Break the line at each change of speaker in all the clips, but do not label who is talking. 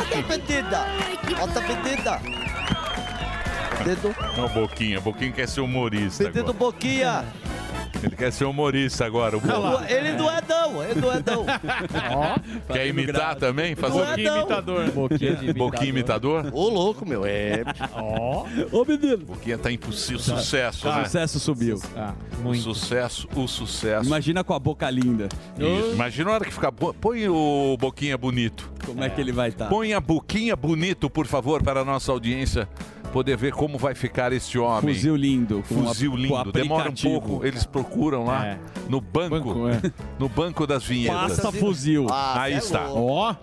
Outra pedida. Outra pedida. Dedo.
Não, Boquinha. Boquinha quer ser humorista
Dedo
agora.
boquinha.
Ele quer ser humorista agora. O Boquinha.
Ele não é não, ele não é não.
Quer imitar também? Fazer
Boquinha imitador.
Boquinha, Boquinha imitador?
Ô, louco, meu. É.
Ó.
Ô, menino.
Boquinha tá impossível. Sucesso,
O
Tá.
né?
sucesso subiu.
Ah.
Sucesso, o sucesso.
Imagina com a boca linda.
Isso. Imagina a hora que ficar. bo- Põe o Boquinha bonito.
Como é que ele vai estar?
Põe a Boquinha bonito, por favor, para a nossa audiência poder ver como vai ficar este homem.
Fuzil lindo. com
Fuzil
a- com
lindo. Demora um
aplicativo. É
pouco. Eles procuram lá no banco. No banco das vinhetas.
Passa fuzil.
Ah,
Aí
cê é
está.
louco.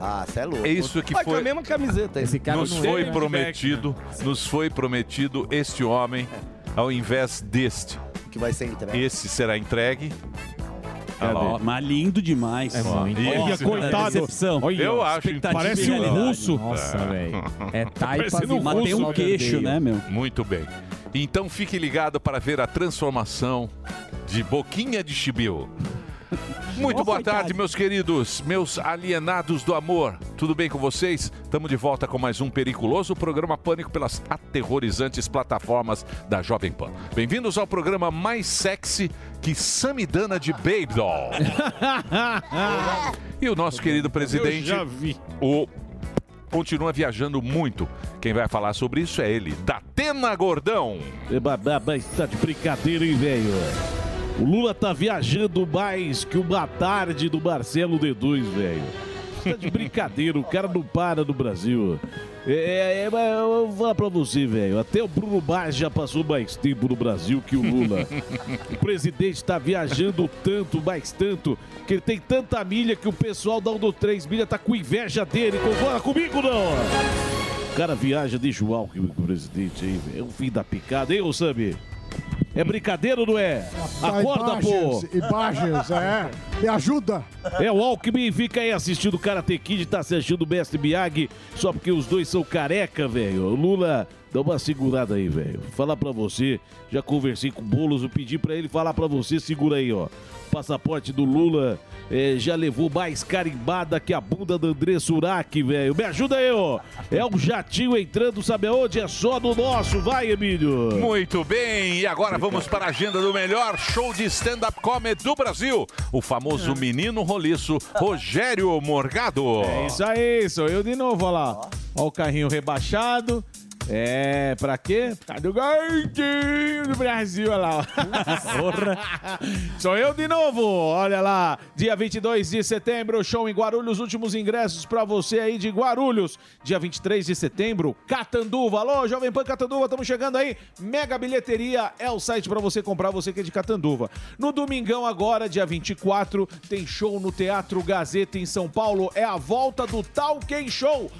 Ah,
você é louco.
É isso que
Mas
foi.
a mesma camiseta. Esse é
nos foi prometido, nos foi prometido este homem, ao invés deste.
Que vai ser entregue.
Esse será entregue. Olha lá,
Ó,
ó.
Mas lindo demais.
É muito.
Ó,
Olha,
isso.
coitado.
Decepção.
Olha, Eu
ó,
acho,
expectativa
parece
e
um
realidade.
russo. Nossa, velho.
É taipas
Parecendo
e- mas tem um
russo.
queixo, né, meu?
Muito bem. Então fique ligado para ver a transformação de Boquinha de Chibiu. Muito boa tarde, meus queridos, meus alienados do amor. Tudo bem com vocês? Estamos de volta com mais um periculoso programa Pânico pelas aterrorizantes plataformas da Jovem Pan. Bem-vindos ao programa mais sexy que Samidana de Baby Doll. e o nosso querido presidente,
já
o continua viajando muito. Quem vai falar sobre isso é ele, Datena Gordão.
Tá de brincadeira, hein, velho? O Lula tá viajando mais que uma tarde do Marcelo D2, velho. Tá de brincadeira, o cara não para no Brasil. É, é, mas eu vou falar pra você, velho. Até o Bruno Mars já passou mais tempo no Brasil que o Lula. o presidente tá viajando tanto, mais tanto, que ele tem tanta milha que o pessoal da 1 do 3 milha tá com inveja dele. Concorda comigo, não? O cara viaja de João que é o presidente aí, velho. É o fim da picada, hein, ô Sammy? É brincadeira ou não é? Acorda, pô!
E Imagens, é. Me ajuda.
É o Alckmin, fica aí assistindo o Karate Kid, tá assistindo o Mestre Miyagi, só porque os dois são careca, velho. O Lula, dá uma segurada aí, velho. Falar pra você, já conversei com o Boulos, eu pedi pra ele falar pra você, segura aí, ó. O passaporte do Lula eh, já levou mais carimbada que a bunda do André Surak, velho. Me ajuda aí, ó. É um jatinho entrando, sabe aonde? É só no nosso, vai, Emílio.
Muito bem, e agora vamos para a agenda do melhor show de stand-up comedy do Brasil, o
Ah.
famoso menino roliço Rogério Morgado.
É isso aí, sou eu de novo, olha lá. Ó o carrinho rebaixado. É, pra quê? Por causa do gordinho do Brasil, olha lá. ó. Sou eu de novo, olha lá. Dia 22 de setembro, show em Guarulhos. Últimos ingressos pra você aí de Guarulhos. Dia 23 de setembro, Catanduva. Alô, Jovem Pan Catanduva, estamos chegando aí. Mega Bilheteria é o site pra você comprar, você que é de Catanduva. No domingão agora, dia 24, tem show no Teatro Gazeta em São Paulo. É a volta do Tal Quem Show.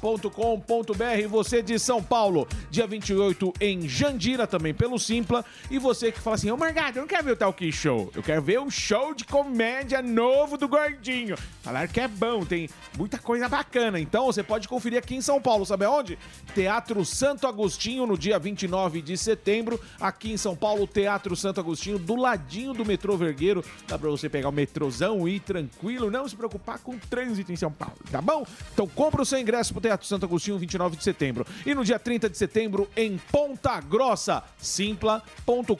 Simpla.com.br, você de São Paulo. Dia 28 em Jandira, também pelo Simpla. E você que fala assim, ô Morgado, eu não quero ver o Tal Quem Show. Eu quero ver o show de comédia novo do Gordinho. Falaram que é bom, tem muita coisa bacana. Então você pode conferir aqui em São Paulo, sabe aonde? Teatro Santo Agostinho, no dia 29 de setembro, aqui em São Paulo, Teatro Santo Agostinho, do ladinho do metrô Vergueiro. Dá pra você pegar o metrozão e ir tranquilo, não se preocupar com o trânsito em São Paulo, tá bom? Então compra o seu ingresso pro Teatro Santo Agostinho, 29 de setembro. E no dia 30 de setembro, em Ponta Grossa, simpla.com.br.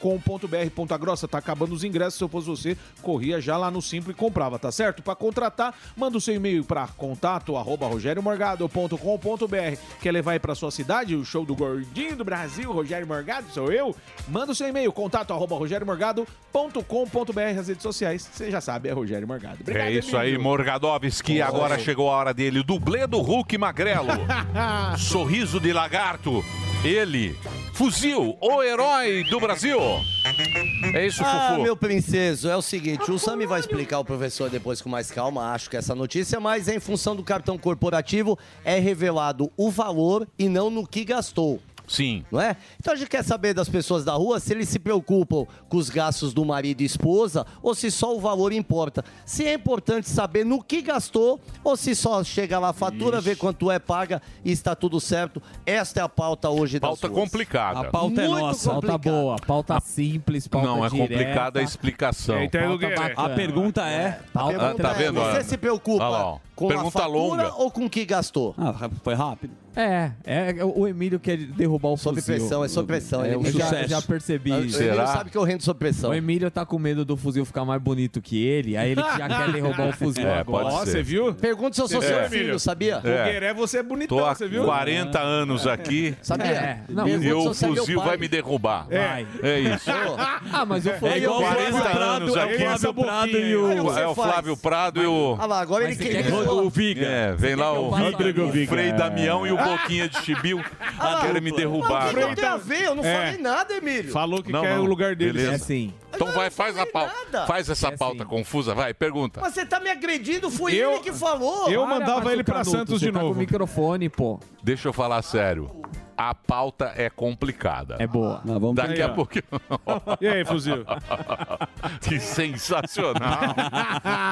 Ponta Grossa, tá acabando os ingressos. Se eu fosse você, corria já lá no Simpla e comprava, tá certo? Pra contratar, manda o seu e-mail pra contato arroba rogeriomorgado.com.br. Quer levar aí pra sua cidade o show do Gordinho do Brasil, Rogério Morgado, sou eu? Manda o seu e-mail, contato arroba rogeriomorgado.com.br. As redes sociais, você já sabe, é Rogério Morgado. Obrigado,
é isso aí,
Emílio.
Morgadovski.
Nossa.
agora chegou a hora dele. O dublê do Hulk Magrelo. Sorriso de lagarto. Ele, fuzil, o herói do Brasil. É isso,
ah,
Fufu.
meu princeso, é o seguinte, o Sami vai explicar o professor depois com mais calma, acho que essa notícia, mas em função do cartão corporativo é revelado o valor e não no que gastou.
Sim.
Não é? Então a gente quer saber das pessoas da rua se eles se preocupam com os gastos do marido e esposa ou se só o valor importa. Se é importante saber no que gastou ou se só chega lá a fatura, vê quanto é paga e está tudo certo. Esta é a pauta hoje da
Pauta complicada.
A pauta é
Muito
nossa, pauta
complicado.
boa, pauta simples, pauta
Não, é
direta,
complicada a explicação.
Então,
pauta
Guilherme,
bacana. A pergunta é...
Pergunta
Ah, tá
é,
vendo,
Você
Ana?
se
Tá
Olha lá, ó.
preocupa com
Pergunta
a fatura
longa.
ou com o que gastou?
Ah, ra- foi rápido.
É, é, o Emílio quer derrubar o
Sob
fuzil.
pressão, é sob pressão,
É,
ele
eu
quer-
já,
Sucesso.
já percebi.
Ele
isso.
Será?
sabe que eu rendo sob pressão.
O Emílio tá com medo do fuzil ficar mais bonito que ele, aí ele já quer derrubar o fuzil
É,
agora.
pode
Ó,
ser.
você viu?
Pergunta se eu sou
É.
seu
É,
filho,
Emílio.
sabia?
É.
Gueré, você é bonitão,
Tô há
você viu?
40 anos aqui
Sabia?
É. Não,
Pergunta se
e o
você é meu
fuzil
pai.
vai me derrubar.
Vai.
É isso.
Ah, mas eu falei...
É igual
eu
40
vou pro Prado,
anos
é
aqui,
o Flávio
essa boquinha
Prado e
aí.
o...
Aí
É o
faz?
Flávio Prado e o.
Ah lá, agora
Mas
ele
você
quer
quer
me zoar.
O Viga.
É, vem lá o,
eu faça
Rodrigo
o
Viga.
Frei Damião e o Boquinha de Chibiu. Ah, querem me
Mas
derrubar.
o que, que eu tenho a ver? Eu não
É.
falei nada, Emílio.
Falou que
Não,
quer
não.
o lugar dele.
É
Beleza.
assim.
Então
Não,
vai,
não
faz a
falei
pauta.
nada.
Faz essa
É
pauta
assim.
confusa, vai, pergunta.
Mas você tá me agredindo, foi
Eu-
ele que falou.
eu-
Para,
mandava
Marcelo
ele pra
Canuto,
Santos
você
de
tá
novo.
com o microfone, pô.
Deixa eu falar sério. A pauta é complicada.
É boa.
Ah, vamos
Daqui
Aí,
a
ó.
pouquinho.
E aí, fuzil?
que sensacional.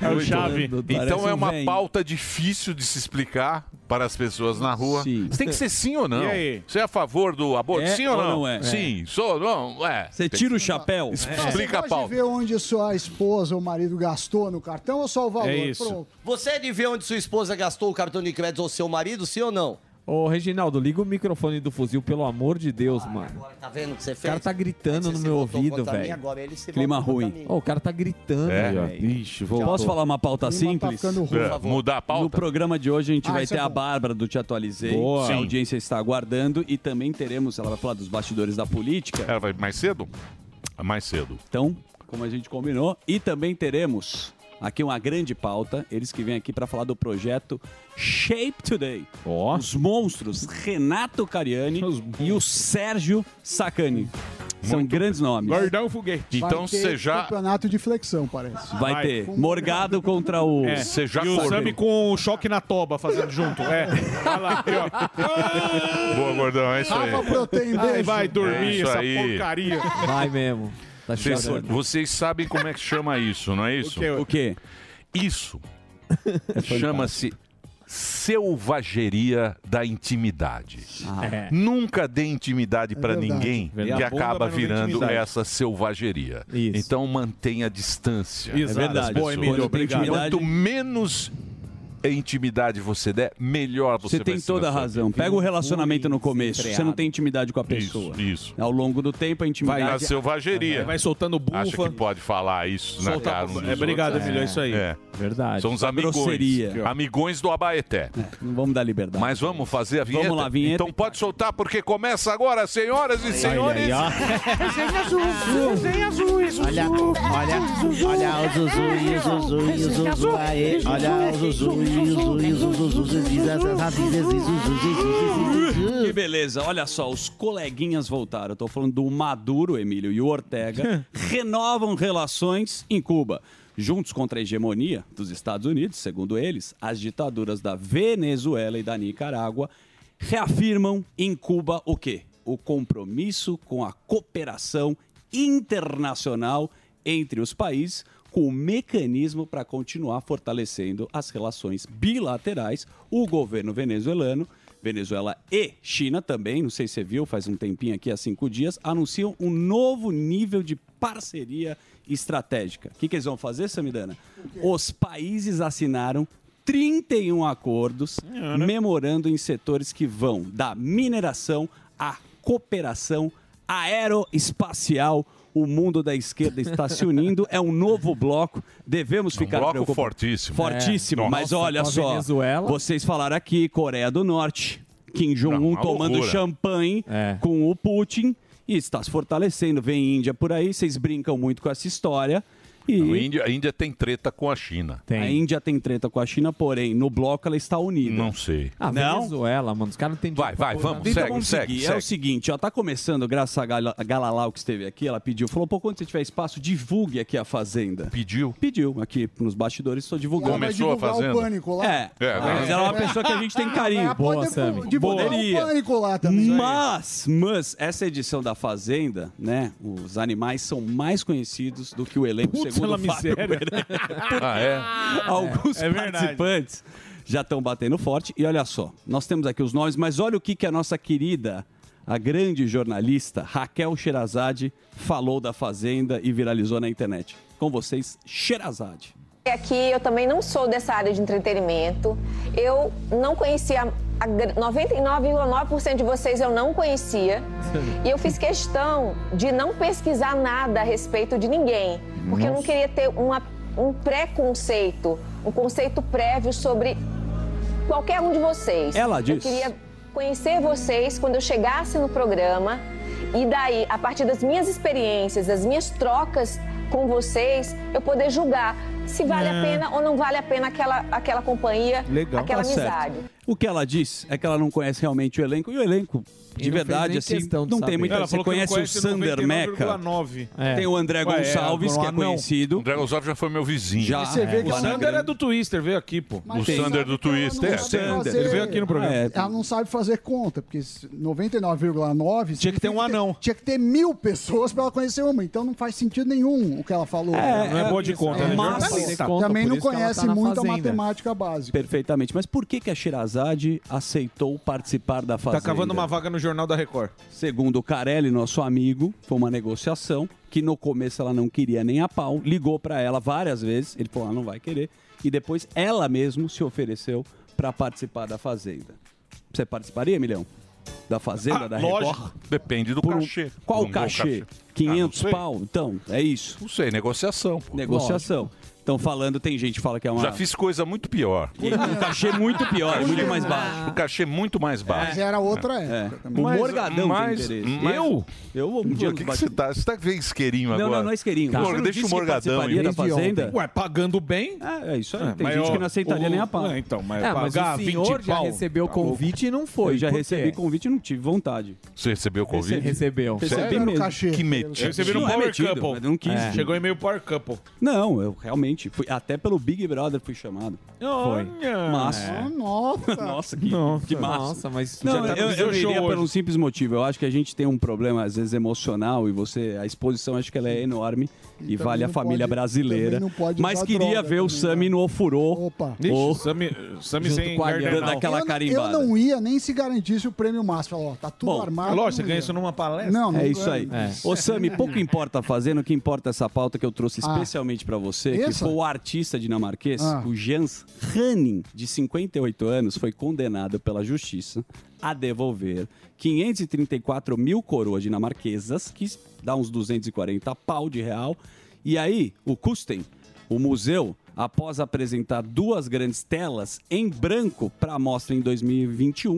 É o chave.
Então
Parece
é
um
uma
velho.
pauta difícil de se explicar para as pessoas na rua.
Sim.
Você tem que ser sim ou não.
E aí?
Você é a favor do aborto?
É
sim ou
ou
não?
não é?
Sim, sou, não, é.
Você tira o chapéu? É.
Explica a
você pode
pauta.
ver onde sua esposa ou marido gastou no cartão ou só o valor?
É isso.
Pronto.
Você é de ver onde sua esposa gastou o cartão de crédito ou seu marido, sim ou não?
Ô, Reginaldo, liga o microfone do fuzil, pelo amor de Deus, mano.
Agora tá vendo o que você
O
fez?
cara tá
Você
gritando no
se
meu
voltou
ouvido,
contra mim,
velho.
agora ele se
Clima
voltou contra
ruim.
mim.
Ô, o cara tá gritando,
É.
velho.
Ixi, voltou.
Posso falar uma pauta
Clima tá
simples?
ficando ruim.
É, mudar a
No
pauta?
programa de hoje a gente
Ah,
vai
isso
ter
é
a
bom.
Bárbara do Te Atualizei,
Boa.
que a
Sim.
audiência está aguardando, e também teremos, ela vai falar dos bastidores da política,
Ela vai mais cedo? Mais cedo.
então, como a gente combinou, e também teremos aqui uma grande pauta, eles que vêm aqui para falar do projeto Shape Today.
Ó.
Os monstros Renato Cariani
Os
e o Sérgio Sacani. São grandes nomes.
Gordão foguete.
Vai
Então
ter
você já,
Campeonato de flexão, parece.
Vai,
Vai.
ter Morgado contra o...
É.
você já
E o
correu.
Sami com o choque na toba fazendo junto. É. Vai lá, aqui, ó.
Boa, gordão, é isso aí.
Rafa Protein,
Ai,
beijo.
vai
É
dormir
isso
essa
aí.
porcaria.
Vai mesmo. Tá
Vocês,
chorando.
vocês sabem como é que chama isso, não é isso?
quê?
O quê? É
Isso chama-se selvageria da intimidade.
Ah.
É.
Nunca dê intimidade pra
verdade.
ninguém
Verdade.
que
A bunda,
acaba
mas não dê
virando
intimidade.
essa selvageria.
Isso.
Então mantenha a distância.
É
Exato.
verdade.
Boa, Emílio,
Quando tem
obrigado.
intimidade,
Quanto menos intimidade você der, melhor você
Você
vai
tem
ser
toda
na
a
sua
razão. Pega o relacionamento no começo. Você não
desenfreado.
tem intimidade com a
vida.
pessoa.
Isso, isso.
Ao longo do tempo, a
Na
intimidade
selvageria.
Vai soltando
Acha
bufa.
que pode falar isso na
solta-
cara uns dos
É, obrigado,
outros.
Emílio, é isso aí.
É,
Verdade.
são os amigões.
Ah, grosseria.
Amigões do Abaeté.
Não vamos dar liberdade.
Mas vamos fazer a vinheta?
lá, vinheta.
Então pode soltar, porque começa agora, senhoras e senhores.
Olha, olha, olha o Zuzu e o Zuzu e o Zuzu aí. Olha o Zuzu e o Zuzu e o Zuzu, Zuzu, Zuzu, Zuzu, Zuzu, Zuzu, Zuzu.
Que beleza, olha só, os coleguinhas voltaram. Eu tô falando do Maduro, Emílio, e o Ortega renovam relações em Cuba. Juntos contra a hegemonia dos Estados Unidos, segundo eles, as ditaduras da Venezuela e da Nicarágua reafirmam em Cuba o quê? O compromisso com a cooperação internacional entre os países com o mecanismo para continuar fortalecendo as relações bilaterais. O governo venezuelano, Venezuela e China também, não sei se você viu, faz um tempinho aqui, há cinco dias, anunciam um novo nível de parceria estratégica. O que, que eles vão fazer, Samidana? Os países assinaram 31 acordos, memorando em setores que vão da mineração à cooperação aeroespacial. O mundo da esquerda está se unindo. É um novo bloco. Devemos ficar
É um bloco
preocupados.
fortíssimo.
Fortíssimo.
É.
Mas
Nossa,
olha
com a
só.
Venezuela.
Vocês falaram aqui, Coreia do Norte,
Não,
Kim Jong-un
uma
tomando
loucura.
champanhe
É.
com o Putin. E está se fortalecendo. Vem Índia por aí. Vocês brincam muito com essa história. E
O Índia- a Índia tem treta com a China.
a Índia tem treta com a China, porém, no bloco ela está unida. Né?
Não sei.
Ah,
Não?
Venezuela, mano. Os caras não têm
Vai, vai, vamos,
Então
segue,
vamos
segue,
seguir. É o
segue.
seguinte, ó, tá começando, graças a Gala, a Galalau que esteve aqui, ela pediu, falou, pô, quando você tiver espaço, divulgue aqui a Fazenda.
Pediu.
Pediu, aqui nos bastidores, estou divulgando.
Ela vai
Começou a
divulgar
fazenda.
o pânico né? lá.
É,
É,
mas ela é uma pessoa que a gente tem carinho.
Ela pode
Sammy.
divulgar
Poderia.
o pânico lá também.
Mas, mas, essa edição da Fazenda, né? Os animais são mais conhecidos do que o elenco,
Putz,
segundo
ela
o Fábio
miséria.
Pereira.
Ah, é?
Alguns participantes já estão batendo forte. E olha só, nós temos aqui os nomes, mas olha o que, que a nossa querida, a grande jornalista Raquel Sherazade falou da Fazenda e viralizou na internet. Com vocês, Sherazade.
E Aqui É eu também não sou dessa área de entretenimento. Eu não conhecia a gr- 99,9% de vocês eu não conhecia. E eu fiz questão de não pesquisar nada a respeito de ninguém, porque eu não queria ter uma- um preconceito, um conceito prévio sobre qualquer um de vocês.
Ela
Eu
disse.
queria conhecer vocês quando eu chegasse no programa e daí, a partir das minhas experiências, das minhas trocas com vocês, eu poder julgar se vale
É.
a pena ou não vale a pena aquela, aquela companhia,
Legal,
aquela
Tá certo.
amizade.
O que ela diz é que ela não conhece realmente o elenco. E o elenco,
E
de
não fez
verdade,
nem
assim,
questão de
não
saber.
tem muita...
Ela
Você
falou que
conhece,
não
o Sander Meca,
99,9.
É.
tem o
Ué,
André
é,
Gonçalves, que é
agora não.
conhecido.
O Dragonzov já foi meu vizinho.
Já.
Você vê que
o
ela
O Sander é do Twister, veio aqui, pô.
Mas
O
você
Sander
sabe
do
que ela não
Twister.
sabe
Sander.
fazer-
Ele veio aqui no programa.
É,
Ela não sabe fazer conta, porque se 99,9...
Tinha que ter um
significa
anão.
Tinha que ter mil pessoas pra ela conhecer uma, então não faz sentido nenhum o que ela falou.
É,
Não é boa de conta, né?
É,
mas-
Jornalista.
conta,
Também
por
não
isso que ela
conhece
tá na
muito a
Fazenda.
matemática básica.
Perfeitamente. Mas por que, que a Shirazade aceitou participar da
Tá
Fazenda?
cavando uma vaga no Jornal da Record.
Segundo o Carelli, nosso amigo, foi uma negociação que no começo ela não queria nem a pau. Ligou pra ela várias vezes. Ele falou, ah, não vai querer. E depois ela mesmo se ofereceu pra participar da Fazenda. Você participaria, Milhão? Da Fazenda,
Ah,
da Record?
Depende do
Por um-
cachê.
Qual
Por um bom
cachê?
Ah,
500
não sei.
pau? Então, é isso.
Não sei, negociação. pô.
Negociação. Estão falando, tem gente que fala que é uma...
Já fiz coisa muito pior.
Um cachê muito pior, muito mais baixo. É.
O cachê muito mais
Mas
baixo.
era outra época.
O
Mas-
Morgadão
mas-
tem interesse.
mas-
Eu? Eu vou...
Um dia, o que que você tá? Você tá vendo isqueirinho
Não,
agora?
não, não é isqueirinho.
Tá.
Você não
Deixa
disse
o
que
Morgadão
participaria
aí.
da
Desde
Fazenda?
Ué, pagando bem?
É, é isso aí. Tem
Mas
gente
o-
que não aceitaria
o-
nem a pau.
É, então, mas
É, mas
pagar
o
20
senhor já
pau.
recebeu o
Tá louco.
convite e não foi.
Eu já
Por quê?
recebi convite e não tive vontade.
Você recebeu o convite?
Recebeu.
Recebeu.
Era o
mesmo.
cachê.
Que
Eu
metido.
recebi um
Não é
Power
metido, mas
Couple.
não quis.
É.
Chegou e-mail Power Couple.
Não, eu realmente fui. Até pelo Big Brother fui chamado.
Olha. É.
Mas.
Ah, Nossa.
Nossa, que, que massa.
Nossa, mas.
Não,
tá no
eu,
seu
eu
show
iria por
hoje.
um simples motivo. Eu acho que a gente tem um problema, às vezes, emocional e você. A exposição acho que ela é enorme e,
também
vale a
não
família
pode-
brasileira.
também não pode
Mas
usar
queria
droga
ver o
também,
Sami
né?
no ofurô.
Opa.
Ô.
Ixi, Sammy, Sammy
Junto
sem
com a Ariana.
cardenal.
Dando aquela
eu,
carimbada.
Eu não ia nem se garantisse o prêmio máximo. Falou, ó, tá tudo
Bom,
armado.
É Lógico, você
não
ganha
ia.
isso numa palestra.
Não, não
É isso aí.
ganha.
Ô, Sami, pouco importa fazendo, o que importa é essa pauta que eu trouxe
Ah.
especialmente pra você, que
Essa?
foi o artista dinamarquês,
Ah.
o Jans Hanning, de 58 anos, foi condenado pela justiça a devolver 534 mil coroas dinamarquesas, que dá uns 240 pau de real. E aí, o Kusten, o museu, após apresentar duas grandes telas em branco para a mostra em 2021,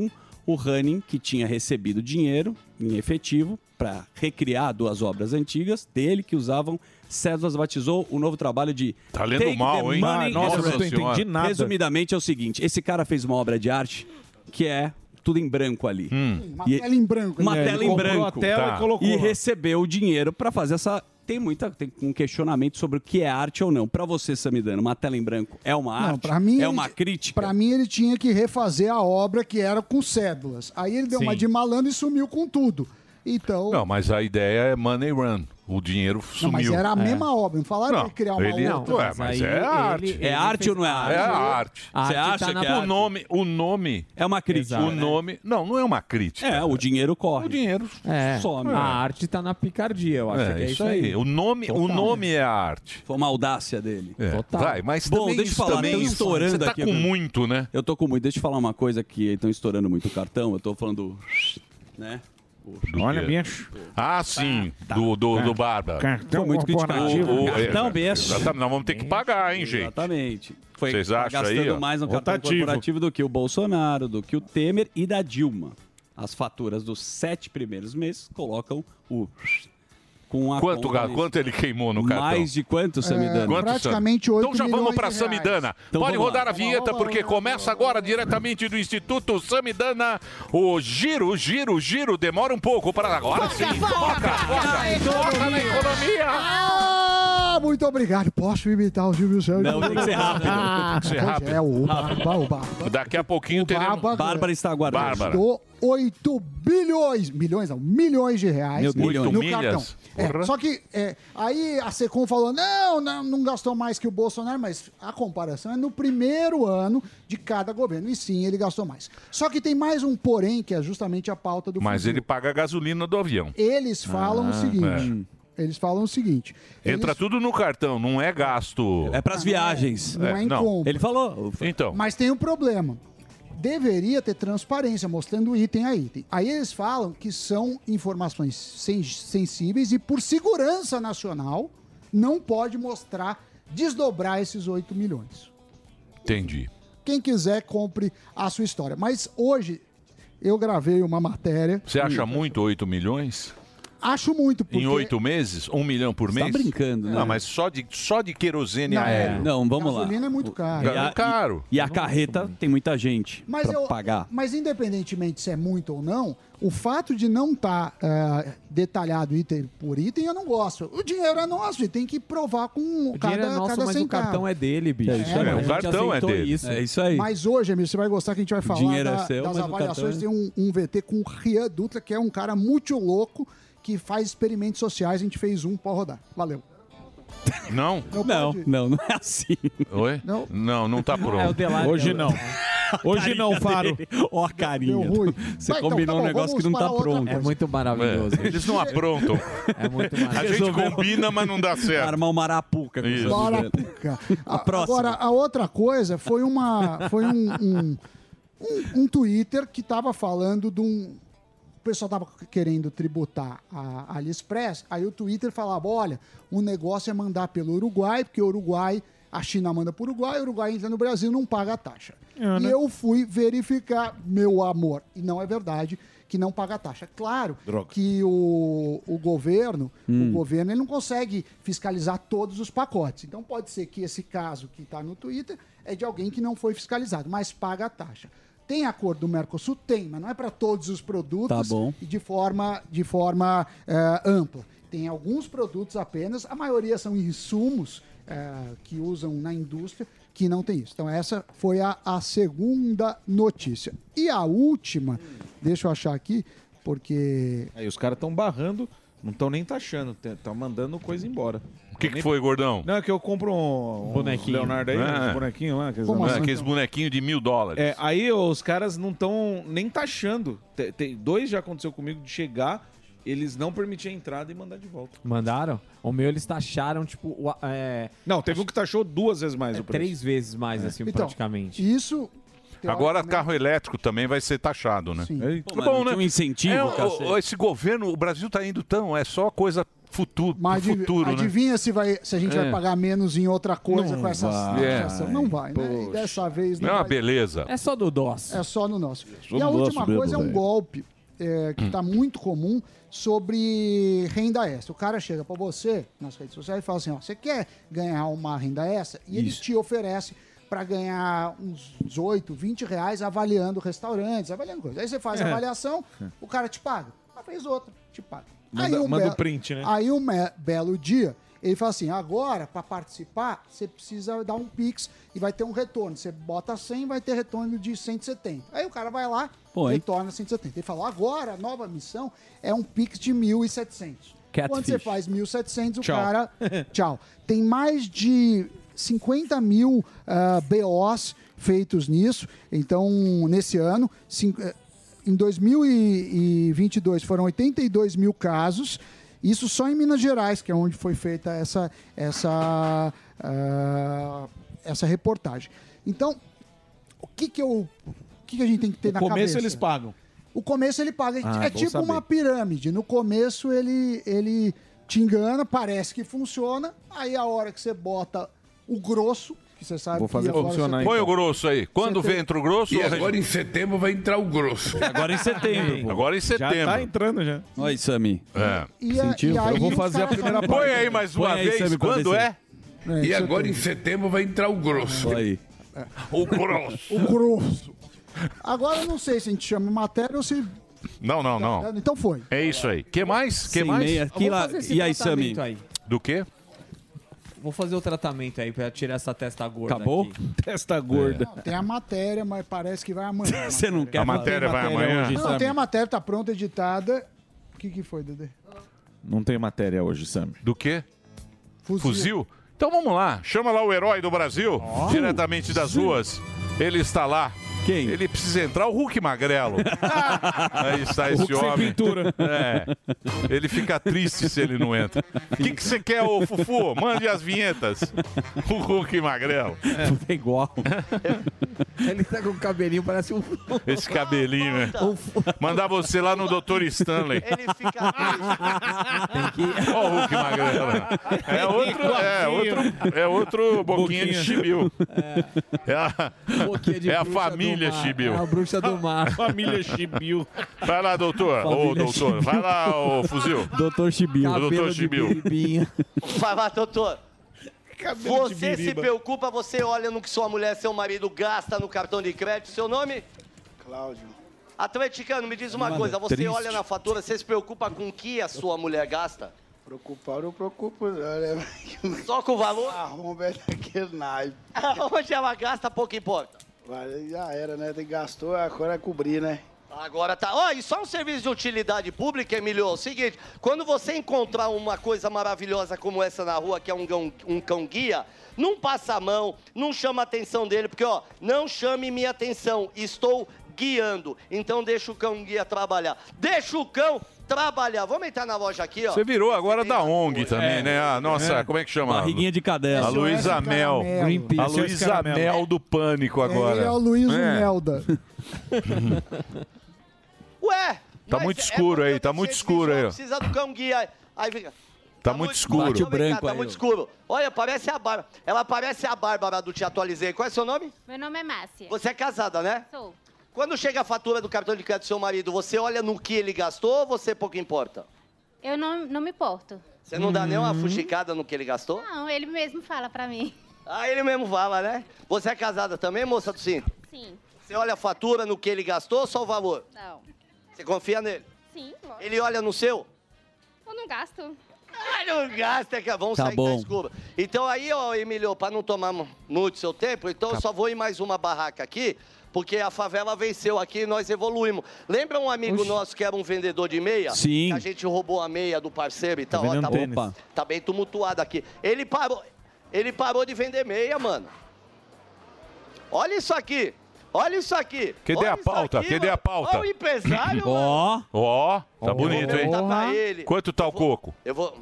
o Hanning, que tinha recebido dinheiro em efetivo para recriar duas obras antigas dele que usavam, César batizou o novo trabalho de
Tá lendo
Take the
mal, hein?
Money
Nossa,
Nossa
eu não entendi
Senhora.
nada.
Resumidamente é o seguinte: esse cara fez uma obra de arte que é tudo em branco ali.
Uma
E-
tela em branco.
uma
né?
tela em
É, Comprou
branco.
a tela
Hum. Tá.
e colocou.
E
lá.
recebeu o dinheiro para fazer essa. Tem muita tem um questionamento sobre o que é arte ou não. Para você, Samidano, uma tela em branco é uma
Não,
arte?
pra mim,
é uma crítica?
Pra mim, ele tinha que refazer a obra que era com cédulas. Aí ele deu uma de malandro e sumiu com tudo. Então.
Não, mas a ideia é money run. O dinheiro
não, mas
sumiu. É.
era a mesma obra. Não falaram
Não,
pra ele criar uma
ele-
outra.
Ué, mas é arte.
É arte ou não é
É a arte.
Você
arte
acha
tá na
que é
O
arte?
nome, o nome,
É uma crítica.
o nome... Não, não é uma crítica.
É, o dinheiro corre.
O dinheiro
É,
Some.
a arte tá na picardia, eu acho que
É,
é
isso aí. O nome, o nome é a arte.
Foi uma audácia dele.
É.
Total.
Vai, mas
Bom,
também
deixa eu
isso
falar,
também
tão
isso-
estourando
você tá
aqui,
com
viu?
muito, né?
Eu tô com muito. Deixa eu falar uma coisa que estão estourando muito o cartão. Eu tô falando. Né?
Do
Olha,
quê?
bicho. tá.
Ah, sim, do, do, do Barba.
Cartão
Foi muito
corporativo.
criticado.
O- é,
Tá. Cartão, bicho.
exatamente, Nós vamos ter que pagar, hein, gente?
Exatamente. Foi
Vocês
tá
acham aí,
gastando
ó?
mais no cartão
Rotativo.
corporativo do que o Bolsonaro, do que o Temer e da Dilma. As faturas dos sete primeiros meses colocam o com a
Quanto,
conta
Gá? Quanto ele queimou no cartão?
Mais de É, quanto, Samidana?
É, praticamente
Sam?
8
Então já vamos
milhões
para
de
Samidana.
reais.
Então
Pode
vamos lá.
rodar a vinheta, porque começa agora diretamente do Instituto Samidana. O giro, giro, giro. Demora um pouco para agora sim. Foca, foca, foca na economia.
Ah, muito obrigado. Posso imitar o Silvio Santos?
Não, tem que ser rápido.
Tem que ser
Pois
rápido.
É, o Barba, o Barba.
Daqui a pouquinho teremos.
Barba,
Bárbara está aguardando.
Bárbara.
Gastou 8 bilhões, milhões não, milhões de reais
Meu Deus.
no
Oito milhas?
cartão.
Porra.
É, só que é, aí a Secom falou, não, não, não gastou mais que o Bolsonaro, mas a comparação é no primeiro ano de cada governo. E sim, ele gastou mais. Só que tem mais um porém, que é justamente a pauta do
Mas
futuro.
ele paga a gasolina do avião. Ah,
Eles falam o seguinte, eles falam o seguinte.
é. Entra
eles- Ah,
tudo no cartão, não é gasto.
É para as viagens.
Não
É,
é em
não.
compra.
Ele falou.
Então,
Mas tem um problema. Deveria ter transparência, mostrando item a item. Aí eles falam que são informações sen- sensíveis e, por segurança nacional, não pode mostrar, desdobrar esses 8 milhões.
entendi.
Quem quiser, compre a sua história. Mas hoje eu gravei uma matéria.
Você acha muito 8 milhões?
Acho muito, porque
Em oito meses? Um milhão por
Tá
mês?
brincando, né?
Não, mas só de, só de querosene
Não,
aéreo.
Não, vamos lá.
gasolina é muito cara.
Ga-
a-
caro.
E a carreta tem muita gente
Mas,
pra
eu- É.
pagar.
mas independentemente se é muito ou não, o fato de não estar detalhado item por item, eu não gosto. O dinheiro é nosso e tem que provar com
O dinheiro
cada,
é nosso,
cada
mas o
centavo.
cartão é dele, bicho.
É isso aí.
a
É, o
gente
cartão é
aceitou
dele.
Isso.
É isso aí.
Mas hoje, amigo, você vai gostar que a gente vai falar
dinheiro é
da-
seu,
das
mas o
avaliações.
cartão é-
Tem um, um VT com o Rian Dutra, que é um cara muito louco que faz experimentos sociais. A gente fez um para rodar. Valeu.
Não?
Não,
pode-
não, não é assim.
Oi?
Não.
Não, não tá
É o
pronto.
Delari.
Hoje não. Hoje não, Faro.
Ó, a carinha.
Deu ruim.
Você
Vai, então,
combinou
tá
um
bom,
negócio que
vamos
não tá
para outra
pronto.
É
coisa.
muito maravilhoso.
É, eles não aprontam.
É muito
A
maravilhoso.
gente combina, mas não dá certo.
Armar uma arapuca. com
Isso.
essas
Bora,
ideias.
Puca. A-
próxima.
Agora, a outra coisa foi uma. Foi um, um, um, um Twitter que tava falando de um. O pessoal tava querendo tributar a AliExpress, aí o Twitter falava: olha, o negócio é mandar pelo Uruguai, porque o Uruguai, a China manda pro Uruguai, o Uruguai entra no Brasil não paga a taxa. E eu fui verificar, meu amor, e não é verdade que não paga a taxa. Claro que o, o governo, o governo ele não consegue fiscalizar todos os pacotes. Então pode ser que esse caso que está no Twitter é de alguém que não foi fiscalizado, mas paga a taxa. Tem acordo do Mercosul? Tem, mas não é para todos os produtos
Tá bom.
e de forma, de forma eh, ampla. Tem alguns produtos apenas, a maioria são insumos eh, que usam na indústria que não tem isso. Então, essa foi a, a segunda notícia. E a última, deixa eu achar aqui, porque
Aí os caras estão barrando, não estão nem taxando, estão mandando coisa embora.
O que, que foi, gordão?
Não, é que eu compro um, um
Bonequinho.
Leonardo aí,
É.
um bonequinho lá. Que eles
Como
Não
não-
é
assim?
aqueles bonequinhos de mil dólares.
É, aí os caras não estão nem taxando. Te- tem- dois já aconteceu comigo de chegar, eles não permitiam a entrada e mandar de volta.
Mandaram? O meu eles taxaram, tipo, o- é,
Não, teve um que taxou duas vezes mais o preço.
três vezes mais, assim,
Então,
praticamente.
isso.
Agora
teoricamente,
carro elétrico também vai ser taxado, né?
Sim.
Ei,
Pô,
Tá
mas
bom,
não
né?
tinha um incentivo,
É, o-
cacete.
o- esse governo, o Brasil tá indo tão, é só coisa futuro,
Mas adiv-
futuro, né? É.
adivinha se, vai, se a gente vai pagar menos em outra coisa com essas
vai.
taxação? Não vai, né? E dessa vez
É
não
uma
vai
beleza.
É só do DOS.
É só no nosso. e a última
nosso
coisa
mesmo,
é um
velho.
golpe é, que está muito comum sobre renda extra. O cara chega para você nas redes sociais e fala assim: ó, você quer ganhar uma renda extra? E eles te oferecem para ganhar uns 18, 20 reais avaliando restaurantes, avaliando coisas. Aí você faz a avaliação, o cara te paga. Mas fez outra, te paga.
Manda-
um
manda o
belo-
print, né?
Aí um me- belo dia, ele fala assim: agora, para participar, você precisa dar um Pix e vai ter um retorno. Você bota 100, vai ter retorno de 170. Aí o cara vai lá,
Põe.
retorna 170. Ele falou: agora, a nova missão é um Pix de 1.700. Quando você
Catfish.
faz 1.700, o cara. Tchau. Tem mais de 50 mil ah, BOs feitos nisso. Então, nesse ano, cin- eh, em 2022 foram 82 mil casos. Isso só em Minas Gerais, que é onde foi feita essa, essa, ah, essa reportagem. Então, o que, que, eu, o que, que a gente tem que ter
No
na
começo
cabeça?
eles pagam.
O começo ele paga.
Ah,
é
bom
tipo
saber.
uma pirâmide. No começo ele, ele te engana, parece que funciona. Aí a hora que você bota o grosso, que você
É.
sabe
Vou
que
fazer
agora
funcionar,
você-
então.
Põe o grosso aí. Quando vem, entra o grosso...
E
ou-
agora em setembro vai entrar o grosso.
É, Agora em setembro. pô. tá
Agora em setembro.
tá
entrando já. Olha, Sami.
É.
E a-
Sentiu?
e aí
Eu vou
os
fazer a
caras
primeira
falam-
parte. Põe aí mais uma Põe aí, vez, Sammy, quando quando é?
É,
e agora em setembro vai entrar o grosso.
Aí.
O grosso.
O grosso. Agora eu não sei se a gente chama matéria ou se.
Não, não, não.
Então foi.
É isso aí. Que mais? Que
Sem
mais?
meia. Que lá- e aí, Sami?
tratamento aí.
Do quê?
Vou fazer o tratamento aí pra tirar essa testa gorda.
Acabou?
aqui.
Testa gorda.
Não, tem a matéria, mas parece que vai amanhã.
Você não
É,
quer
A matéria vai amanhã.
Não, tem a matéria, tá pronta, editada. O que, que foi, Dedê?
Não tem matéria hoje, Sam.
Do quê? Fuzil? Então vamos lá. Chama lá o herói do Brasil, diretamente das ruas. Ele está lá.
Uh, Quem?
Ele precisa entrar, o Hulk Magrelo. Aí está esse
sem
homem.
pintura.
É. Ele fica triste se ele não entra. O que que você quer, ô Fufu? Mande as vinhetas. O Hulk Magrelo.
É igual.
Ele tá com o cabelinho, parece um.
Esse cabelinho, né?
Então,
Mandar você lá no Dr. Stanley.
ele fica triste.
Ó o Hulk Magrelo. É outro, é outro, é outro boquinha de chibiu. É a,
Boquinha de
É a
bruxa do
família,
mar.
Chibiu.
É a bruxa do mar.
Família Chibiu.
Vai lá, doutor. Ô,
Família
doutor. Vai lá, ô, fuzil.
Doutor Chibiu.
doutor
Cabelo de
Chibiu.
biribinha.
Vai, vai, doutor. Você se preocupa, você olha no que sua mulher, seu marido gasta no cartão de crédito. Seu nome?
Cláudio.
Atleticano, me diz uma
Nada,
coisa. Você
triste.
olha na fatura, você se preocupa com o que a sua mulher gasta?
Preocupado, eu preocupo. né? Olha,
Só com o valor?
arromba é daquele naipe.
Onde ela gasta, pouco importa.
Vai, Já era, né? Tem- Gastou, agora é cobrir, né?
Agora tá. Ó, e só um serviço de utilidade pública, Emilio. É o seguinte: quando você encontrar uma coisa maravilhosa como essa na rua, que é um cão, um cão guia, não passa a mão, não chama a atenção dele, porque, ó, não chame minha atenção. Estou guiando. Então deixa o cão guia trabalhar. Deixa o cão trabalhar. Vamos entrar na loja aqui, ó.
Você virou agora da
Tem uma
ONG também, né? A nossa, como é que chama?
Barriguinha de
A
cadela.
Luísa Mel. A Luísa Mel do Pânico agora.
Ele é o Luiz
É.
Melda.
Ué!
Tá
mas
muito
é
escuro
porque
aí, tá
eu
muito
deixei
escuro
de
aí, ó.
Precisa do cão guia. Aí fica.
Tá muito escuro.
Bate o
Então vem cá,
branco
Tá
aí,
muito
ó.
escuro. Olha, parece a Bárbara. Ela parece a Bárbara do Te Atualizei. Qual é seu nome?
Meu nome é Márcia.
Você é casada, né?
Sou.
Quando chega a fatura do cartão de crédito do seu marido, você olha no que ele gastou ou você pouco importa?
Eu não, não me importo.
Você não dá nem uma fuxicada no que ele gastou?
Não, ele mesmo fala pra mim.
Ah, ele mesmo fala, né? Você é casada também, moça do cinto?
Sim.
Você olha a fatura no que ele gastou ou só o valor?
Não.
Você confia nele?
Sim, lógico.
Ele olha no seu?
Eu não gasto.
Ah, não gasta, que vamos
Tá
sair da
bom.
escura. Então aí, ó, Emilio, para não tomar mu- muito seu tempo, então eu só vou em mais uma barraca aqui, porque a favela venceu aqui e nós evoluímos. Lembra um amigo nosso que era um vendedor de meia?
Sim.
Que a gente roubou a meia do parceiro e tal. ó,
vendendo
tá, bom,
tênis.
Opa. tá bem tumultuado aqui. Ele parou, ele parou de vender meia, mano. Olha isso aqui. Olha isso aqui.
Cadê
Olha
a
isso
pauta?
aqui,
Cadê
mano.
a pauta?
Olha o empresário, mano.
Ó,
Ó, tá bonito, hein?
Pergunta pra ele.
Quanto tá o coco?
Eu vou.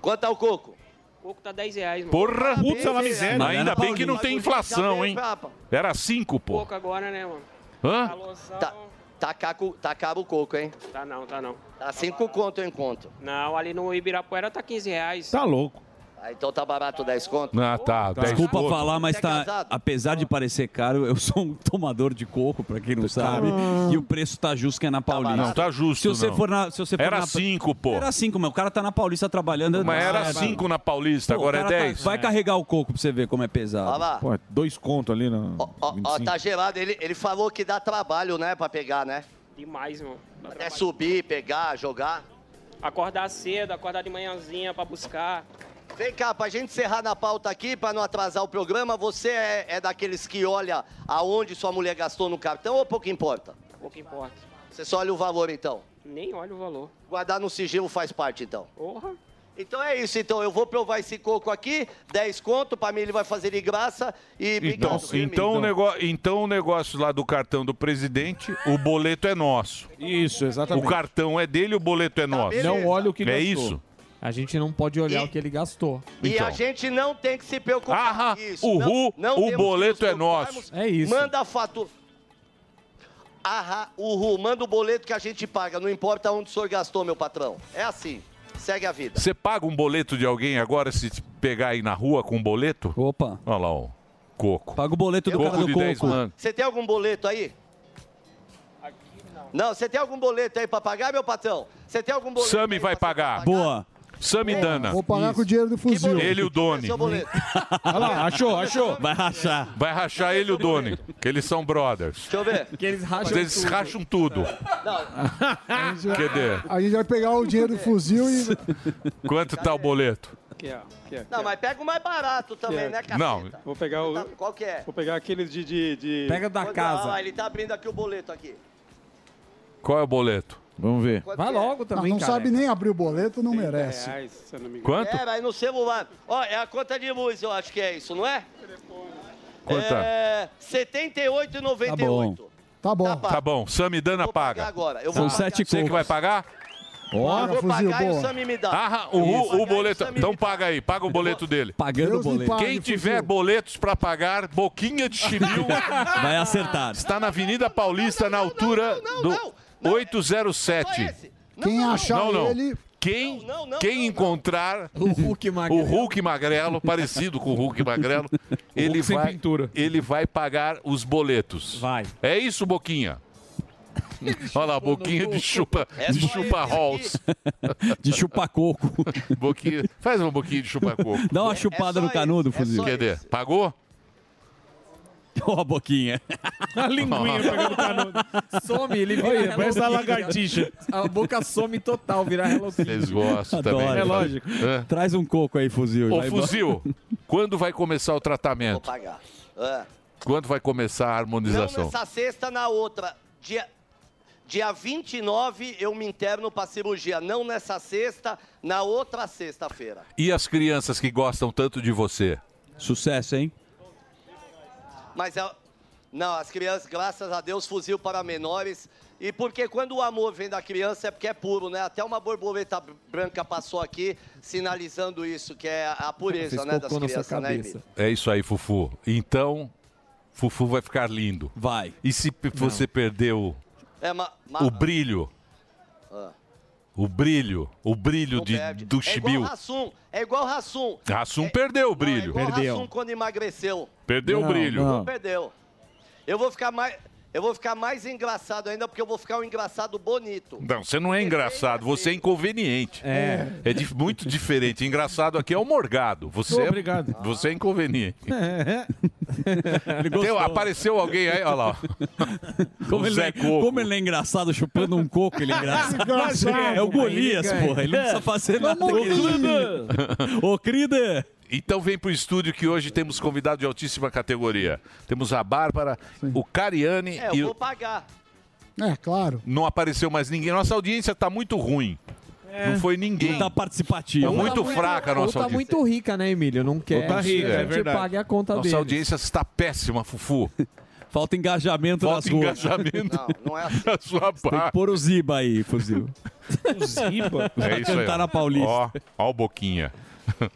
Quanto é o coco?
coco tá 10 reais, mano.
Porra!
Putz,
é
é
ela
Mas ainda bem que não tem inflação, hein?
Tá,
Era cinco, pô.
Coco agora, né, mano?
Hã?
Alôzão.
tá, caco, tá caro o coco, hein?
Tá não, tá não.
Tá cinco conto eu encontro.
Não, ali no Ibirapuera tá 15 reais.
Tá louco.
Ah, então tá barato 10 conto?
Ah, tá. dez
desculpa
coco.
falar, mas
Você é
tá.
casado?
Apesar de parecer caro, eu sou um tomador de coco, pra quem não sabe. E o preço tá justo que é na
Tá Não
Paulista.
tá justo,
Se você
não.
for na. Se você for
Era
na-
cinco, pô.
Era cinco, mas o cara tá na Paulista trabalhando.
Mas era
Ah,
cinco na Paulista,
pô,
agora
o
é
cara tá-
10.
Vai carregar o coco pra você ver como é
Olha
pesado.
lá.
Pô, dois contos ali na.
Ó, ó, ó, tá gelado. Ele, ele falou que dá trabalho, né, pra pegar, né?
Demais, mano. Dá
Até
trabalho.
subir, pegar, jogar.
Acordar cedo, acordar de manhãzinha pra buscar.
Vem cá, pra gente encerrar na pauta aqui, pra não atrasar o programa, você é, é daqueles que olha aonde sua mulher gastou no cartão ou pouco importa?
Pouco importa.
Você só olha o valor, então.
Nem olha o valor.
Guardar no sigilo faz parte, então.
Porra.
Então é isso, então. Eu vou provar esse coco aqui, 10 conto, pra mim ele vai fazer de graça e um
Então,
obrigado, viu,
então, o
amigo?
negócio, então o negócio lá do cartão do presidente, o boleto é nosso.
Isso,
O
exatamente.
cartão é dele, o boleto é nosso.
Tá, beleza.
Não olha o que gastou.
É isso.
A gente não pode olhar
E-
o que ele gastou.
E
então.
a gente não tem que se preocupar
Aham,
com isso.
uhul,
Não- não
o
temos que
boleto
nos
é nosso.
preocuparmos.
É isso.
Manda a fatura. Aham, uhul, manda o boleto que a gente paga, não importa onde o senhor gastou, meu patrão. É assim, segue a vida.
Você paga um boleto de alguém agora se pegar aí na rua com um boleto?
Opa.
Olha lá, ó. Coco.
Paga o boleto
coco de 10 mangos.
Você tem algum boleto aí? Não, você tem algum boleto aí pra pagar, meu patrão? Você tem algum boleto?
Sami vai pagar.
Boa.
Sami
Boa.
Dana.
Vou pagar com o dinheiro do fuzil.
Ele e o Doni.
Seu é boleto.
Olha lá, achou, achou.
Vai rachar.
Vai rachar ele e o Doni, que eles são brothers.
Deixa eu ver.
Que eles racham Eles
tudo.
racham tudo.
A gente, vai,
Cadê?
a gente vai pegar o dinheiro do fuzil e.
Quanto tá o boleto?
Aqui, ó. Aqui, ó.
Não, mas pega o mais barato também,
É.
né, cara?
Não,
Vou pegar o.
Qual que é?
Vou pegar aqueles de. de, de-
Olha lá, ele tá abrindo aqui o boleto aqui.
qual é o boleto?
Vamos ver.
Vai
logo
Ah, não sabe nem abrir o boleto,
É,
não merece.
Reais, É, se eu não me engano.
Quanto?
É, vai no celular. Ó, é a conta de luz, eu acho que é isso, não é?
Quanto é?
É, 78,98.
Tá bom.
Tá bom, Sami Dana paga.
agora, eu vou
São
pagar.
sete Você que
cocos.
vai pagar?
eu vou pagar e o Sami me dá.
Ah, o,
Eu vou
o,
pagar e
boleto.
Sami
Então
me
paga aí, paga o boleto dele.
Pagando o boleto.
pague,
Quem tiver boletos pra pagar, boquinha de chibiu.
Vai acertar.
Está na Avenida Paulista, na altura do 807.
Quem achar
Não, não.
ele.
Quem, quem encontrar o Hulk
magrelo.
parecido com o Hulk magrelo, ele,
Hulk sem
vai, ele vai pagar os boletos.
Vai.
É isso, Boquinha? Olha lá, boquinha de chupa,
É
de
só
chupa
esse
rolls.
De chupar coco.
Boquinha, faz uma boquinha de chupa coco.
Dá
É
uma chupada no canudo, fuzil.
Quer dizer, pagou?
Ó a boquinha.
A linguinha pegando
Some, ele vira.
Olha,
Hello
parece a
Kitty.
lagartixa.
A boca some total, vira Hello Kitty.
Vocês gostam
Adoro.
também. né?
É lógico. Traz um coco aí, fuzil.
Ô,
Vai embora.
fuzil, quando vai começar o
Vou
tratamento?
pagar. É.
Quando vai começar a
Não
harmonização?
nessa sexta, na outra. Dia, dia 29 eu me interno pra cirurgia. Não nessa sexta, na outra sexta-feira.
E as crianças que gostam tanto de você?
Sucesso, hein?
Mas a- não, as crianças, graças a Deus, fuzil para menores. E porque quando o amor vem da criança é porque é puro, né? Até uma borboleta br- branca passou aqui sinalizando isso, que é a pureza, né, das crianças, né, Emílio?
É isso aí, Fufu. Então, Fufu vai ficar lindo.
Vai.
E se p- você perdeu
É, ma- ma-
o brilho?
Ah.
O brilho, o brilho
não
de,
perde.
do
é igual
Chibiu.
Rassum, é igual Rassum.
Rassum perdeu o brilho.
Igual Rassum quando emagreceu.
Perdeu o
Não,
brilho.
não.
Perdeu. Eu vou ficar mais. Eu vou ficar mais engraçado ainda, porque eu vou ficar um engraçado bonito.
Não, você não é engraçado, você é inconveniente. É. É dif- muito diferente. Engraçado aqui é o morgado. Você é,
Obrigado.
você é inconveniente. Tem-
Ele gostou.
apareceu alguém aí, olha lá.
Como
o
ele,
Zé
é,
Coco.
como ele é engraçado chupando um coco, ele é engraçado.
Engraçado.
É o Golias,
Ele ganha.
porra. Ele não precisa fazer nada.
Ô,
Ô, Ô, querida!
Então vem pro estúdio que hoje temos convidado de altíssima categoria. Temos a Bárbara, o Cariani
É,
e
eu
o-
vou pagar.
É, claro.
não apareceu mais ninguém. Nossa audiência tá muito ruim. Não foi ninguém.
Não tá participativo.
Tá muito fraca a
Ou
nossa
Então, tá
audiência.
muito rica, né, Emílio? Não quer.
tá rica,
que
é
a gente
verdade.
pague a conta
Nossa
dele.
audiência está péssima, Fufu.
Falta engajamento nas
Falta
ruas.
engajamento
Não, não é assim.
da sua
Tem que
parte.
pôr o Ziba aí, fuzil.
Ziba.
É isso aí.
cantar
ó.
na Paulista.
Ó, ó o Boquinha.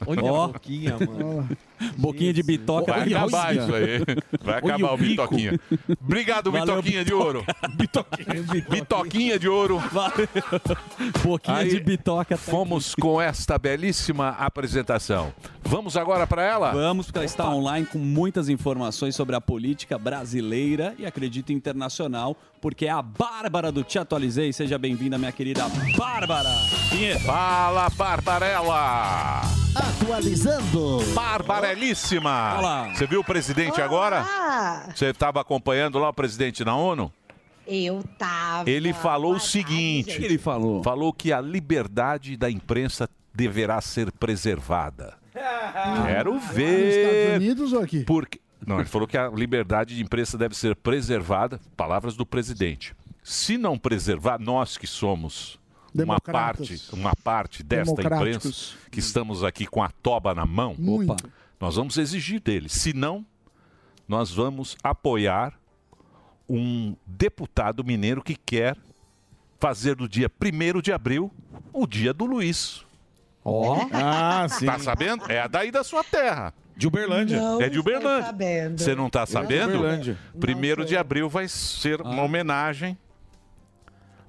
Olha
Ó.
é a boquinha, mano.
Boquinha de bitoca.
Vai
Olha,
acabar
olha.
isso aí. Vai acabar o,
o bico.
Bitoquinha. Obrigado,
Valeu,
Bitoquinha de Ouro.
Bitoquinha.
Bitoquinha de Ouro.
Valeu. Boquinha
Aí,
de bitoca. Tá
Fomos com esta belíssima apresentação. Vamos agora para ela?
Vamos, porque ela está online com muitas informações sobre a política brasileira e, acredito, internacional, porque é a Bárbara do Te Atualizei. Seja bem-vinda, minha querida Bárbara. Vinheta.
Fala, Barbarella!
Atualizando.
Barbarelíssima!
Olá.
Você viu o presidente agora? Você estava acompanhando lá o presidente na ONU?
Eu tava.
Ele falou o
Boa
seguinte:
O que ele falou?
falou que a liberdade da imprensa deverá ser preservada. Quero
Nos Estados
ver.
Unidos ou aqui?
É, Porque. Não, ele falou que a liberdade de imprensa deve ser preservada, palavras do presidente. Se não preservar, nós que somos uma
Democratas.
parte, uma parte desta
Democráticos.
imprensa, que estamos aqui com a toba na mão,
Muito.
nós vamos exigir dele. Se não, nós vamos apoiar um deputado mineiro que quer fazer do dia 1 de abril o dia do Luiz.
Ó.
Ah, sim.
Tá sabendo? É daí da sua
Ah,
terra.
De Uberlândia.
Ah. é de Uberlândia. Você não
É
tá sabendo?
Uberlândia.
Ah.
Primeiro de abril vai ser uma homenagem.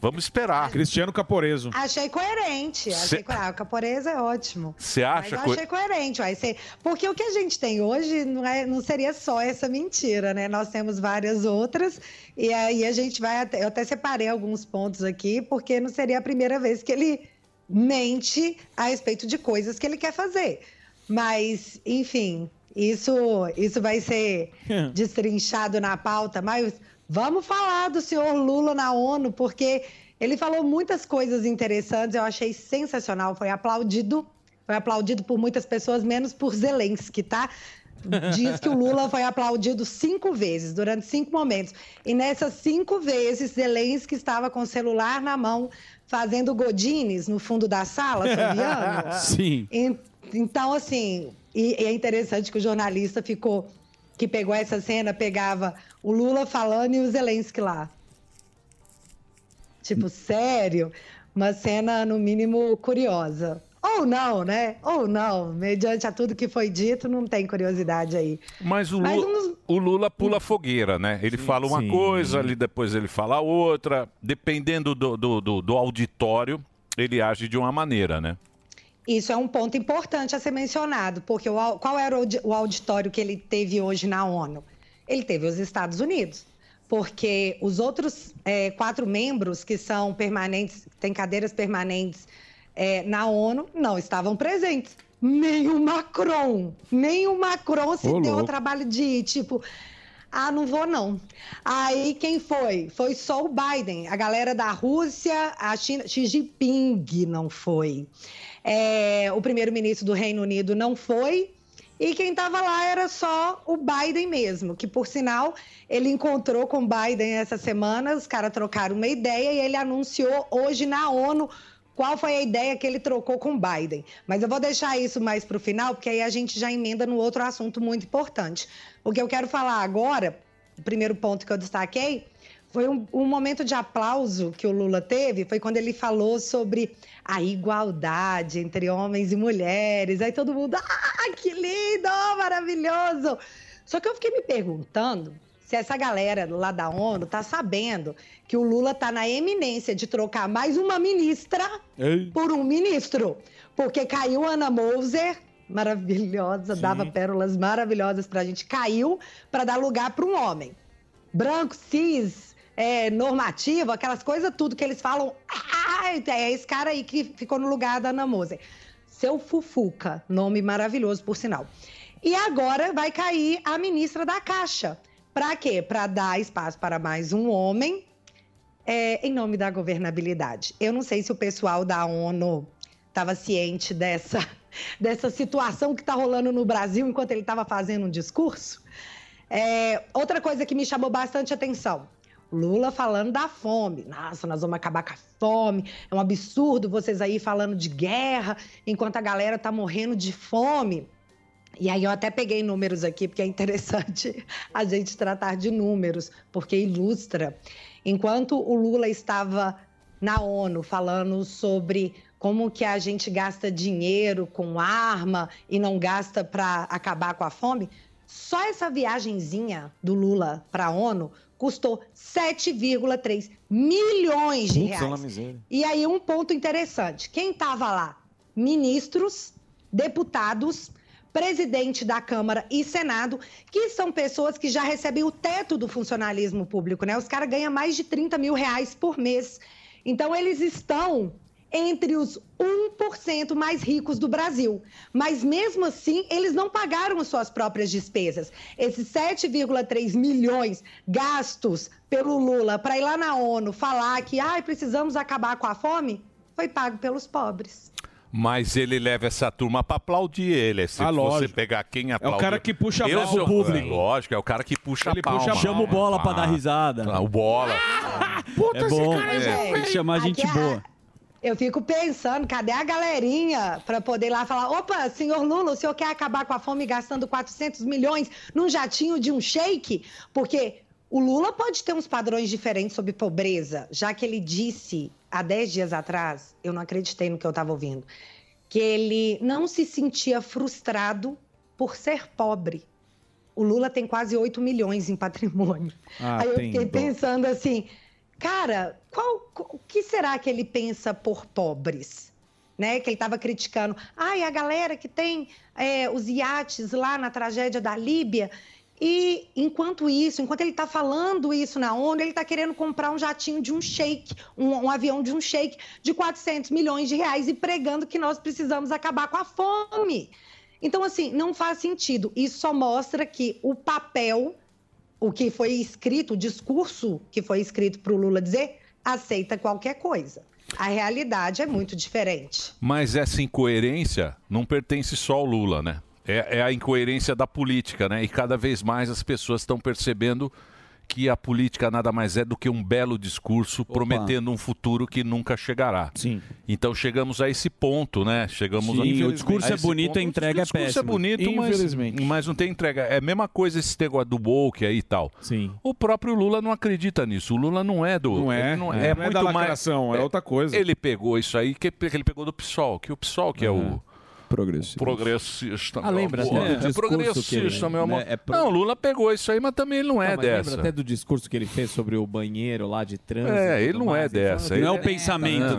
Vamos esperar.
Cristiano Caporeso.
Achei coerente. Achei
Cê-
co- Ah, o Caporeza é ótimo.
Você
Mas
acha
eu
que-
achei coerente. Uai, cê- Porque o que a gente tem hoje não, é- não seria só essa mentira, né? Nós temos várias outras. E aí a gente vai. Até... Eu até separei alguns pontos aqui, porque não seria a primeira vez que ele mente a respeito de coisas que ele quer fazer. Mas, enfim, isso, isso vai ser
Hum.
destrinchado na pauta, mas vamos falar do senhor Lula na ONU, porque ele falou muitas coisas interessantes, eu achei sensacional, foi aplaudido, foi aplaudido por muitas pessoas, menos por Zelensky, tá? Diz que o Lula foi aplaudido cinco vezes, durante cinco momentos. E nessas cinco vezes, Zelensky estava com o celular na mão, fazendo godines no fundo da sala, soviano.
Sim.
En- Então, assim, e, e é interessante que o jornalista ficou, que pegou essa cena, pegava o Lula falando e o Zelensky lá.
Hum.
Tipo, sério? Uma cena, no mínimo, curiosa. Ou não, né? Ou não. Mediante a tudo que foi dito, não tem curiosidade aí.
Mas o
Mas um
Lula, o Lula
Hum.
pula fogueira, né? Ele fala uma
sim.
coisa, ali depois ele fala outra. Dependendo do, do, do- do auditório, ele age de uma maneira, né?
Isso é um ponto importante a ser mencionado, porque o au- qual era o audi- o auditório que ele teve hoje na ONU? Ele teve os Estados Unidos, porque os outros eh, quatro membros que são permanentes, têm cadeiras permanentes eh, na ONU, não estavam presentes. Nem o Macron, nem o Macron se
Ô,
deu ao
louco.
trabalho de ir, tipo, ah, não vou não. Aí quem foi? Foi só o Biden, a galera da Rússia, a China, Xi Jinping não foi. É, o primeiro-ministro do Reino Unido não foi. E quem estava lá era só o Biden mesmo, que por sinal ele encontrou com o Biden essa semana, os caras trocaram uma ideia e ele anunciou hoje na ONU qual foi a ideia que ele trocou com o Biden. Mas eu vou deixar isso mais para o final, porque aí a gente já emenda no outro assunto muito importante. O que eu quero falar agora, o primeiro ponto que eu destaquei, foi um, um momento de aplauso que o Lula teve, foi quando ele falou sobre a igualdade entre homens e mulheres. Aí todo mundo, ah, que lindo, maravilhoso. Só que eu fiquei me perguntando se essa galera lá da ONU tá sabendo que o Lula tá na eminência de trocar mais uma ministra
Ei.
por um ministro, porque caiu Ana Moser, maravilhosa, dava pérolas maravilhosas pra gente, caiu pra dar lugar pra um homem branco, cis, é, normativo, aquelas coisas tudo que eles falam. "Ai, é esse cara aí que ficou no lugar da Ana Moser. Seu Fufuca, nome maravilhoso, por sinal. E agora vai cair a ministra da Caixa. Pra quê? Pra dar espaço para mais um homem é, em nome da governabilidade. Eu não sei se o pessoal da ONU estava ciente dessa, dessa situação que está rolando no Brasil enquanto ele estava fazendo um discurso. É, outra coisa que me chamou bastante atenção. Lula falando da fome. Nossa, nós vamos acabar com a fome. É um absurdo vocês aí falando de guerra enquanto a galera tá morrendo de fome. E aí eu até peguei números aqui, porque é interessante a gente tratar de números, porque ilustra. Enquanto o Lula estava na ONU falando sobre como que a gente gasta dinheiro com arma e não gasta para acabar com a fome, só essa viagenzinha do Lula para a ONU custou 7,3 milhões de
Putz, é uma
reais.
miséria.
E aí, um ponto interessante: quem estava lá? Ministros, deputados, presidente da Câmara e Senado, que são pessoas que já recebem o teto do funcionalismo público, né? Os caras ganham mais de 30 mil reais por mês. Então, eles estão entre os 1% mais ricos do Brasil. Mas mesmo assim, eles não pagaram as suas próprias despesas. Esses 7,3 milhões gastos pelo Lula para ir lá na ONU falar que "Ai, precisamos acabar com a fome foi pago pelos pobres.
Mas ele leva essa turma pra aplaudir ele. Se
Ah,
você
lógico. É
pegar quem aplaude.
cara que puxa a
Eu
bola
sou-
pro público.
É, lógico, é o cara que puxa
Ele
a palma.
puxa a bola. Chama o
Bola pra dar risada.
Ah, o bola.
Puta, é
esse
bom.
cara é bom,
Tem
hein?
que chamar gente boa.
Eu fico pensando, cadê a galerinha para poder ir lá falar: opa, senhor Lula, o senhor quer acabar com a fome gastando 400 milhões num jatinho de um shake? Porque o Lula pode ter uns padrões diferentes sobre pobreza, já que ele disse há 10 dias atrás, eu não acreditei no que eu estava ouvindo, que ele não se sentia frustrado por ser pobre. O Lula tem quase 8 milhões em patrimônio.
Ah,
Aí eu
tem
fiquei
dó.
pensando assim, Cara, qual, o que será que ele pensa por pobres? Né, que ele estava criticando. Ai, a galera que tem é, os iates lá na tragédia da Líbia. E enquanto isso, enquanto ele está falando isso na ONU, ele está querendo comprar um jatinho de um shake, um, um avião de um shake de 400 milhões de reais e pregando que nós precisamos acabar com a fome. Então, assim, não faz sentido. Isso só mostra que o papel, o que foi escrito, o discurso que foi escrito para o Lula dizer, aceita qualquer coisa. A realidade é muito diferente.
Mas essa incoerência não pertence só ao Lula, né? É, é a incoerência da política, né? E cada vez mais as pessoas estão percebendo que a política nada mais é do que um belo discurso prometendo um futuro que nunca chegará. Sim. Então chegamos a esse ponto, né? Chegamos
Sim,
a...
o discurso é
esse
bonito,
ponto.
a entrega é
O discurso é
péssima.
bonito, mas,
Infelizmente.
mas não tem entrega. É a mesma coisa esse negócio do woke aí e tal. Sim. O próprio Lula não acredita nisso. O Lula não é do...
Não é,
ele
não é. Não é da lacração, é outra coisa.
Ele pegou isso aí, que que ele pegou do PSOL, que o PSOL que é, o...
Progressista.
Progressista,
Ah, lembra
meu amor. É
até do discurso que ele-
progressista, meu amor.
né, é pro-
Não, o Lula pegou isso aí, mas também ele não é
Não, mas
dessa.
Lembra até do discurso que ele fez sobre o banheiro lá de trânsito.
É,
e
ele
tudo
não é
mais, ele
dessa.
fala,
Ele-
tá,
Não,
tá,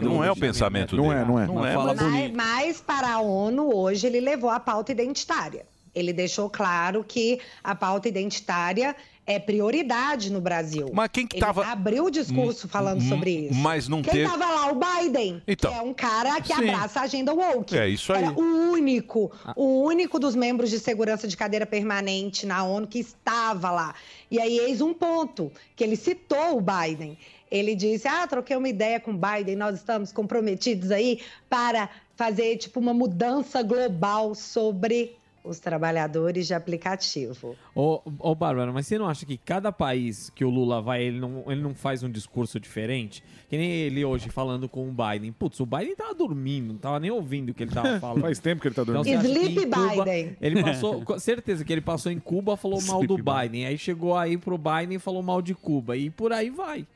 não é o
tá.
pensamento
Não
dele.
é, não é.
Não é,
Fala
mas-
Mas, mas para a ONU hoje ele levou a pauta identitária. Ele deixou claro que a pauta identitária é prioridade no Brasil.
Mas quem que
Ele
tava-
abriu o discurso falando
Hum,
sobre isso.
mas não
quem
teve-
tava lá? O Biden,
Então.
que é um cara que
Sim.
abraça a agenda woke.
É isso aí.
Era o único, o único dos membros de segurança de cadeira permanente na ONU que estava lá. E aí eis um ponto que ele citou o Biden. Ele disse: "Ah, troquei uma ideia com o Biden, nós estamos comprometidos aí para fazer tipo uma mudança global sobre os trabalhadores de aplicativo".
Ô, ô Bárbara, mas você não acha que cada país que o Lula vai, ele não, ele não faz um discurso diferente? Que nem ele hoje falando com o Biden. Putz, o Biden tava dormindo, não tava nem ouvindo o que ele tava falando.
Faz tempo que ele tá
Então,
dormindo.
você acha que em Cuba,
Biden.
Ele passou, com certeza que ele passou em Cuba, falou mal do Biden. Aí chegou aí pro Biden e falou mal de Cuba. E por aí vai.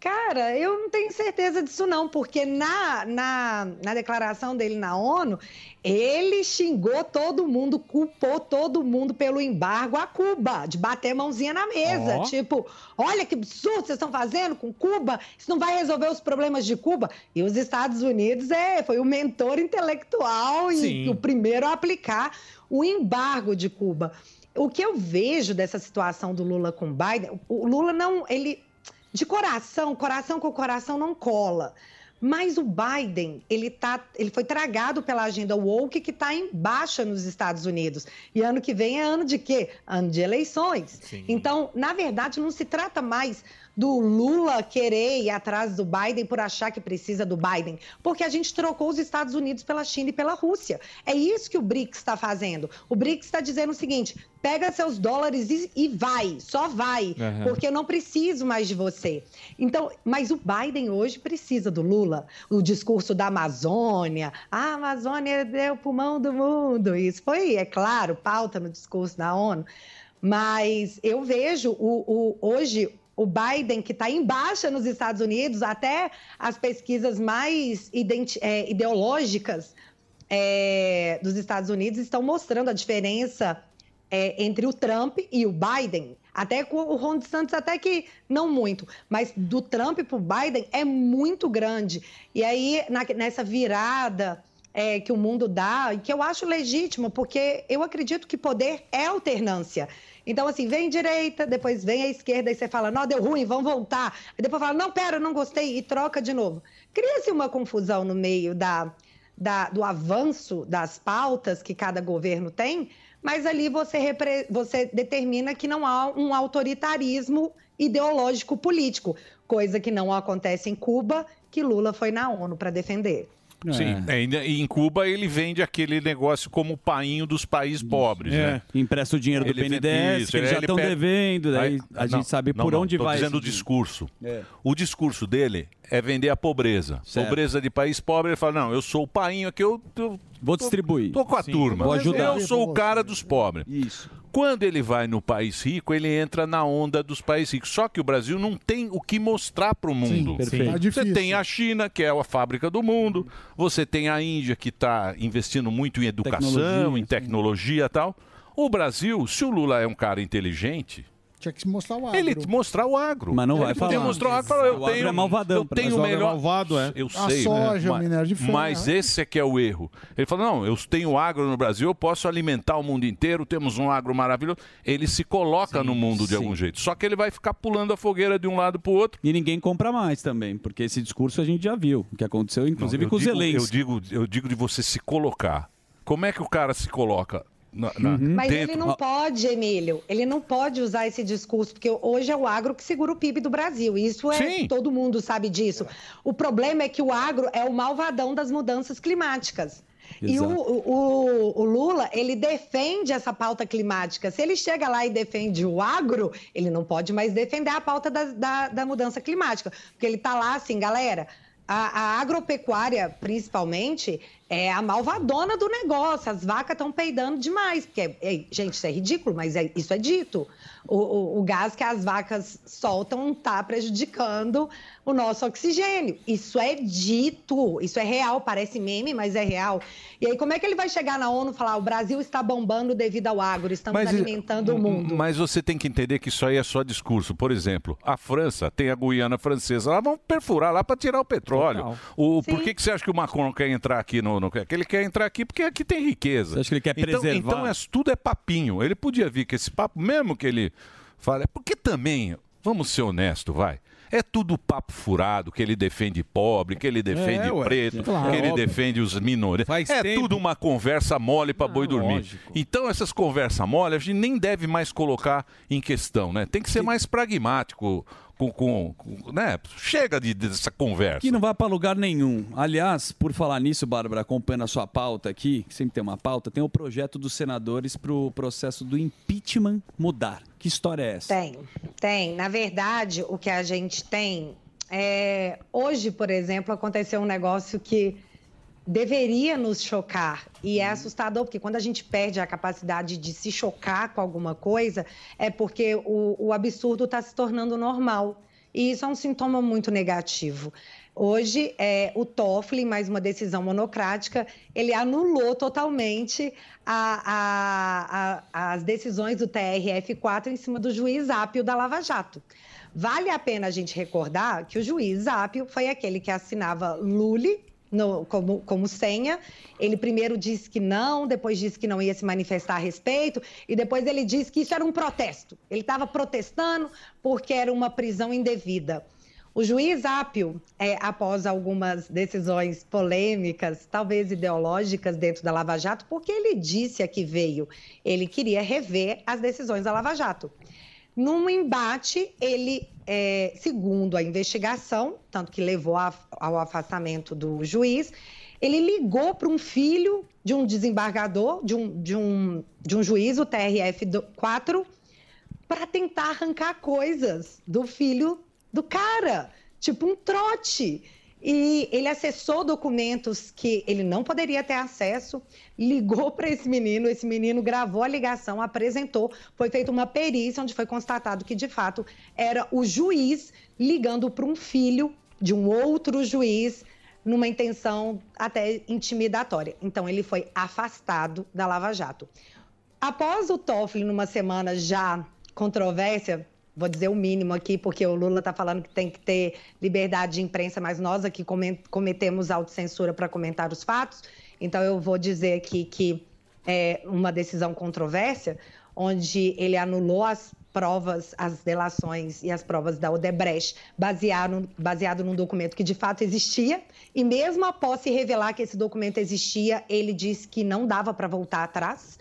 Cara, eu não tenho certeza disso não, porque na, na, na declaração dele na ONU, ele xingou todo mundo, culpou todo mundo pelo embargo a Cuba, de bater mãozinha na mesa.
Ó.
Tipo, olha que absurdo vocês estão fazendo com Cuba, isso não vai resolver os problemas de Cuba. E os Estados Unidos é, foi o mentor intelectual
Sim.
e o primeiro a aplicar o embargo de Cuba. O que eu vejo dessa situação do Lula com o Biden, o Lula não, ele de coração, coração com coração não cola. Mas o Biden, ele, tá, ele foi tragado pela agenda woke que está em baixa nos Estados Unidos. E ano que vem é ano de quê? Ano de eleições. Então, na verdade, não se trata mais do Lula querer ir atrás do Biden por achar que precisa do Biden, porque a gente trocou os Estados Unidos pela China e pela Rússia. É isso que o BRICS está fazendo. O BRICS está dizendo o seguinte: pega seus dólares e, e vai, só vai,
Aham.
porque eu não preciso mais de você. Então, mas o Biden hoje precisa do Lula. O discurso da Amazônia, Ah, a Amazônia é o pulmão do mundo. Isso foi, é claro, pauta no discurso da ONU. Mas eu vejo o, o- hoje o Biden, que está em baixa nos Estados Unidos, até as pesquisas mais identi- é, ideológicas é, dos Estados Unidos estão mostrando a diferença é, entre o Trump e o Biden. Até com o Ron DeSantis, até que não muito, mas do Trump para o Biden é muito grande. E aí, na- nessa virada é, que o mundo dá, e que eu acho legítima, porque eu acredito que poder é alternância. Então, assim, vem direita, depois vem a esquerda, e você fala, não, deu ruim, vamos voltar. E depois fala, não, pera, eu não gostei, e troca de novo. Cria-se uma confusão no meio da, da- do avanço das pautas que cada governo tem, mas ali você, repre- você determina que não há um autoritarismo ideológico político, coisa que não acontece em Cuba, que Lula foi na ONU para defender.
Sim, é, ainda- e em Cuba ele vende aquele negócio como o painho dos países pobres,
É.
né?
Empresta o dinheiro do
Ele vende
BNDES,
isso,
que eles
ele-
já
ele
estão
pega-
devendo, daí
Aí-
a gente
não,
sabe
não,
por
não,
onde
tô
vai.
dizendo o
esse
discurso.
É.
O discurso dele é vender a pobreza.
Certo.
Pobreza de país pobre, ele fala, não, eu sou o painho aqui, eu... eu
Vou
tô-
distribuir.
Tô com a
Sim,
turma.
vou ajudar.
Eu sou o cara dos pobres.
Isso.
Quando ele vai no país rico, ele entra na onda dos países ricos. Só que o Brasil não tem o que mostrar para o mundo.
perfeito. Tá
Você tem a China, que é a fábrica do mundo. Você tem a Índia, que está investindo muito em educação,
Tecnologia,
em tecnologia e tal. O Brasil, se o Lula é um cara inteligente,
Tinha que mostrar o agro.
Ele te mostrar o agro.
Mas não
ele
vai falar.
Ele mostrar o agro, falou, eu
O agro
tenho,
é malvadão,
eu
pra-
tenho
mas o
o
agro é
melhor.
malvado, é.
Eu
A
sei. né?
soja,
mas,
o minério de ferro.
Mas
né?
esse é que é o erro. Ele falou, não, eu tenho agro no Brasil, eu posso alimentar o mundo inteiro, temos um agro maravilhoso. Ele se coloca no mundo de algum jeito. Só que ele vai ficar pulando a fogueira de um lado pro outro.
E ninguém compra mais também, porque esse discurso a gente já viu, o que aconteceu inclusive
eu
com o
digo-
Zelensky.
Eu digo, eu digo de você se colocar. Como é que o cara se coloca? Na, na-
Uhum.
Mas
dentro?
ele não pode, Emílio. Ele não pode usar esse discurso, porque hoje é o agro que segura o PIB do Brasil. Isso é. Todo mundo sabe disso. O problema é que o agro é o malvadão das mudanças climáticas. E um o,
Exato.
o- o Lula, ele defende essa pauta climática. Se ele chega lá e defende o agro, ele não pode mais defender a pauta da, da- da mudança climática. Porque ele está lá assim, galera, a, a agropecuária, principalmente, é a malvadona do negócio. As vacas estão peidando demais. Porque, é, gente, isso é ridículo, mas é- isso é dito. O, o- o gás que as vacas soltam está prejudicando o nosso oxigênio. Isso é dito, isso é real. Parece meme, mas é real. E aí, como é que ele vai chegar na ONU e falar o Brasil está bombando devido ao agro, estamos
hum,
alimentando o mundo?
Mas você tem que entender que isso aí é só discurso. Por exemplo, a França tem a Guiana Francesa. Lá vão perfurar lá para tirar o petróleo.
Total.
O, por que, que você acha que o Macron quer entrar aqui? No, no, que ele quer entrar aqui porque aqui tem riqueza. Você acha que ele
quer
então,
preservar?
Então é- tudo é papinho. Ele podia vir com esse papo, mesmo que ele fale. Porque também, vamos ser honestos, vai. É tudo papo furado, que ele defende pobre, que ele defende
É, ué.
preto,
Claro.
que ele
Óbvio.
defende os minorias. é tudo uma conversa mole para
Ah,
boi dormir. Então, essas conversas mole a gente nem deve mais colocar em questão, né? Tem que ser mais pragmático com, com, com- né? Chega de, dessa conversa.
Que não vai para lugar nenhum. Aliás, por falar nisso, Bárbara, acompanhando a sua pauta aqui, que sempre tem uma pauta, tem o projeto dos senadores para o processo do impeachment mudar. Que história é essa?
Tem, tem. Na verdade, o que a gente tem é. Hoje, por exemplo, aconteceu um negócio que deveria nos chocar e é assustador porque quando a gente perde a capacidade de se chocar com alguma coisa é porque o, o absurdo está se tornando normal e isso é um sintoma muito negativo hoje é, o Toffoli mais uma decisão monocrática ele anulou totalmente a- a- a- as decisões do TRF4 em cima do juiz Ápio da Lava Jato vale a pena a gente recordar que o juiz Ápio foi aquele que assinava Lully no- como, como senha. Ele primeiro disse que não, depois disse que não ia se manifestar a respeito, e depois ele disse que isso era um protesto. Ele estava protestando porque era uma prisão indevida. O juiz Ápio, é, após algumas decisões polêmicas, talvez ideológicas dentro da Lava Jato, porque ele disse a que veio, ele queria rever as decisões da Lava Jato. Num embate, ele, é, segundo a investigação, tanto que levou a- ao afastamento do juiz, ele ligou para um filho de um desembargador, de um, de um, de um juiz, o TRF4, para tentar arrancar coisas do filho do cara, tipo um trote. E ele acessou documentos que ele não poderia ter acesso, ligou para esse menino, esse menino gravou a ligação, apresentou, foi feita uma perícia onde foi constatado que de fato era o juiz ligando para um filho de um outro juiz numa intenção até intimidatória. Então ele foi afastado da Lava Jato. Após o Toffoli, numa semana já controvérsia, vou dizer o mínimo aqui, porque o Lula está falando que tem que ter liberdade de imprensa, mas nós aqui comen- cometemos autocensura para comentar os fatos, então eu vou dizer aqui que é uma decisão controvérsia, onde ele anulou as provas, as delações e as provas da Odebrecht, baseado, baseado num documento que de fato existia, e mesmo após se revelar que esse documento existia, ele disse que não dava para voltar atrás,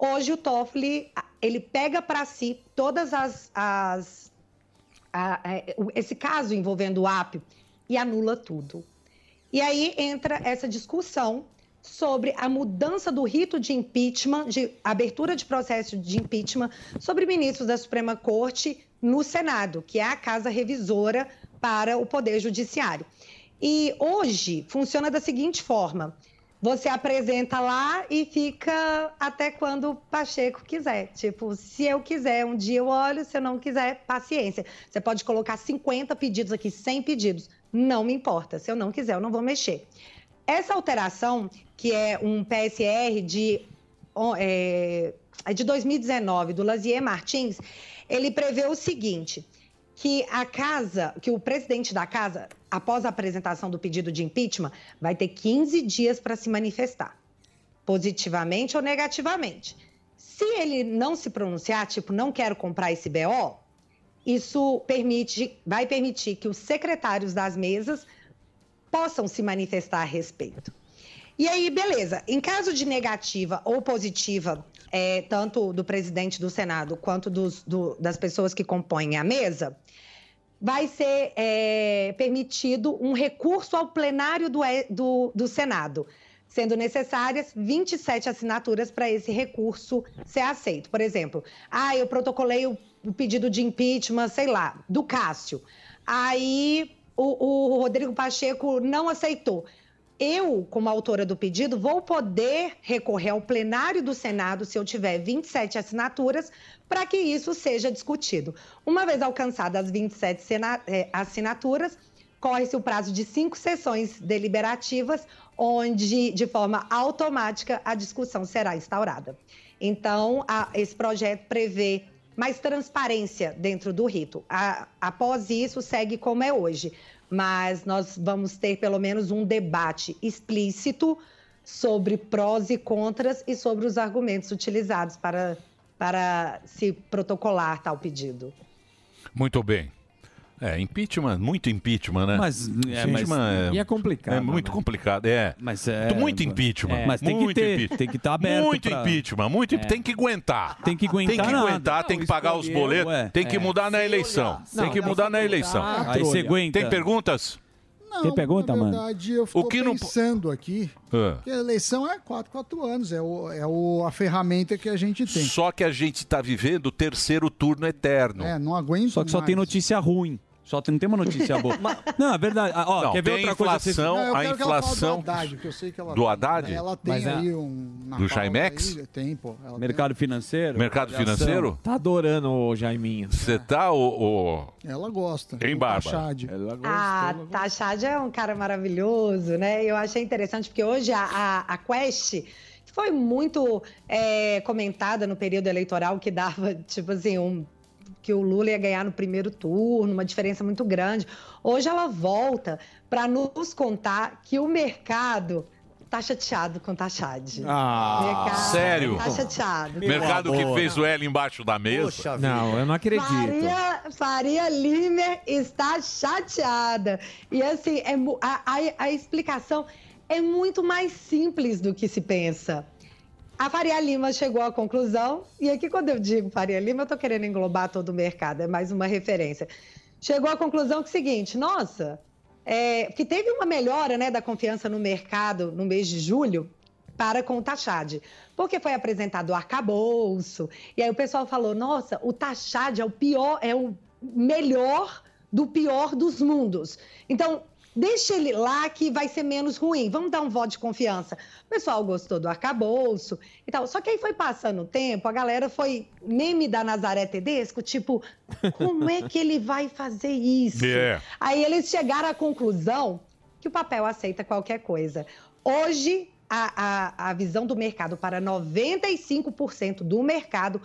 Hoje o Toffoli, ele pega para si todas as, as- a- é, o- esse caso envolvendo o AP e anula tudo. E aí entra essa discussão sobre a mudança do rito de impeachment, de abertura de processo de impeachment sobre ministros da Suprema Corte no Senado, que é a casa revisora para o Poder Judiciário. E hoje funciona da seguinte forma: você apresenta lá e fica até quando o Pacheco quiser. Tipo, se eu quiser, um dia eu olho, se eu não quiser, paciência. Você pode colocar 50 pedidos aqui, 100 pedidos. Não me importa. Se eu não quiser, eu não vou mexer. Essa alteração, que é um PSR de ó, é, é de 2019 do Lazier Martins, ele prevê o seguinte: que a casa, que o presidente da casa, após a apresentação do pedido de impeachment, vai ter 15 dias para se manifestar, positivamente ou negativamente. Se ele não se pronunciar, tipo, não quero comprar esse BO, isso permite, vai permitir que os secretários das mesas possam se manifestar a respeito. E aí, beleza. Em caso de negativa ou positiva, é, tanto do presidente do Senado quanto dos- do- das pessoas que compõem a mesa, vai ser é, permitido um recurso ao plenário do, E- do- do Senado, sendo necessárias 27 assinaturas para esse recurso ser aceito. Por exemplo, ah, eu protocolei o, o pedido de impeachment, sei lá, do Cássio. Aí o- o Rodrigo Pacheco não aceitou. Eu, como autora do pedido, vou poder recorrer ao plenário do Senado se eu tiver 27 assinaturas para que isso seja discutido. Uma vez alcançadas as 27 sena- eh, assinaturas, corre-se o prazo de cinco sessões deliberativas, onde, de forma automática, a discussão será instaurada. Então, a- esse projeto prevê mais transparência dentro do rito. A- após isso, segue como é hoje. Mas nós vamos ter pelo menos um debate explícito sobre prós e contras e sobre os argumentos utilizados para, para se protocolar tal pedido.
Muito bem. É, impeachment, muito impeachment, né?
Mas, é,
Impeachment
mas-
é,
e é complicado,
É muito
né?
complicado, é.
Mas é-
muito impeachment.
É, mas tem que
muito
ter,
impeachment.
tem que tá aberto
Muito
pra-
impeachment, muito imp-
É.
tem que aguentar.
Tem que aguentar
Tem que
nada.
aguentar, tem que pagar os
escolheu,
boletos,
ué.
tem que
É.
mudar na eleição. tem
Não,
que
não,
mudar na
sem
eleição.
mudar, Aí você aguenta.
Tem perguntas?
Não,
Tem pergunta,
na
mano?
verdade, eu fico
que não po-
pensando aqui
Ah.
que a eleição é 4, 4 anos, é, o, é o, a ferramenta que a gente tem.
Só que a gente está vivendo o terceiro turno eterno.
É, não aguento
Só que só
mais.
tem notícia ruim. Só tem, não tem uma notícia boa. não, é verdade. Ah, Ó,
Não,
quer ver
tem
outra coisa? que
inflação,
Não, eu
a
quero que ela fale
inflação
do Haddad, porque eu sei que ela tá
do
tem,
Haddad?
Ela tem
Mas
aí
a-
um... na
do
pauta
Jaimex?
aí, Tem, pô. Ela tem-
é Mercado financeiro.
Mercado financeiro?
Tá adorando o Jaiminho.
Você tá, o,
Ela gosta.
Em
O
barba.
Tachad.
Ah, Tachad é um cara maravilhoso, né? Eu achei interessante porque hoje a, a, a Quest, que foi muito é, comentada no período eleitoral, que dava, tipo assim, um, que o Lula ia ganhar no primeiro turno, uma diferença muito grande. Hoje ela volta para nos contar que o mercado tá chateado com Tachad.
Ah, sério?
Tá chateado.
Mercado que
amor.
fez o L embaixo da mesa.
Não, eu não acredito.
Faria, Faria Limer está chateada. E assim, é, mu- a, a- a explicação é muito mais simples do que se pensa. A Faria Lima chegou à conclusão, e aqui quando eu digo Faria Lima, eu estou querendo englobar todo o mercado, é mais uma referência. Chegou à conclusão que é o seguinte, nossa, é, que teve uma melhora né, da confiança no mercado no mês de julho para com o Tachad, porque foi apresentado o arcabouço, e aí o pessoal falou, nossa, o Tachad é o pior, é o melhor do pior dos mundos. Então, deixa ele lá que vai ser menos ruim, vamos dar um voto de confiança. O pessoal gostou do arcabouço e tal, só que aí foi passando o tempo, a galera foi meme da Nazaré Tedesco, tipo, como é que ele vai fazer isso?
É.
Aí eles chegaram à conclusão que o papel aceita qualquer coisa. Hoje, a, a, a visão do mercado para 95% do mercado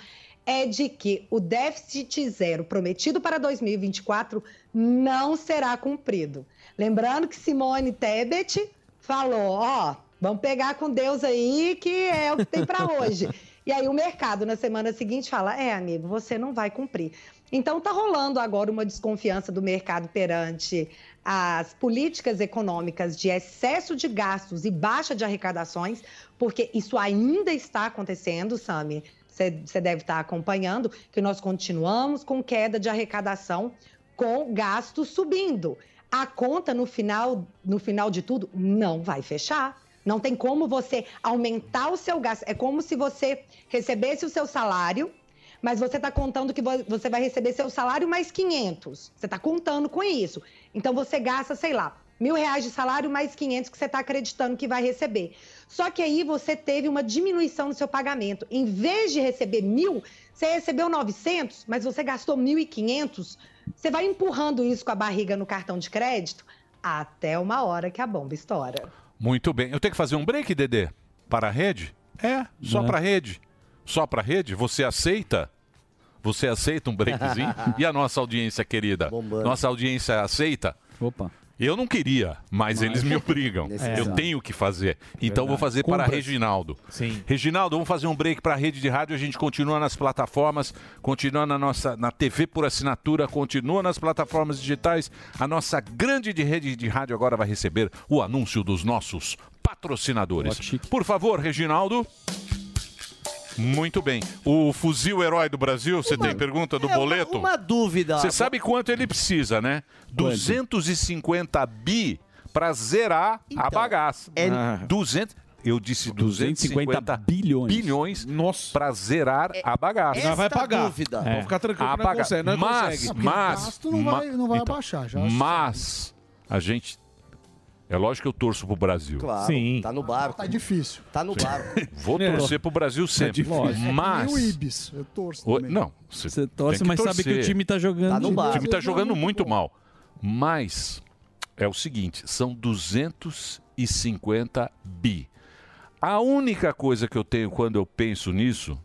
é de que o déficit zero prometido para 2024 não será cumprido. Lembrando que Simone Tebet falou: ó, vamos pegar com Deus aí, que é o que tem para hoje. E aí o mercado na semana seguinte fala: é, amigo, você não vai cumprir. Então tá rolando agora uma desconfiança do mercado perante as políticas econômicas de excesso de gastos e baixa de arrecadações, porque isso ainda está acontecendo, Sami. Você deve estar acompanhando que nós continuamos com queda de arrecadação com gastos subindo. A conta no final, no final de tudo não vai fechar. Não tem como você aumentar o seu gasto. É como se você recebesse o seu salário, mas você está contando que vo- você vai receber seu salário mais 500. Você está contando com isso. Então você gasta, sei lá, mil reais de salário mais 500 que você está acreditando que vai receber. Só que aí você teve uma diminuição no seu pagamento. Em vez de receber mil, você recebeu 900, mas você gastou 1.500. Você vai empurrando isso com a barriga no cartão de crédito até uma hora que a bomba estoura.
Muito bem. Eu tenho que fazer um break, Dedê? Para a rede? É, só
Né?
para a rede. Só pra rede? Você aceita? Você aceita um breakzinho? e a nossa audiência querida? Nossa audiência aceita?
Opa.
Eu não queria, mas, eles me obrigam.
É.
Eu tenho que fazer. Então
Verdade.
vou fazer para
Cumpra-se.
Reginaldo.
Sim.
Reginaldo, vamos fazer um break para a rede de rádio. A gente continua nas plataformas, continua na nossa na TV por assinatura, continua nas plataformas digitais. A nossa grande de rede de rádio agora vai receber o anúncio dos nossos patrocinadores. Por favor, Reginaldo. Muito bem. O fuzil herói do Brasil, você tem pergunta
é,
do
uma-
boleto?
uma dúvida.
Você sabe quanto ele precisa, né? 250 bi para zerar a bagaça.
é-
Ah. 200 eu disse 250, bilhões, para zerar
É
a bagaça.
Essa vai pagar. dúvida.
É.
Pode ficar tranquilo,
a
não
baga-
consegue, não
mas,
consegue.
Mas,
O gasto não
ma-
vai, não vai
então,
abaixar. Já
mas a gente... É lógico que eu torço pro Brasil.
Claro, tá no barco. Tá
difícil. É
Tá no barco.
Vou
É.
torcer pro Brasil sempre.
difícil.
mas...
Nem o Ibis. Eu torço.
Oi,
também.
não, você,
torce,
tem
mas sabe
torcer.
que o time tá jogando- Tá no
O
barco.
time tá jogando muito mal. Mas é o seguinte, são 250 bi. A única coisa que eu tenho quando eu penso nisso,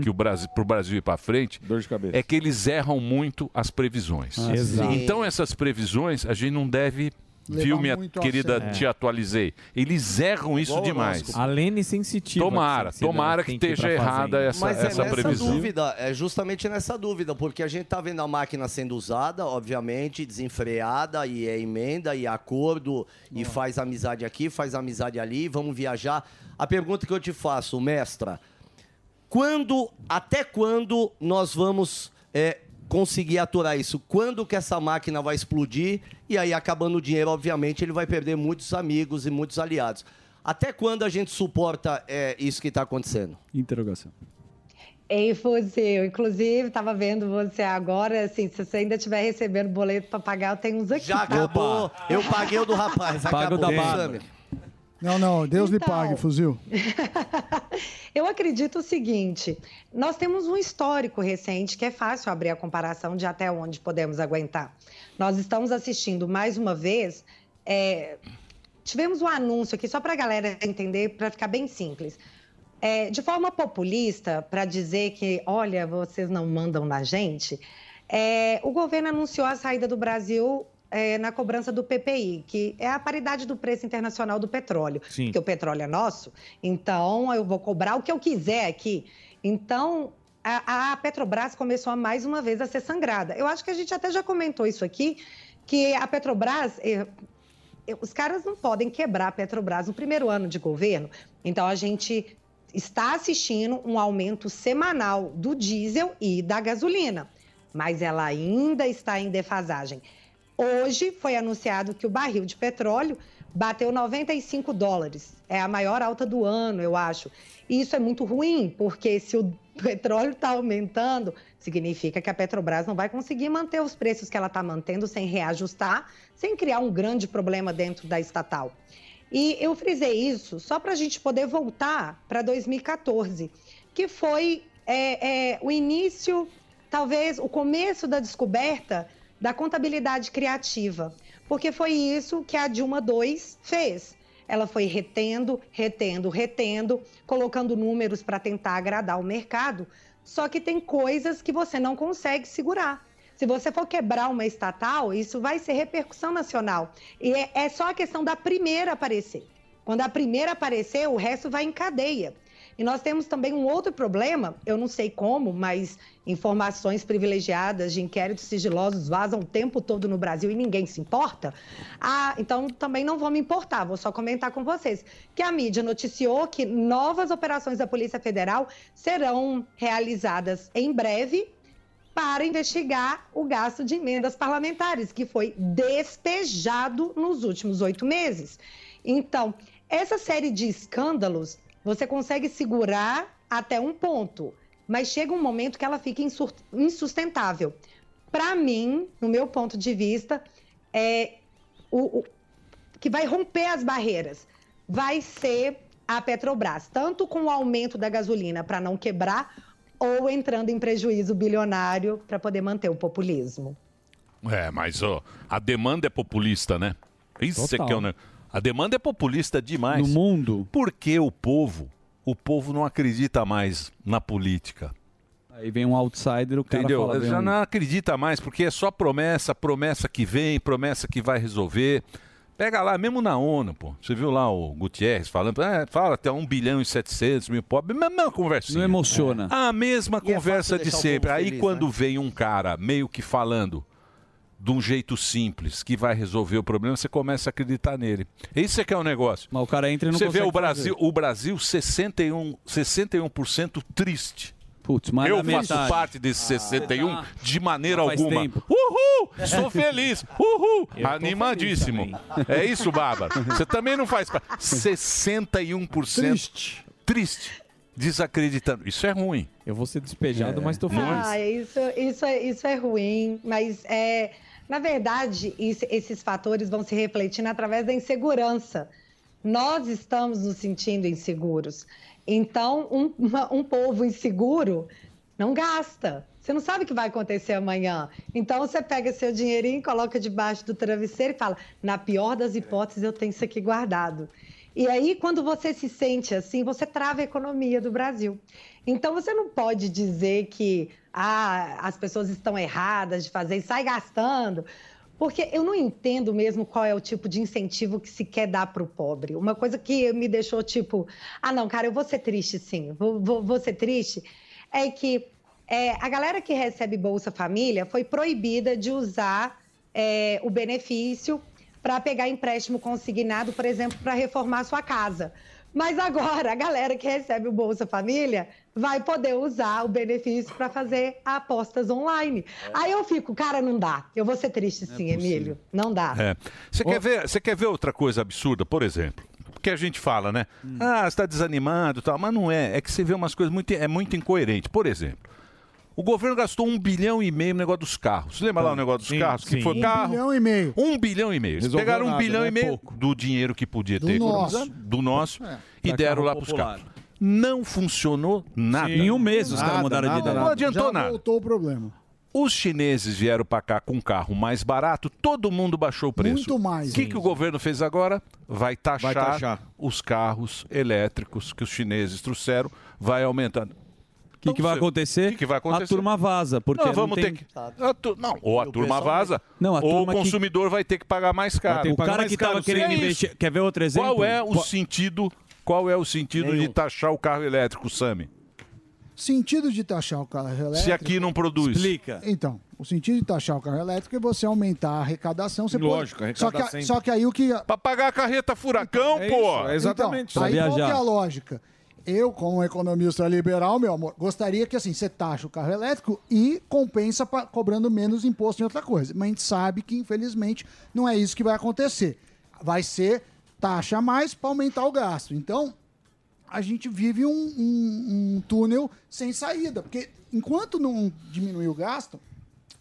que o Brasil pro Brasil ir para frente, é que eles erram muito as previsões.
Ah, Exato. sim.
Então essas previsões a gente não deve
Levar
Viu, minha
muito a
querida,
sério.
te atualizei. Eles erram isso
É Igual o
demais.
horóscopo. A Lene sensitiva.
Tomara,
que você- você
tomara
dá-
que
tem ir
esteja
pra fazenda.
errada essa-
Mas é nessa
previsão.
dúvida, é justamente nessa dúvida, porque a gente tá vendo a máquina sendo usada, obviamente, desenfreada, e é emenda, e é acordo, e faz amizade aqui, faz amizade ali, vamos viajar. A pergunta que eu te faço, mestra, quando, até quando nós vamos é, conseguir aturar isso? Quando que essa máquina vai explodir? E aí, acabando o dinheiro, obviamente, ele vai perder muitos amigos e muitos aliados. Até quando a gente suporta é, isso que está acontecendo?
Interrogação.
Ei, Fuzil, inclusive, estava vendo você agora, assim, se você ainda estiver recebendo boleto para pagar, eu tenho uns aqui.
Já acabou. Eu paguei o do rapaz.
Paga o
acabou.
da Bárbara.
Sammy.
Não, não. Deus lhe pague, fuzil.
Eu acredito o seguinte: nós temos um histórico recente que é fácil abrir a comparação de até onde podemos aguentar. Nós estamos assistindo mais uma vez. é, tivemos um anúncio aqui, só para a galera entender, para ficar bem simples. É, de forma populista, para dizer que, olha, vocês não mandam na gente, é, o governo anunciou a saída do Brasil é, na cobrança do PPI, que é a paridade do preço internacional do petróleo,
Sim.
porque o petróleo é nosso, então eu vou cobrar o que eu quiser aqui. Então, a, a Petrobras começou a, mais uma vez a ser sangrada. Eu acho que a gente até já comentou isso aqui, que a Petrobras, eh, eu- os caras não podem quebrar a Petrobras no primeiro ano de governo. Então a gente está assistindo um aumento semanal do diesel e da gasolina, mas ela ainda está em defasagem. Hoje foi anunciado que o barril de petróleo bateu 95 dólares. É a maior alta do ano, eu acho. E isso é muito ruim, porque se o petróleo está aumentando, significa que a Petrobras não vai conseguir manter os preços que ela está mantendo sem reajustar, sem criar um grande problema dentro da estatal. E eu frisei isso só para a gente poder voltar para 2014, que foi é, é, o início, talvez o começo da descoberta da contabilidade criativa, porque foi isso que a Dilma II fez. Ela foi retendo, retendo, retendo, colocando números para tentar agradar o mercado. Só que tem coisas que você não consegue segurar. Se você for quebrar uma estatal, isso vai ser repercussão nacional. E é, é só a questão da primeira aparecer. Quando a primeira aparecer, o resto vai em cadeia. E nós temos também um outro problema, eu não sei como, mas informações privilegiadas de inquéritos sigilosos vazam o tempo todo no Brasil e ninguém se importa. Ah, então também não vou me importar, vou só comentar com vocês que a mídia noticiou que novas operações da Polícia Federal serão realizadas em breve para investigar o gasto de emendas parlamentares, que foi despejado nos últimos oito meses. Então, essa série de escândalos você consegue segurar até um ponto, mas chega um momento que ela fica insur- insustentável. Para mim, no meu ponto de vista, é o- o, que vai romper as barreiras vai ser a Petrobras, tanto com o aumento da gasolina para não quebrar ou entrando em prejuízo bilionário para poder manter o populismo.
É, mas ó, a demanda é populista, né? Isso
Total.
é que é o negócio. A demanda é populista demais.
No mundo.
Porque o povo o povo não acredita mais na política.
Aí vem um outsider, o cara
Entendeu?
fala... vem
Já
um-
não acredita mais, porque é só promessa, promessa que vem, promessa que vai resolver. Pega lá, mesmo na ONU, pô. Você viu lá o Gutierrez falando, "Ah, fala até 1 bilhão e 700 mil pobres, mesma conversinha. Ah,
Não emociona.
A mesma conversa de
deixar o
sempre.
povo
Aí
feliz,
quando
né?
vem um cara meio que falando de um jeito simples que vai resolver o problema, você começa a acreditar nele. Isso é que é o negócio.
Mas o cara entra e não
Você vê
consegue
o Brasil, um
fazer.
o Brasil 61, 61% triste.
Putz, mais
Eu
da
faço
metade.
parte desse 61 de maneira
Não faz
alguma.
tempo.
Uhul! Sou feliz! Uhul!
Eu tô
Animadíssimo.
feliz
é isso, Bárbara. Você também não faz parte. 61% triste. um triste. Desacreditando. Isso é ruim. É.
Eu vou ser despejado, mas tô feliz.
Ah, isso, isso, é- isso é ruim, mas é, na verdade, isso- esses fatores vão se refletindo através da insegurança. Nós estamos nos sentindo inseguros. Então, um, uma- um povo inseguro não gasta. Você não sabe o que vai acontecer amanhã. Então, você pega seu dinheirinho, coloca debaixo do travesseiro e fala: na pior das hipóteses, eu tenho isso aqui guardado. E aí, quando você se sente assim, você trava a economia do Brasil. Então, você não pode dizer que ah, as pessoas estão erradas de fazer e sai gastando. Porque eu não entendo mesmo qual é o tipo de incentivo que se quer dar para o pobre. Uma coisa que me deixou tipo, ah, não, cara, eu vou ser triste sim, vou, vou- vou ser triste, é que é, a galera que recebe Bolsa Família foi proibida de usar é, o benefício para pegar empréstimo consignado, por exemplo, para reformar sua casa. Mas agora, a galera que recebe o Bolsa Família vai poder usar o benefício para fazer apostas online. Aí eu fico, cara, não dá. Eu vou ser triste sim, Emílio. Não
Ah.
dá.
É. Você, quer ver, você quer ver outra coisa absurda, por exemplo? Porque a gente fala, né?
Hum.
Ah, está desanimado e tal, mas não é. É que você vê umas coisas muito, é muito incoerente. Por exemplo, o governo gastou um bilhão e meio no negócio dos carros. Lembra lá o negócio dos
Sim,
carros?
sim.
Que foi
Um
carro.
bilhão e meio.
Um bilhão e meio. Eles
Resolveu
pegaram um
nada,
bilhão
né?
e meio
Pouco.
do dinheiro que podia
Do
ter
nosso. É.
economizado, do nosso e
Pra
deram
carro
lá para os
popular.
carros. Não funcionou nada.
Sim. Em um mês os caras mudaram de ideia.
Não adiantou
Já
nada.
voltou o problema.
Os chineses vieram para cá com um carro mais barato, todo mundo baixou o preço.
Muito mais.
O que, que o governo fez agora? Vai taxar,
Vai taxar.
os carros elétricos que os chineses trouxeram, vai aumentando. Então,
O que, que vai acontecer?
que, que vai acontecer?
A turma vaza, porque
Nós vamos
não tem...
ter que- a tu- Não, ou a turma
pessoal-
vaza,
Não, a
ou o
turma que-
consumidor vai ter que pagar mais caro.
O cara que estava querendo
É isso.
investir... Quer ver outro exemplo?
Qual é o
Qual-
sentido? Qual é o sentido de taxar o carro elétrico, Sami?
Sentido de taxar o carro elétrico.
Se aqui não produz.
Então, o sentido de taxar o carro elétrico é você aumentar a arrecadação. Você
Lógico,
pode...
arrecadar
só que, a-
sempre.
só que aí o que.
Pra pagar a carreta furacão,
É
Então, pô!
isso, é exatamente. Então, aí qual que é a lógica? Eu, como economista liberal, meu amor, gostaria que assim, você taxa o carro elétrico e compensa pa- cobrando menos imposto em outra coisa. Mas a gente sabe que, infelizmente, não é isso que vai acontecer. Vai ser taxa a mais para aumentar o gasto. Então, a gente vive um, um- um túnel sem saída. Porque enquanto não diminuir o gasto,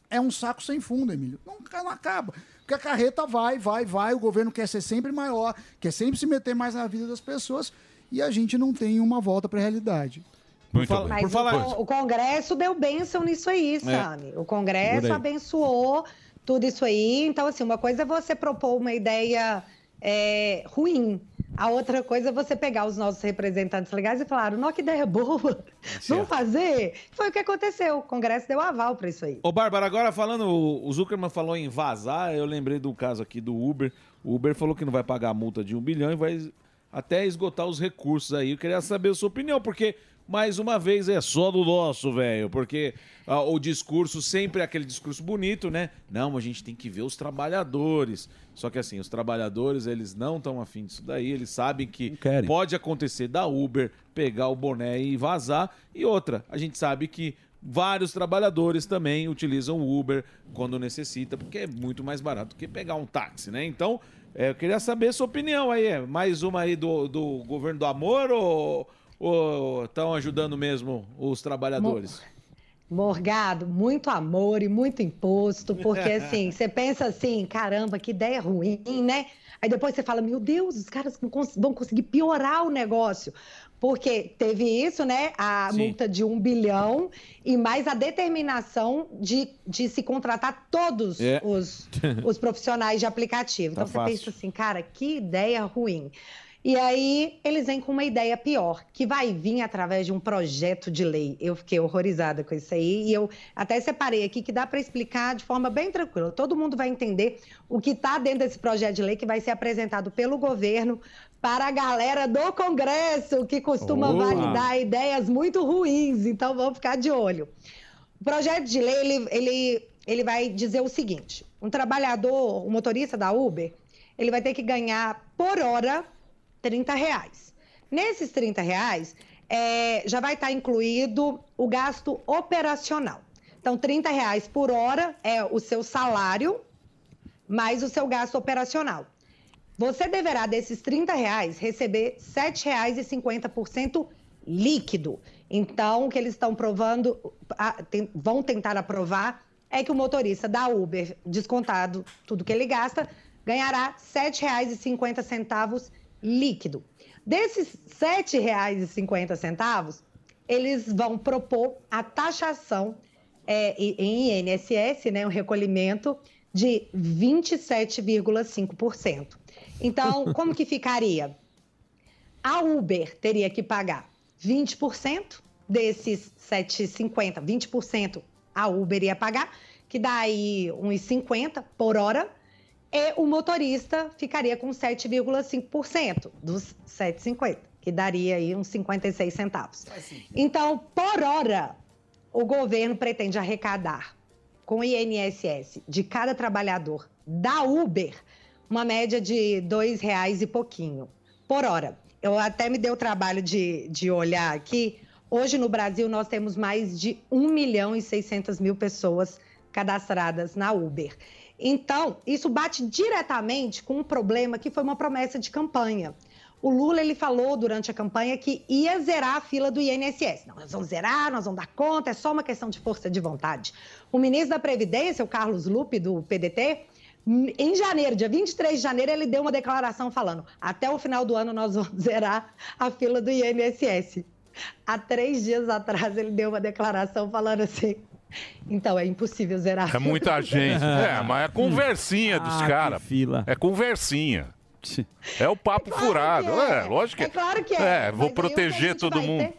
é um saco sem fundo, Emílio. Nunca não acaba. Porque a carreta vai, vai, vai. O governo quer ser sempre maior, quer sempre se meter mais na vida das pessoas. E a gente não tem uma volta para a realidade.
Muito
fala-
Mas
por
o
falar-
con- o, Congresso deu bênção nisso aí, Sami. O
Por aí.
Congresso abençoou tudo isso aí. Então, assim, uma coisa é você propor uma ideia é, ruim. A outra coisa é você pegar os nossos representantes legais e falar, não, que ideia boa, vamos fazer. Foi o que aconteceu. O Congresso deu aval para isso aí.
Ô, Bárbara, agora falando, o o Zuckerman falou em vazar, eu lembrei do caso aqui do Uber. O Uber falou que não vai pagar a multa de um bilhão e vai até esgotar os recursos aí. Eu queria saber a sua opinião, porque, mais uma vez, é só do nosso, velho. Porque ah, o discurso sempre é aquele discurso bonito, né? Não, a gente tem que ver os trabalhadores. Só que, assim, os trabalhadores, eles não estão afim disso daí. Eles sabem que
querem.
pode acontecer da Uber pegar o boné e vazar. E outra, a gente sabe que vários trabalhadores também utilizam o Uber quando necessita, porque é muito mais barato que pegar um táxi, né? Então, é, eu queria saber a sua opinião aí. é Mais uma aí do, do governo do amor ou estão ajudando mesmo os trabalhadores?
Morgado, muito amor e muito imposto, porque assim, você pensa assim, caramba, que ideia ruim, né? Aí depois você fala, meu Deus, os caras não cons- vão conseguir piorar o negócio. Porque teve isso, né? A
Sim.
multa de um bilhão e mais a determinação de, de se contratar todos
É.
os, os profissionais de aplicativo.
Tá
Então você
fácil.
pensa assim, cara, que ideia ruim. E aí eles vêm com uma ideia pior, que vai vir através de um projeto de lei. Eu fiquei horrorizada com isso aí e eu até separei aqui que dá para explicar de forma bem tranquila. Todo mundo vai entender o que está dentro desse projeto de lei que vai ser apresentado pelo governo para a galera do Congresso, que costuma
Opa!
validar ideias muito ruins. Então vamos ficar de olho. O projeto de lei ele, ele, ele vai dizer o seguinte: um trabalhador, um motorista da Uber, ele vai ter que ganhar por hora 30 reais. Nesses 30 reais, eh, já vai estar incluído o gasto operacional. Então, 30 reais por hora é o seu salário mais o seu gasto operacional. Você deverá, desses 30 reais, receber R$ 7,50% líquido. Então, o que eles estão provando, a- tem- vão tentar aprovar, é que o motorista da Uber, descontado tudo que ele gasta, ganhará R$ 7,50 líquido. Desses R$ 7,50, eles vão propor a taxação é, e- em INSS, né, um recolhimento de 27,5%. Então, como que ficaria? A Uber teria que pagar 20% desses 7,50, 20% a Uber ia pagar, que dá aí uns 50 por hora, e o motorista ficaria com 7,5% dos 7,50, que daria aí uns 56 centavos. Então, por hora, o governo pretende arrecadar com o INSS de cada trabalhador da Uber uma média de dois reais e pouquinho por hora. Eu até me dei o trabalho de, de olhar aqui. Hoje no Brasil nós temos mais de 1 milhão e 600 mil pessoas cadastradas na Uber. Então, isso bate diretamente com um problema que foi uma promessa de campanha. O Lula ele falou durante a campanha que ia zerar a fila do INSS. Não, nós vamos zerar, nós vamos dar conta, é só uma questão de força de vontade. O ministro da Previdência, o Carlos Lupe, do PDT, em janeiro, dia 23 de janeiro, ele deu uma declaração falando: até o final do ano nós vamos zerar a fila do INSS. Há três dias atrás, ele deu uma declaração falando assim. Então, é impossível zerar. a
É
fila
muita
do
gente. É, mas é conversinha dos
Ah,
caras. É conversinha. É o papo furado.
é.
É, lógico que
É claro que é. Mas aí o
vou
que
proteger todo
vai
mundo.
ter-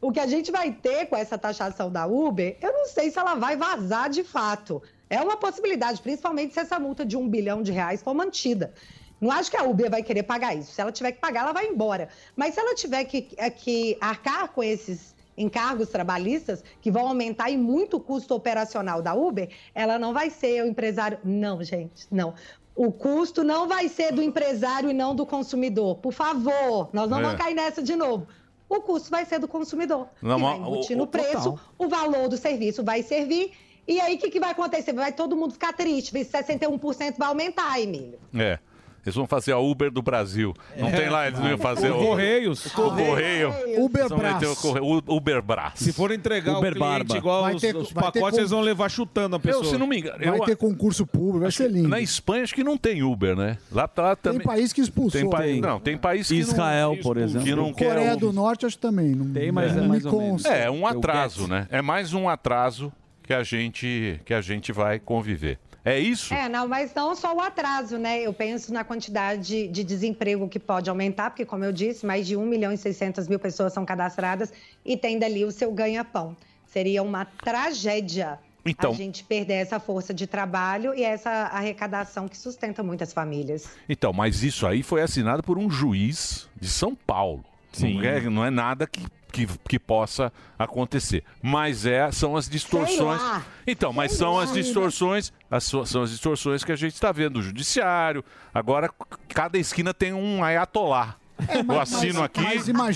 o que a gente vai ter com essa taxação da Uber, eu não sei se ela vai vazar de fato. É uma possibilidade, principalmente se essa multa de um bilhão de reais for mantida. Não acho que a Uber vai querer pagar isso. Se ela tiver que pagar, ela vai embora. Mas se ela tiver que, é, que arcar com esses encargos trabalhistas, que vão aumentar e muito o custo operacional da Uber, ela não vai ser o empresário. Não, gente, não. O custo não vai ser do empresário e não do consumidor. Por favor, nós não
É.
vamos cair nessa de novo. O custo vai ser do consumidor.
Não,
que
mas
vai embutir
o-
no
o-
preço,
total.
o valor do serviço vai servir. E aí, o que, que vai acontecer? Vai todo mundo ficar triste. viu? 61% vai aumentar, Emílio.
É. Eles vão fazer a Uber do Brasil. Não
É.
tem lá, eles não iam fazer
O
o.
Correios.
O Correio. Eles vão meter o
Uberbras.
Correio. U- Uberbras.
Se for entregar o cliente igual os, os pacotes, eles vão levar chutando a pessoa.
Eu, se não me engano,
Vai
eu-
ter concurso público, vai ser lindo.
na Espanha acho que não tem Uber, né? Lá, lá também.
país que expulsou.
Tem país- não, tem país que não-
Israel,
por exemplo. Que não quer
Coreia
o-
do Norte, acho que também. Não,
Tem,
mas não é me mais ou menos. consta.
É, é um atraso, né? É mais um atraso que a gente que a gente vai conviver. É isso?
É, não, mas não só o atraso, né? Eu penso na quantidade de, de desemprego que pode aumentar, porque, como eu disse, mais de 1 milhão e 600 mil pessoas são cadastradas e tem dali o seu ganha-pão. Seria uma tragédia
Então.
a gente perder essa força de trabalho e essa arrecadação que sustenta muitas famílias.
Então, mas isso aí foi assinado por um juiz de São Paulo. Não, é, não é nada que, que, que possa acontecer. Mas é, são as distorções.
lá.
Então, mas
Sei
são
lá.
as distorções, as so- são as distorções que a gente está vendo do judiciário. Agora, c- cada esquina tem um ayatolá.
É,
Eu assino aqui.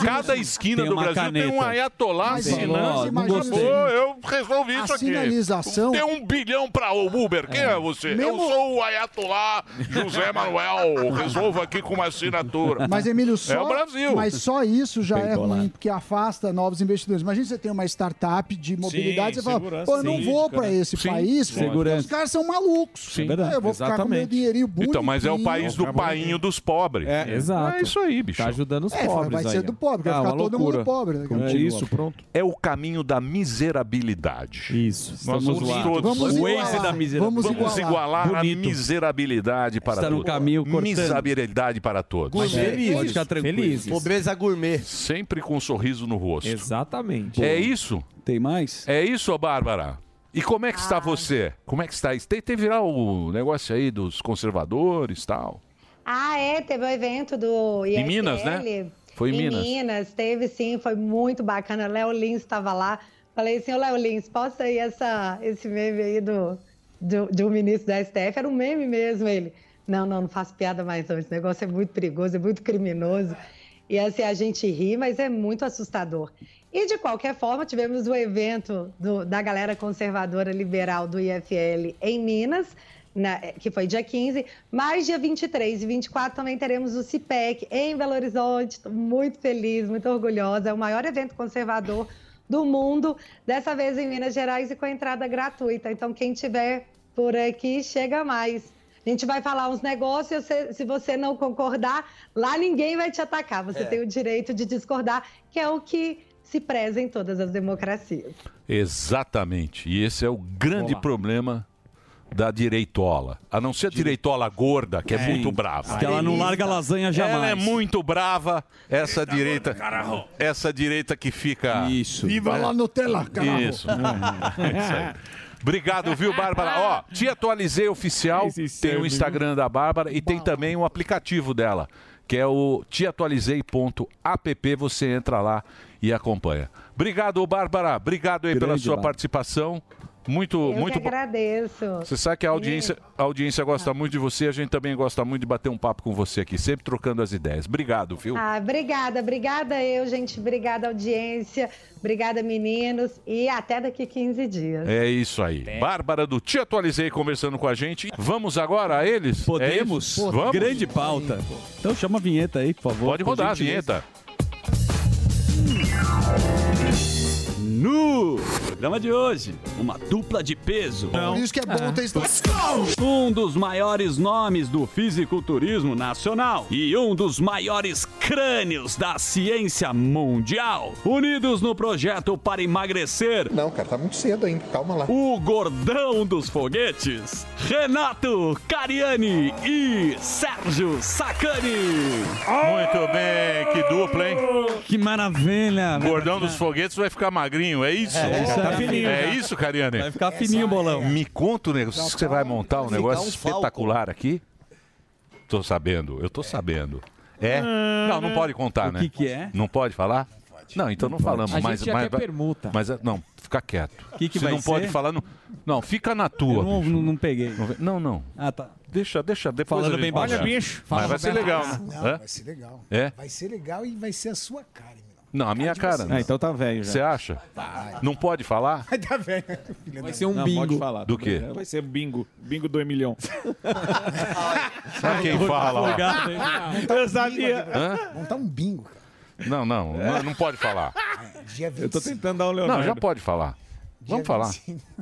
cada esquina
Tem
do
uma
Brasil tem um
caneta.
ayatolá
assim, Mas,
assinando.
ó, não gostei.
Pô, eu resolvi isso
A
aqui.
sinalização-
Tem um bilhão para o Uber. Quem é, você? Eu
Mesmo-
sou o ayatolá José Manuel. Resolva aqui com uma assinatura.
Mas, Emílio, só,
É o Brasil.
mas só isso já é ruim, porque afasta novos investidores. Imagina você tem uma startup de mobilidade,
Sim,
você fala,
segurança
pô, eu não
jurídica,
vou pra
né?
esse
Sim,
país, pô,
segurança.
os caras são malucos.
Sim, é verdade.
Eu vou ficar com meu
Exatamente.
é
dinheirinho bonito.
Então, mas é o país do painho dos pobres.
É.
É isso aí, bicho.
Tá ajudando os
É,
pobres
vai ser
aí, ó.
do pobre, vai ficar todo mundo pobre. né? daqui a pouco.
pronto. É o caminho da miserabilidade.
Isso.
Nós
estamos
vamos
lá.
todos.
Vamos O igualar. Waze da miserabilidade.
Vamos,
Vamos
igualar,
igualar.
a
Bonito.
miserabilidade para
Está no
todos.
caminho cortando.
Miserabilidade para todos.
Mas
é
Gourmet. felizes, pode ficar tranquilo. felizes.
Pobreza gourmet.
Sempre com um sorriso no rosto.
Exatamente.
É isso?
Tem mais?
É isso, Bárbara? E como é que está você? Como é que está isso? Te- Teve lá o negócio aí dos conservadores e tal.
Ah, é, teve o evento do ISL.
Em Minas, né? Foi em Minas.
teve sim, foi muito bacana. Léo Lins estava lá. Falei assim, ô Léo Lins, posta aí essa, esse meme aí do, do, do ministro da STF. Era um meme mesmo, ele. Não, não, não faço piada mais não. Esse negócio é muito perigoso, é muito criminoso. E assim, a gente ri, mas é muito assustador. E de qualquer forma, tivemos o evento do- da galera conservadora liberal do IFL em Minas, na- né, é, que foi dia 15, mas dia 23 e 24 também teremos o CIPEC em Belo Horizonte. Estou muito feliz, muito orgulhosa. É o maior evento conservador do mundo, dessa vez em Minas Gerais e com entrada gratuita. Então, quem tiver por aqui, chega mais. A gente vai falar uns negócios, se, se você não concordar, lá ninguém vai te atacar. Você
É.
tem o direito de discordar, que é o que se preza em todas as democracias.
Exatamente. E esse é o grande problema da direitola. A não ser a direitola gorda, que é,
É,
muito
sim.
brava.
Que ela não larga lasanha
Ela
jamais.
é muito brava, essa direita. Essa direita que fica. Isso.
Viva lá Nutella, caralho.
Isso. É isso aí. Obrigado, viu, Bárbara? Ó, te atualizei oficial. Tem o Instagram da Bárbara e tem também o aplicativo dela, que é o teatualizei.app. Você entra lá e acompanha. Obrigado, Bárbara. Obrigado aí pela
Grande
sua
Bárbara.
participação. Muito,
Eu
muito
que
bom.
agradeço. Ah.
Você sabe que a audiência, a audiência gosta muito de você, a gente também gosta muito de bater um papo com você aqui, sempre trocando as ideias. Obrigado, viu?
Ah, obrigada, obrigada eu, gente. Obrigada, audiência. Obrigada, meninos. E até daqui 15 dias.
É isso aí. Bárbara do Te Atualizei conversando com a gente. Vamos agora a eles?
Podemos?
É isso? Vamos?
Grande pauta. Então chama a vinheta aí, por favor.
Pode
por
rodar a
gentileza.
vinheta.
No programa de hoje, uma dupla de peso.
Por isso que é
Ah.
bom ter esta-
Um dos maiores nomes do fisiculturismo nacional e um dos maiores crânios da ciência mundial. Unidos no projeto para emagrecer. Não, cara, tá muito cedo ainda, calma lá. O gordão dos foguetes, Renato Cariani e Sérgio Sacani.
Muito bem, que dupla, hein?
Que maravilha.
Gordão dos foguetes vai ficar magrinho, é isso?
É, já tá fininho,
É
já.
isso, Cariane? Vai
né? ficar fininho o bolão.
Me conta o negócio. Você vai montar um
ficar
negócio
um falco.
espetacular aqui? Tô sabendo, eu tô sabendo. É? Não, não pode contar,
Ah, O
né?
que que é?
Não pode falar? Não, então não, falamos.
A gente
mas,
já
mas,
quer permuta.
Mas, ah, não, fica quieto.
Que que
Você
vai
não pode
ser?
falar. Não, não fica na tua.
Eu não-
bicho.
não peguei.
Não, não.
Ah, tá.
Deixa, deixa. Depois
Falando
a gente
bem baixo.
conversa.
Olha, bicho.
Mas
Fala,
vai ser
Roberto.
legal,
Ah,
né?
Não,
Hã?
vai ser legal.
É?
Vai ser legal e vai ser a sua cara.
Não, a minha cara. né?
Ah, então tá velho já.
Você acha? Não pode falar?
Vai dar velho.
Vai ser um
Não,
bingo.
pode falar.
Do quê?
Vai ser bingo. Bingo do Emilhão.
Sabe quem fala? ó?
um Tá
Eu sabia.
Hã?
Montar um bingo, cara.
Não, não, não, não pode falar.
Dia 25.
É. tentando dar um o
Não, já pode falar. Vamos falar.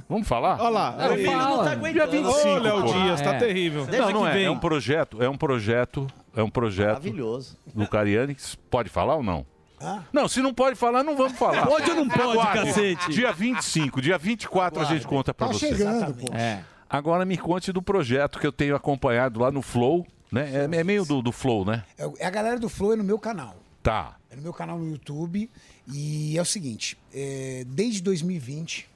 Vamos falar?
Olha lá,
É,
o menino não tá aguentando.
Dia 25,
Ô, Léo
pô.
Dias, tá É. terrível.
Não,
Deixa
não
que
é.
vem.
É um projeto, é um projeto, é um projeto.
Maravilhoso.
Do Cariani, que pode falar ou não? Não, se não pode falar, não vamos falar.
Pode ou não pode,
Aguarde.
cacete?
Dia 25, dia 24 a gente conta pra
Tá
você.
chegando, pô.
É. Agora me conte do projeto que eu tenho acompanhado lá no Flow, né? É, é meio do, do Flow, né?
É a galera do Flow é no meu canal.
Tá.
É no meu canal no YouTube. E é o seguinte: é, desde 2020,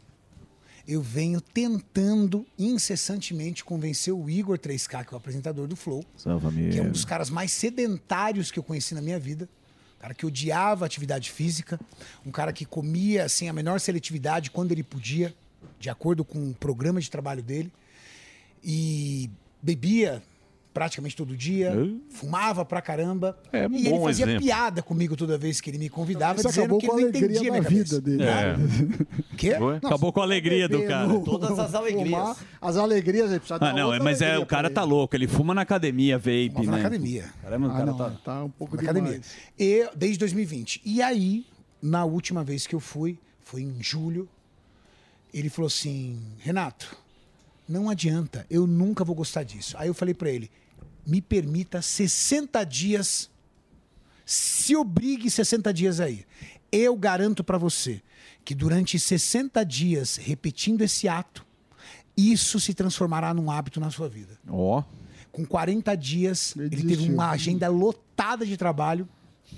eu venho tentando incessantemente convencer o Igor 3K, que é o apresentador do Flow,
Salve,
que é um
amigo.
dos caras mais sedentários que eu conheci na minha vida. Um cara que odiava atividade física, um cara que comia assim, a menor seletividade quando ele podia, de acordo com o programa de trabalho dele. E bebia praticamente todo dia, fumava pra caramba.
É,
e ele
bom
fazia
exemplo.
piada comigo toda vez que ele me convidava,
Isso
dizendo
acabou
que ele
com a
não
alegria
entendia
da
minha
vida
cabeça.
dele.
É.
Quê?
Foi?
Não,
É. Acabou com a alegria do
beber,
cara.
no-
Todas as alegrias.
fumar, As alegrias, ele precisa
Ah,
dar
não,
outra
mas é,
alegria
o cara
pra
tá
ele.
louco. Ele fuma na academia vape,
Fumava na
né?
academia.
Caramba, o
Ah,
cara
não,
tá...
Tá um pouco
na academia. E, desde 2020. E aí, na última vez que eu fui, foi em julho, ele falou assim: Renato, não adianta, eu nunca vou gostar disso. Aí eu falei pra ele: me permita 60 dias Se obrigue 60 dias aí. Eu garanto pra você que durante 60 dias repetindo esse ato, isso se transformará num hábito na sua vida.
Ó.
Com 40 dias, ele, teve uma agenda lotada de trabalho,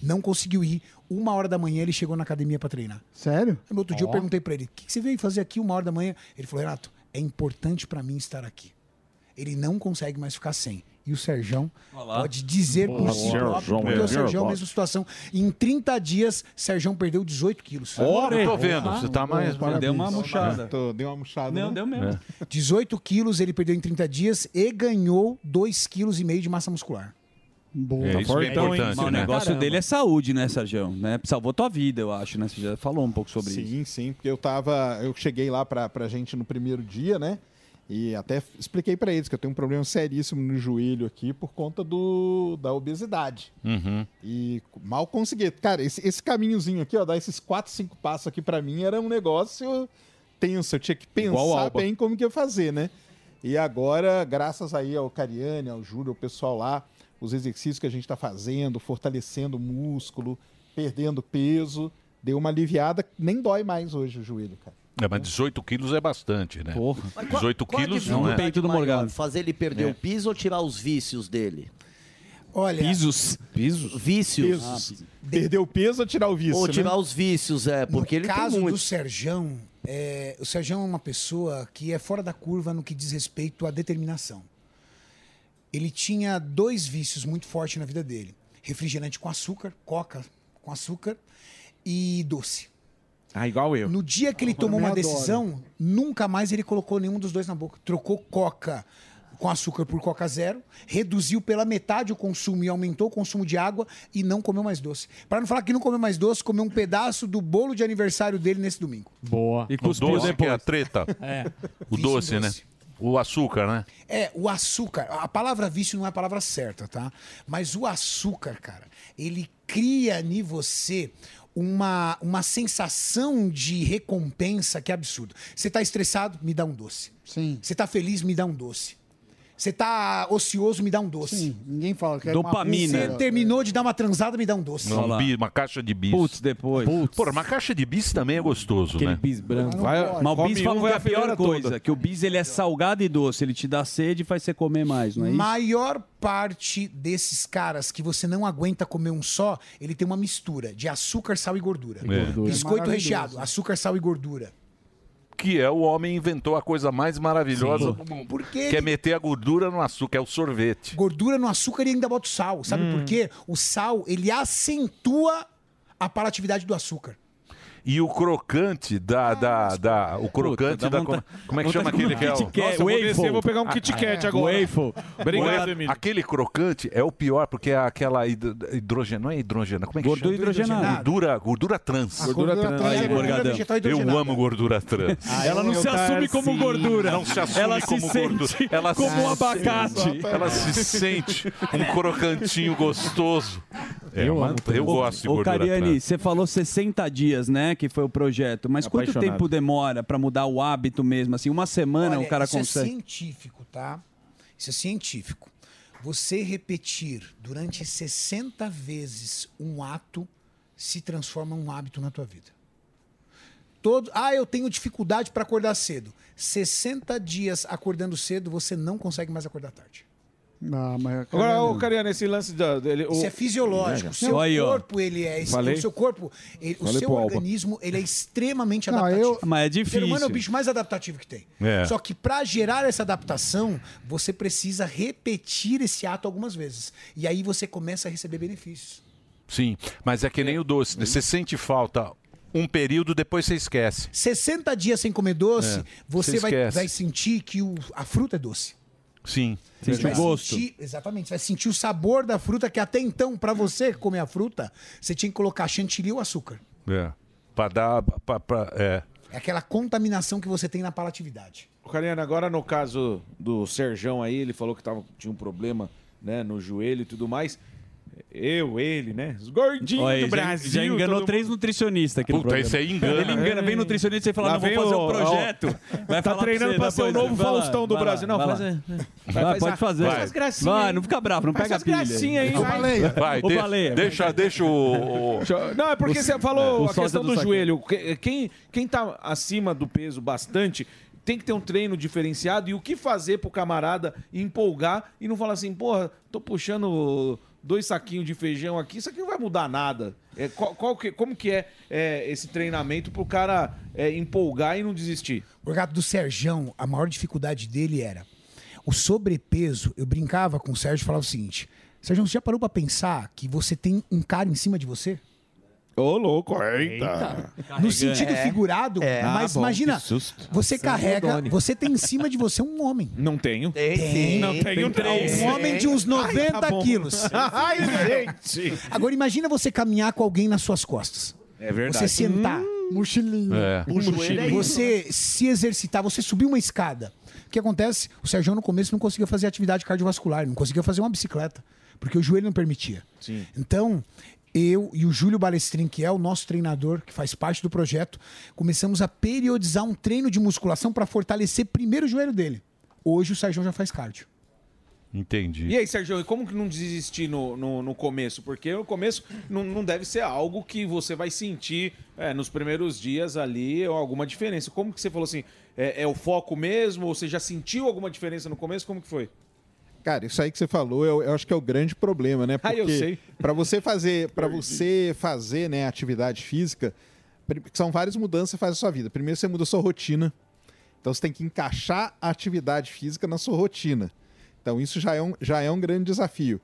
não conseguiu ir. Uma hora da manhã ele chegou na academia pra treinar.
Sério?
No outro dia eu
Ó.
perguntei pra ele: o que que você veio fazer aqui uma hora da manhã? Ele falou: Renato, é importante pra mim estar aqui. Ele não consegue mais ficar sem. E o Serjão
Olha lá.
pode dizer
Boa,
por si
Serjão,
próprio, porque
meu
o Serjão é a
Deus.
mesma situação. Em 30 dias, Serjão perdeu 18 quilos.
Ora,
eu tô vendo, você tá mais-
Deu uma murchada.
Tô, deu uma murchada.
Não, né? deu mesmo. É.
18 quilos ele perdeu em 30 dias e ganhou 2,5 quilos de massa muscular.
é
Boa.
Tá fortão, hein?
Mas o
né?
negócio
Caramba.
dele é saúde, né, Sérgio? Né? Salvou tua vida, eu acho, né? Você já falou um pouco sobre isso.
Sim, sim, porque eu tava. Eu cheguei lá pra, pra gente no primeiro dia, né? E até f- expliquei pra eles que eu tenho um problema seríssimo no joelho aqui por conta do, da obesidade.
Uhum.
E mal consegui. Cara, esse, esse caminhozinho aqui, ó, dar esses 4, 5 passos aqui pra mim era um negócio tenso. Eu tinha que
Igual o
pensar
Alba.
bem como que eu ia fazer, né? E agora, graças aí ao Cariani, ao Júlio, ao pessoal lá, os exercícios que a gente está fazendo, fortalecendo o músculo, perdendo peso, deu uma aliviada, nem dói mais hoje o joelho, cara.
É, mas 18 quilos é bastante, né? Porra. 18
Qual a
quilos não é.
dificuldade maior, Fazer ele perder
É.
o piso ou tirar os vícios dele?
Olha.
Pisos.
Pisos?
Vícios. Ah,
Pisos. Perder o peso ou tirar o vício?
Ou
né?
tirar os vícios, é, porque
no
ele
caso
tem muito.
do Serjão, é, o Serjão é uma pessoa que é fora da curva no que diz respeito à determinação. Ele tinha dois vícios muito fortes na vida dele: refrigerante com açúcar, coca com açúcar e doce.
Ah, igual eu.
No dia que ele
Agora
tomou
eu
uma
adoro.
decisão, nunca mais ele colocou nenhum dos dois na boca. Trocou coca com açúcar por coca zero, reduziu pela metade o consumo e aumentou o consumo de água e não comeu mais doce. Para não falar que não comeu mais doce, comeu um pedaço do bolo de aniversário dele nesse domingo.
Boa.
E o doce que é a treta.
É.
O doce, né? O açúcar, né?
É, o açúcar, a palavra vício não é a palavra certa, tá? Mas o açúcar, cara, ele cria em você uma, uma sensação de recompensa que é absurdo. Você tá estressado? Me dá um doce.
Sim.
Você tá feliz? Me dá um doce. Você tá ocioso? Me dá um doce. Sim,
ninguém fala
que é uma Dopamina. pulseira.
Você terminou de dar uma transada? Me dá um doce.
Um bi- uma caixa de bis. Putz,
depois.
Pô, uma caixa de bis também é gostoso, né?
bis branco.
Mas
um,
o bis falam que é a pior coisa, que o bis ele é salgado e doce, ele te dá sede e faz você comer mais, não é isso?
maior parte desses caras que você não aguenta comer um só, ele tem uma mistura de açúcar, sal e gordura.
E gordura.
Biscoito
É
Maravilhoso.
recheado, açúcar, sal e gordura.
Que é o homem inventou a coisa mais maravilhosa do mundo.
Por
que é meter a gordura no açúcar, é o sorvete.
Gordura no açúcar e ainda bota o sal. Sabe por quê? O sal, ele acentua a palatividade do açúcar.
E o crocante da. da, da o crocante
dá
da.
vontade-
como- como é que
vontade
chama
de comer um
aquele que é o.
Kit Kat, Nossa, eu vou waffle. descer, eu vou pegar um Kit Kat agora. Waffle. Obrigado, Emílio.
Aquele crocante é o pior, porque é aquela hid- hidrogênio. Não é hidrogênio, como é que
Gordura
chama?
hidrogenada.
Gordura, gordura trans.
A gordura Gordura trans. trans é
Aí,
gordura
Morgadão.
vegetal
Eu
hidrogenada.
amo gordura trans.
Ah, Ela não eu se assume como assim. gordura.
Não se assume
Ela se
como
sente
gordura. Ela
como um abacate.
Ela se sente um crocantinho gostoso. É,
Eu
uma-
amo
eu gosto de
Ô,
gordura
Cariani,
trans.
você falou 60 dias, né, que foi o projeto. Mas quanto
Apaixonado.
tempo demora pra mudar o hábito mesmo? Assim, uma semana
Olha,
o cara
isso é
consegue.
científico, tá? Isso é científico. Você repetir durante 60 vezes um ato se transforma em um hábito na tua vida. Todo, ah, eu tenho dificuldade para acordar cedo. 60 dias acordando cedo, você não consegue mais acordar tarde.
Não, mas
Agora, ô, Cariano, esse lance da. Dele,
Isso é fisiológico. O seu corpo, ele é. esse-
Falei?
O seu corpo, ele- o
Falei
seu
pro Alba.
organismo, ele é extremamente
Não,
adaptativo.
eu- Mas é
O ser humano é o
difícil.
bicho mais adaptativo que tem.
É.
Só que para gerar essa adaptação, você precisa repetir esse ato algumas vezes. E aí você começa a receber benefícios.
Sim, mas é que nem o doce. né? Você sente falta um período, depois você esquece.
60 dias sem comer doce,
É.
você
Você
vai,
esquece.
vai sentir que o- a fruta é doce.
Sim.
Você vai sentir- exatamente, você vai sentir o sabor da fruta que até então, para você comer a fruta, você tinha que colocar chantilly ou açúcar.
É. Pra dar. Pra, pra- é.
É aquela contaminação que você tem na palatividade.
Ô, Cariano, agora no caso do Serjão aí, ele falou que tava, tinha um problema né, no joelho e tudo mais. Eu, ele, né? Os gordinhos
Olha aí,
do
já-
Brasil.
já enganou
todo
três nutricionistas aqui no
Puta,
programa.
esse aí engana.
Ele engana, vem nutricionista e fala,
Lá
não, vou
vem
fazer
o-
um projeto. Vai
tá
falar
treinando
você
pra ser o
depois.
novo
Vai lá,
Faustão do
vai lá,
Brasil. Não,
vai
faz-
lá.
vai,
Vai,
faz a-
pode fazer.
faz as gracinhas
Vai,
aí.
não fica bravo, não
Faz
pega
as
a pilha.
gracinha aí,
Ô,
vai.
baleia.
Vai,
Ô,
de-
baleia,
deixa, deixa o. o-
Não, é porque
o-
você falou
é, o
a
sósia
questão do,
saque.
joelho. Que- Quem, quem tá acima do peso bastante tem que ter um treino diferenciado e o que fazer pro camarada empolgar e não falar assim, porra, tô puxando dois saquinhos de feijão aqui, isso aqui não vai mudar nada. É, qual, qual que, como que é, é, esse treinamento pro cara é, empolgar e não desistir?
O gato do Serjão, a maior dificuldade dele era o sobrepeso. Eu brincava com o Sérgio e falava o seguinte: Sérgio, você já parou pra pensar que você tem um cara em cima de você?
Ô, louco, Tá.
eita. No sentido
É.
figurado,
Ah,
mas imagina, você carrega, você tem em cima de você um homem.
Não tenho.
Tem.
Não tenho três. tá
Um homem de uns
tá
90 quilos.
Ai, gente.
Agora imagina você caminhar com alguém nas suas costas.
É verdade.
Você sentar.
mochilinho.
É.
O joelho é isso.
Você se exercitar, você subir uma escada. O que acontece? O Sérgio no começo não conseguia fazer atividade cardiovascular, não conseguia fazer uma bicicleta, porque o joelho não permitia.
Sim.
Então, eu e o Júlio Balestrin, que é o nosso treinador, que faz parte do projeto, começamos a periodizar um treino de musculação para fortalecer primeiro o joelho dele. Hoje o Sérgio já faz cardio.
Entendi.
E aí, Sérgio, e como que não desistir no, no, no começo? Porque o começo não, não deve ser algo que você vai sentir é, nos primeiros dias ali ou alguma diferença. Como que você falou assim? É, é o foco mesmo? Ou você já sentiu alguma diferença no começo? Como que foi?
Cara, isso aí que você falou, eu, eu acho que é o grande problema, né?
Ah, eu sei.
Para você fazer, para você fazer, né, atividade física, pri- são várias mudanças que você faz na sua vida. Primeiro você muda a sua rotina. Então você tem que encaixar a atividade física na sua rotina. Então isso já é um, já é um grande desafio.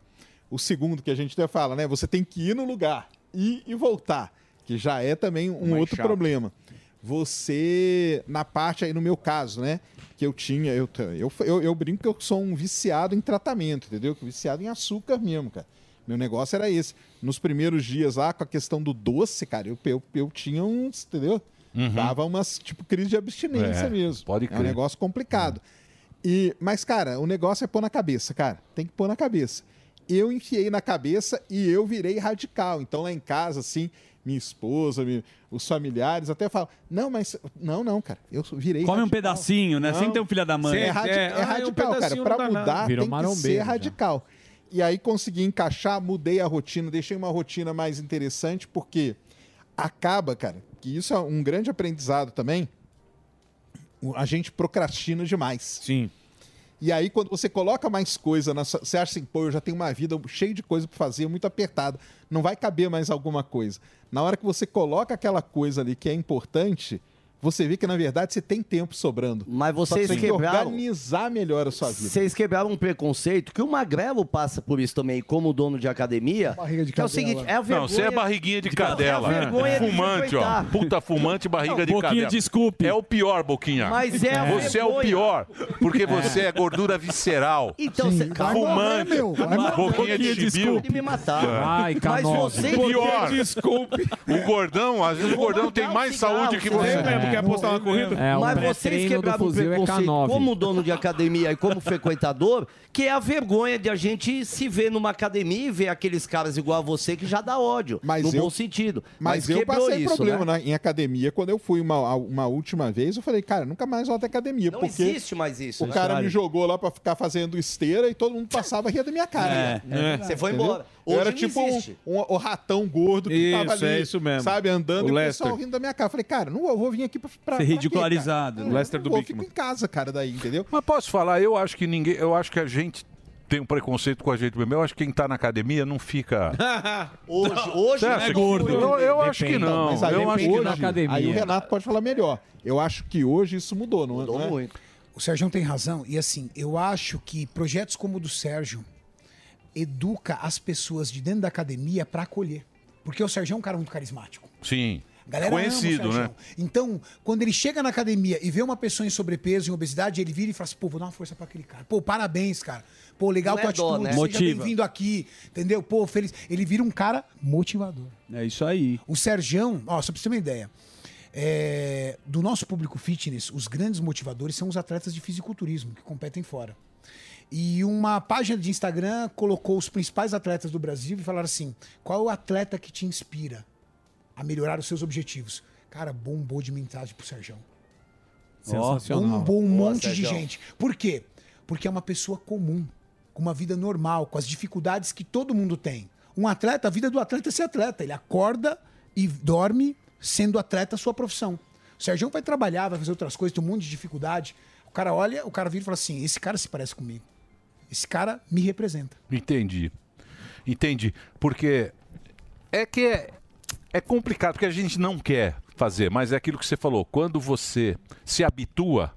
O segundo que a gente até fala, né, você tem que ir no lugar, ir e voltar, que já é também um
Mais
outro
chato.
problema. Você, na parte aí, no meu caso, né? Que eu tinha, eu, eu, eu, eu brinco que eu sou um viciado em tratamento, entendeu? Que Viciado em açúcar mesmo, cara. Meu negócio era esse. Nos primeiros dias lá, com a questão do doce, cara, eu, eu, eu tinha uns, entendeu? Dava umas, tipo, crise de abstinência
Uhum. É,
mesmo.
pode
É um
crer. Uhum.
negócio complicado. E, mas, cara, o negócio é pôr na cabeça, cara. Tem que pôr na cabeça. Eu enfiei na cabeça e eu virei radical. Então, lá em casa, assim, minha esposa, mi- os familiares até falam: Não, mas. Não, não, cara. Eu virei.
Come um
radical."
pedacinho, né?
Não.
Sem ter um filho da mãe.
É, radi- é
É, ah, é um
radical, cara.
pedacinho
Pra
não dá nada.
mudar,
Virou
tem que
marombeiro
ser
já.
radical. E aí consegui encaixar, mudei a rotina, deixei uma rotina mais interessante, porque acaba, cara, que isso é um grande aprendizado também. o- A gente procrastina demais.
Sim.
E aí, quando você coloca mais coisa, na sua- você acha assim, pô, eu já tenho uma vida cheia de coisa pra fazer, muito apertada, não vai caber mais alguma coisa. Na hora que você coloca aquela coisa ali que é importante, você vê que, na verdade, você tem tempo sobrando.
Mas vocês
tem que
quebraram-
organizar melhor a sua vida.
Vocês quebraram um preconceito que o magrelo passa por isso também, como dono de academia.
Barriga de
que é o
cadela.
seguinte, é a vergonha.
Não, você é barriguinha de cadela.
É a vergonha de
fumante, ó.
frequentar.
Puta fumante, barriga
Não,
de
Boquinha,
cadela.
desculpe.
É o pior, Boquinha.
Mas é a
Você é o
vergonha.
pior, porque você é gordura visceral.
Então, você vai morrer,
fumante.
meu. Vai morrer.
Boquinha de
Boquinha,
chibiu.
desculpe me matar.
É.
Ai, Mas K9. você-
Pior.
Desculpe.
O gordão, às vezes o gordão tem mais saúde que você.
É, um
É, um
Mas vocês quebraram o preconceito como dono de academia e como frequentador, que é a vergonha de a gente se ver numa academia e ver aqueles caras igual a você que já dá ódio. no
eu-
bom sentido.
Mas, eu
quebrou
passei
isso, né?
problema na- em academia. Quando eu fui uma, uma última vez, eu falei, cara, nunca mais volto à academia.
Não
porque
existe mais isso.
O
né?
cara
Claro.
me jogou lá pra ficar fazendo esteira e todo mundo passava e ria da minha cara. né?
É, é. Você foi
Entendeu?
embora.
Eu
Hoje
era
não
tipo um,
existe.
um- o ratão gordo que tava
Isso,
ali.
é isso mesmo.
Sabe, andando
O
e o
Lester.
pessoal rindo da minha cara. Eu Falei, cara, não eu vou vir aqui pra. pra
Ser
pra quê,
ridicularizado. né?
cara? Não,
Lester
não
do
vou,
Bigman.
fico em casa, cara, daí, entendeu?
Mas posso falar, eu acho que ninguém. Eu acho que a gente tem um preconceito com a gente mesmo. Eu acho que quem tá na academia não fica.
Hoje, hoje
Você acha que- Eu, eu acho que não.
Mas aí
eu
depende
acho que
hoje,
não.
Aí o Renato pode falar melhor. Eu acho que hoje isso mudou, não não é?
O Sérgio tem razão. E assim, eu acho que projetos como o do Sérgio educa as pessoas de dentro da academia pra acolher. Porque o Sérgio é um cara muito carismático.
Sim.
A galera
Conhecido,
ama o
né?
Sérgio. Então, quando ele chega na academia e vê uma pessoa em sobrepeso, em obesidade, ele vira e fala assim: pô, vou dar uma força pra aquele cara. Pô, parabéns, cara. Pô, legal
Não
tua
é dó,
atitude.
né?
Seja
Motiva.
bem-vindo aqui. Entendeu? Pô, feliz. Ele vira um cara motivador.
É isso aí.
O Sergião, ó, só pra você ter uma ideia. é, do nosso público fitness, os grandes motivadores são os atletas de fisiculturismo que competem fora. E uma página de Instagram colocou os principais atletas do Brasil e falaram assim: qual é o atleta que te inspira a melhorar os seus objetivos? Cara, bombou de mensagem pro Sérgio.
Sensacional.
Bombou um
Boa,
monte de
Sérgio.
gente. Por quê? Porque é uma pessoa comum, com uma vida normal, com as dificuldades que todo mundo tem. Um atleta, a vida do atleta é ser atleta. Ele acorda e dorme sendo atleta a sua profissão. O Sérgio vai trabalhar, vai fazer outras coisas, tem um monte de dificuldade. O cara olha, o cara vira e fala assim: esse cara se parece comigo. Esse cara me representa.
Entendi. Entendi. Porque é que é, é complicado, porque a gente não quer fazer, mas é aquilo que você falou. Quando você se habitua,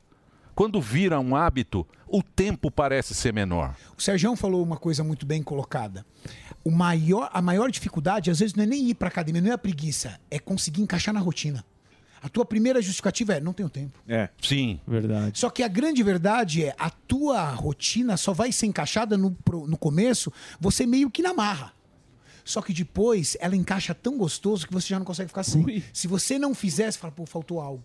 quando vira um hábito, o tempo parece ser menor.
O Sérgio falou uma coisa muito bem colocada. O maior, a maior dificuldade, às vezes, não é nem ir para academia, não é a preguiça, é conseguir encaixar na rotina. A tua primeira justificativa é: não tenho tempo.
É. Sim.
Verdade.
Só que a grande verdade é, a tua rotina só vai ser encaixada no, pro- no começo, você meio que na marra. Só que depois ela encaixa tão gostoso que você já não consegue ficar sem. Se você não fizer, você fala, pô, faltou algo.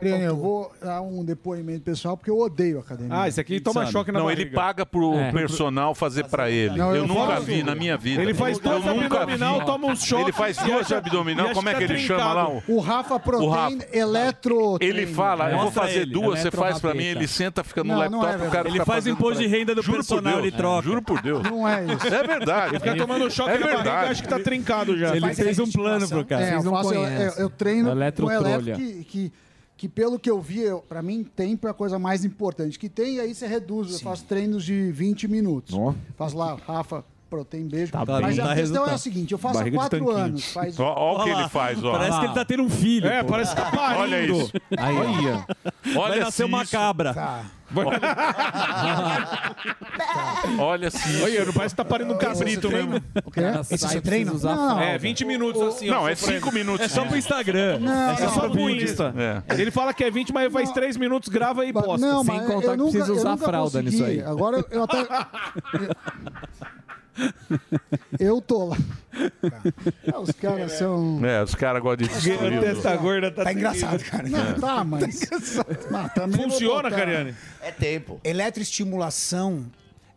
Breno, eu vou dar um depoimento pessoal porque eu odeio academia.
Ah, esse aqui toma choque na
Não,
barriga.
ele paga pro
É.
personal fazer pra ele.
Não,
eu
eu
nunca
faço.
vi na minha vida.
Ele faz
Eu
duas
nunca
abdominal,
vi.
toma um choque
Ele faz
e
duas
acha- e
abdominal,
acha
como é
que
que
tá
ele chama lá? O...
O Rafa
O
Protein
Rafa.
Eletro.
Ele fala, eu vou
Mostra
fazer
ele, é
duas, você faz pra mim,
eletrotrapeta.
ele senta, fica no
Não, não é
laptop, o cara
verdade.
fica
Ele faz
fazendo
imposto
pra
de renda do
Juro por
personal,
Deus,
ele troca.
Juro por Deus.
Não é isso.
É verdade.
Ele fica tomando choque
é
na barriga,
verdade.
acho que tá trincado já. Ele fez um plano pro cara,
É,
eu,
vocês não
faço- eu- eu,
conhecem.
eu treino com
Eletrotrolha.
elétrico que, que, que pelo que eu vi, eu, pra mim, tempo é a coisa mais importante que tem, e aí você reduz. Eu faço treinos de 20 minutos. Faço lá, Rafa, protein, beijo.
Tá bem.
Mas a questão
Dá resultado.
é a seguinte, eu faço há
Barriga de
4
tanquinho.
anos. Faz...
Ó, ó o que ele faz, ó.
Parece que ele tá
tendo um filho.
É, parece que tá parindo.
Olha isso.
Aí,
Olha.
Vai
Olha
nascer
se
uma
isso-
cabra.
Tá.
Olha se
Olha, não parece que tá parindo um cabrito mesmo.
O quê?
É? Esse
você treina?
Não.
É, 20 minutos assim.
Não,
ó,
é
sofrendo.
cinco minutos.
É só pro Instagram.
Não,
é só
não.
pro Insta. Ele fala que é 20, mas faz 3 minutos, grava e posta.
Não, mas eu nunca, eu nunca consegui. Agora eu- eu até... Eu tô lá. Ah, Os caras são...
É, os caras gostam de destruir.
Testa gorda tá Tá
engraçado, cara.
Não, tá, mas... mas também não vou botar.
É tempo. Eletroestimulação,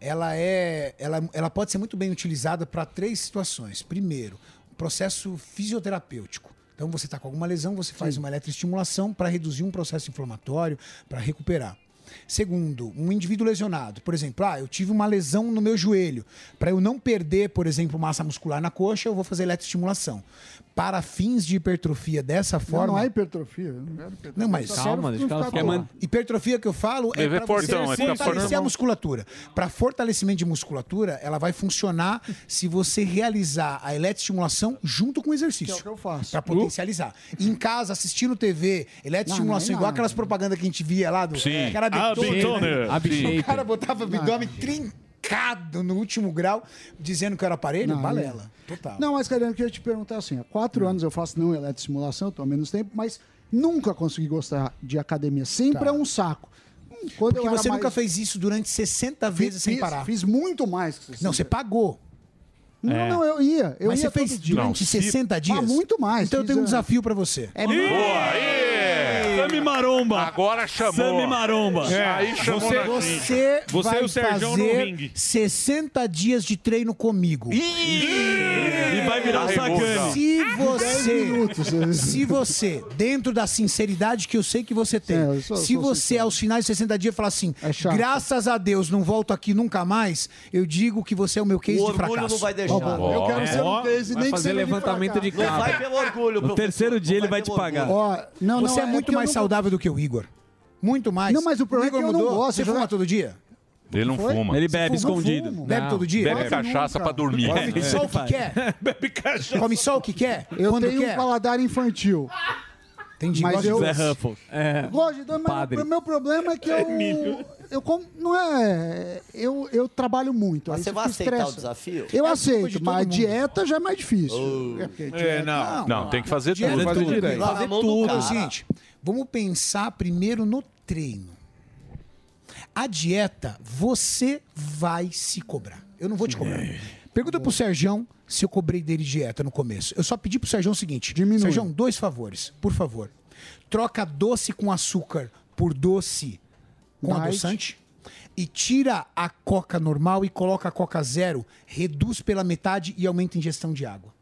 ela é, ela, ela pode ser muito bem utilizada para três situações. Primeiro, um processo fisioterapêutico. Então você está com alguma lesão, você faz uma eletroestimulação para reduzir um processo inflamatório, para recuperar. Segundo, um indivíduo lesionado, por exemplo, ah, eu tive uma lesão no meu joelho. Para eu não perder, por exemplo, massa muscular na coxa, eu vou fazer eletroestimulação. Para fins de hipertrofia dessa
Não,
forma,
não é hipertrofia. Não, é hipertrofia.
não, mas
Eu só quero não ficar
Quer
com-
man- Hipertrofia que eu falo é
Deve
para
fortão, é
você
ficar
fortalecer
fortão.
a musculatura. Para fortalecimento de musculatura, ela vai funcionar se você realizar a eletroestimulação junto com o
Que
exercício.
é o que eu faço.
Para potencializar.
Uh.
E Em casa, assistindo TV, eletroestimulação,
Não, é não,
igual
não.
aquelas propagandas que a gente via lá do é,
Sim.
cara
Ah, Abitone.
betona.
Abitone.
O cara botava abdômen trincado no último grau, dizendo que era aparelho,
Não,
balela. Total.
Não, mas, Cariano, eu queria te perguntar assim: há quatro anos eu faço não eletroestimulação, estou há menos tempo, mas nunca consegui gostar de academia. Sempre
Tá.
é um saco. Hum, Quando
Porque
eu era
você
mais-
nunca fez isso durante 60 vezes sem
fiz-
parar.
Fiz muito mais que 60.
Não, você pagou.
Não,
É.
não, eu ia. Eu
Mas
ia
você fez
todo dia.
durante 60 dias?
Ah, muito mais.
Então eu
Fiz,
tenho um
é.
desafio pra você.
É
Boa, aí!
Sammy Maromba.
Agora chamou.
Sammy Maromba.
É, Aí chamou
você,
na
você,
gente. Você
vai
e o Serjão no
fazer
ringue.
60 dias de treino comigo.
E vai virar um
Arregou,
sacane.
Se
Dez
você,
minutos.
se você, dentro da sinceridade que eu sei que você tem,
Sim, É, eu sou-
se
sou É
você aos finais de 60 dias falar assim,
chato.
graças a Deus não volto aqui nunca mais, eu digo que você é o meu case
O
de
orgulho
fracasso.
não vai deixar.
Ó,
Eu quero ser um case,
Vai
nem que
fazer
seja de
levantamento de
fracasso. Não
carro.
vai pelo orgulho,
No terceiro dia ele vai te pagar.
Ó, não,
você
não,
é,
é
muito
que eu
mais
não-
saudável do que o Igor. Muito mais.
Não, mas o problema é que eu não gosto,
Você
eu já-
fuma todo dia?
Ele não
Foi?
fuma.
Ele bebe Você fuma? escondido. Fumo. Bebe todo dia?
Bebe
Quase
cachaça pra dormir. É.
Come só o que quer. Bebe cachaça. Come só o que quer.
Eu
quando
tenho um
é?
quer.
paladar infantil.
Entendi.
mas
gosto de
eu-
doce.
Zé
Ruffles. É.
Gosto de doce, mas
Padre.
o então, meu problema é que eu.
milho.
eu como, não é. Eu, eu trabalho muito. aí
Mas você
isso
vai
me
aceitar
estressa.
o desafio?
Eu
É o desafio de
aceito,
todo
mas
mundo.
dieta já é mais difícil.
Oh.
É, porque dieta-
não. Oh. Não, tem que fazer
Direto
tudo.
tudo.
direito.
Fazer
mão do
tudo,
cara.
gente. Vamos pensar primeiro no treino. A dieta, você vai se cobrar. Eu não vou te cobrar. Pergunta pro Serjão se eu cobrei dele dieta no começo. Eu só pedi pro Serjão o seguinte: Serjão, dois favores, por favor. Troca doce com açúcar por doce com
Diet.
adoçante. e tira a coca normal e coloca a coca zero, reduz pela metade e aumenta a ingestão de água.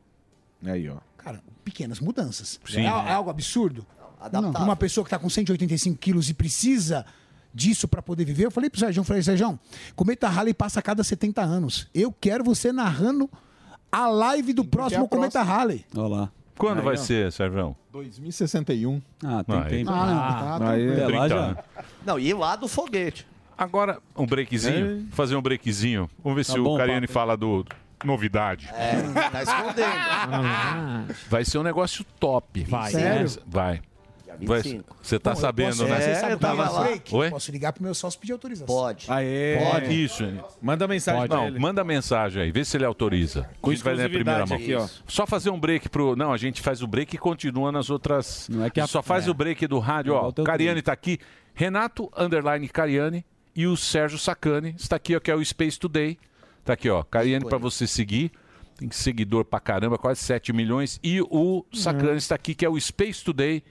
Aí, ó.
Cara, pequenas mudanças.
Sim.
É, al- é algo absurdo?
Adaptável.
Uma pessoa que está com 185 quilos e precisa disso para poder viver. Eu falei pro Sérgio, eu falei, Sérgio, Cometa Halley passa a cada 70 anos. Eu quero você narrando a live do próximo Cometa Halley.
Olha lá.
Quando
Aí,
vai
ó.
ser, Sérgio?
2061.
Ah,
tem Aí. tempo.
Ah,
tá
Ah, aí-
tranquilo.
Até lá já.
Não, e lá do foguete.
Agora, um breakzinho. Fazer um breakzinho. Vamos ver
Tá
se
bom
o
o
Cariani
papo, hein?
fala do novidade.
É, tá
Ah,
escondendo.
Vai ser um negócio top.
Vai. Sério?
Vai. Vai.
25.
Você tá
Bom, eu
sabendo,
posso-
né?
Você sabe que É, eu
lá.
falei que
Oi?
Posso ligar pro meu sócio e pedir autorização.
Pode.
Aê.
Pode. Isso. Manda mensagem
pra
Não,
ele.
manda mensagem aí. Vê se ele autoriza.
Com
a gente vai ler a primeira mão.
exclusividade aqui,
Só fazer um break pro... Não, a gente faz o break e continua nas outras... Não é
que a-
Só faz
é.
o break do rádio, ó.
Volta o
Cariani tá aqui. Renato, underline Cariani. E o Sérgio Sacani. Está aqui, ó, que é o Space Today. Tá aqui, ó. Cariani pra você seguir. Tem seguidor pra caramba, quase 7 milhões. E o Sacani está aqui, que é o Space Today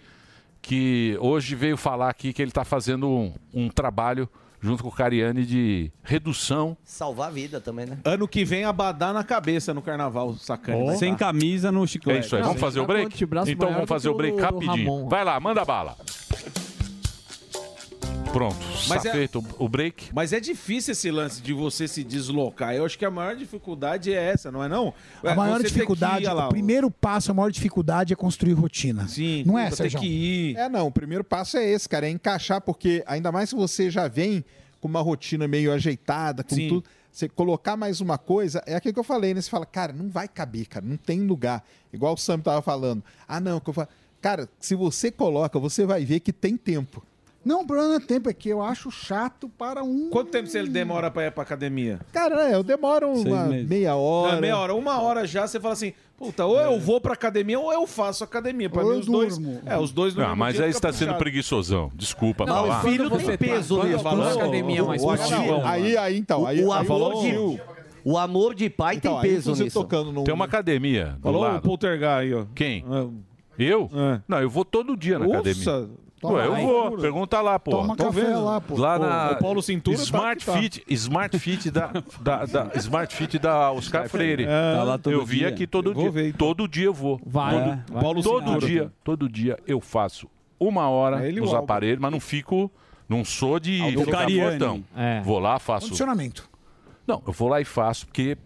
que hoje veio falar aqui que ele está fazendo um, um trabalho junto com o Cariani de redução.
Salvar a vida também, né?
Ano que vem, abadar na cabeça no carnaval, sacane.
Ó.
Vai
Sem
tá.
camisa no chiclete.
É isso aí. Vamos fazer o break? Então vamos fazer o break rapidinho. Vai lá, manda bala. Pronto,
Mas
está
é-
feito o break.
Mas é difícil esse lance de você se deslocar. Eu acho que a maior dificuldade é essa, não é não?
A maior
Você ter que ir,
dificuldade,
olha lá,
o primeiro passo, a maior dificuldade é construir rotina. Sim, não é, Sérgio?
É, não. O primeiro passo é esse, cara. É encaixar, porque ainda mais se você já vem com uma rotina meio ajeitada, com
Sim.
tudo. Você colocar mais uma coisa, é aquilo que eu falei, né? Você fala, cara, não vai caber, cara, não tem lugar. Igual o Sam tava falando. Ah, não, que eu falo. Cara, se você coloca, você vai ver que tem tempo.
Não, o problema é tempo, é que eu acho chato para um.
Quanto tempo você demora pra ir pra academia?
Cara, é, eu demoro uma
meses.
meia hora. É.
Não, é meia hora, uma hora já, você fala assim, puta, ou eu vou pra academia ou eu faço academia. Pra
Ou
mim,
eu
os dois.
durmo.
É, os dois no
Ah,
mesmo
mas
dia
aí
fica
está sendo
puxado.
preguiçosa. Desculpa
Não,
falar.
o filho Quando tem você tá- peso, quando Luiz, quando balança- academia mais
o
pesada.
ativão,
Aí-
mano.
aí, então,
O-
aí-
o
aí
amor
o-
de o amor de pai
Então,
tem
aí,
peso
inclusive,
nisso.
tocando no-
Tem uma academia do
Falou É, o
lado.
Poltergar aí, ó.
Quem? É. Eu? Não, eu vou todo dia na
Nossa.
academia.
É. Toma
Ué, eu
aí,
vou.
puro.
Pergunta lá, pô.
Toma Tô café vendo. lá, pô.
Lá
Pô,
na
o Paulo Cintura tá
Smart
que tá.
Fit, Smart Fit da, da, da- Smart Fit da Oscar Freire.
Tá lá todo
eu vi
dia.
aqui todo
Eu vou
dia.
ver, então.
Todo dia eu vou.
Vai, é.
Todo,
vai. Paulo
todo
Cintura.
dia, todo dia eu faço uma hora
É ele e o
nos
Alba.
aparelhos, mas não fico não sou de
Alba
ficar
Cariani.
fortão.
É.
Vou lá, faço
Condicionamento.
não, eu vou lá e faço, porque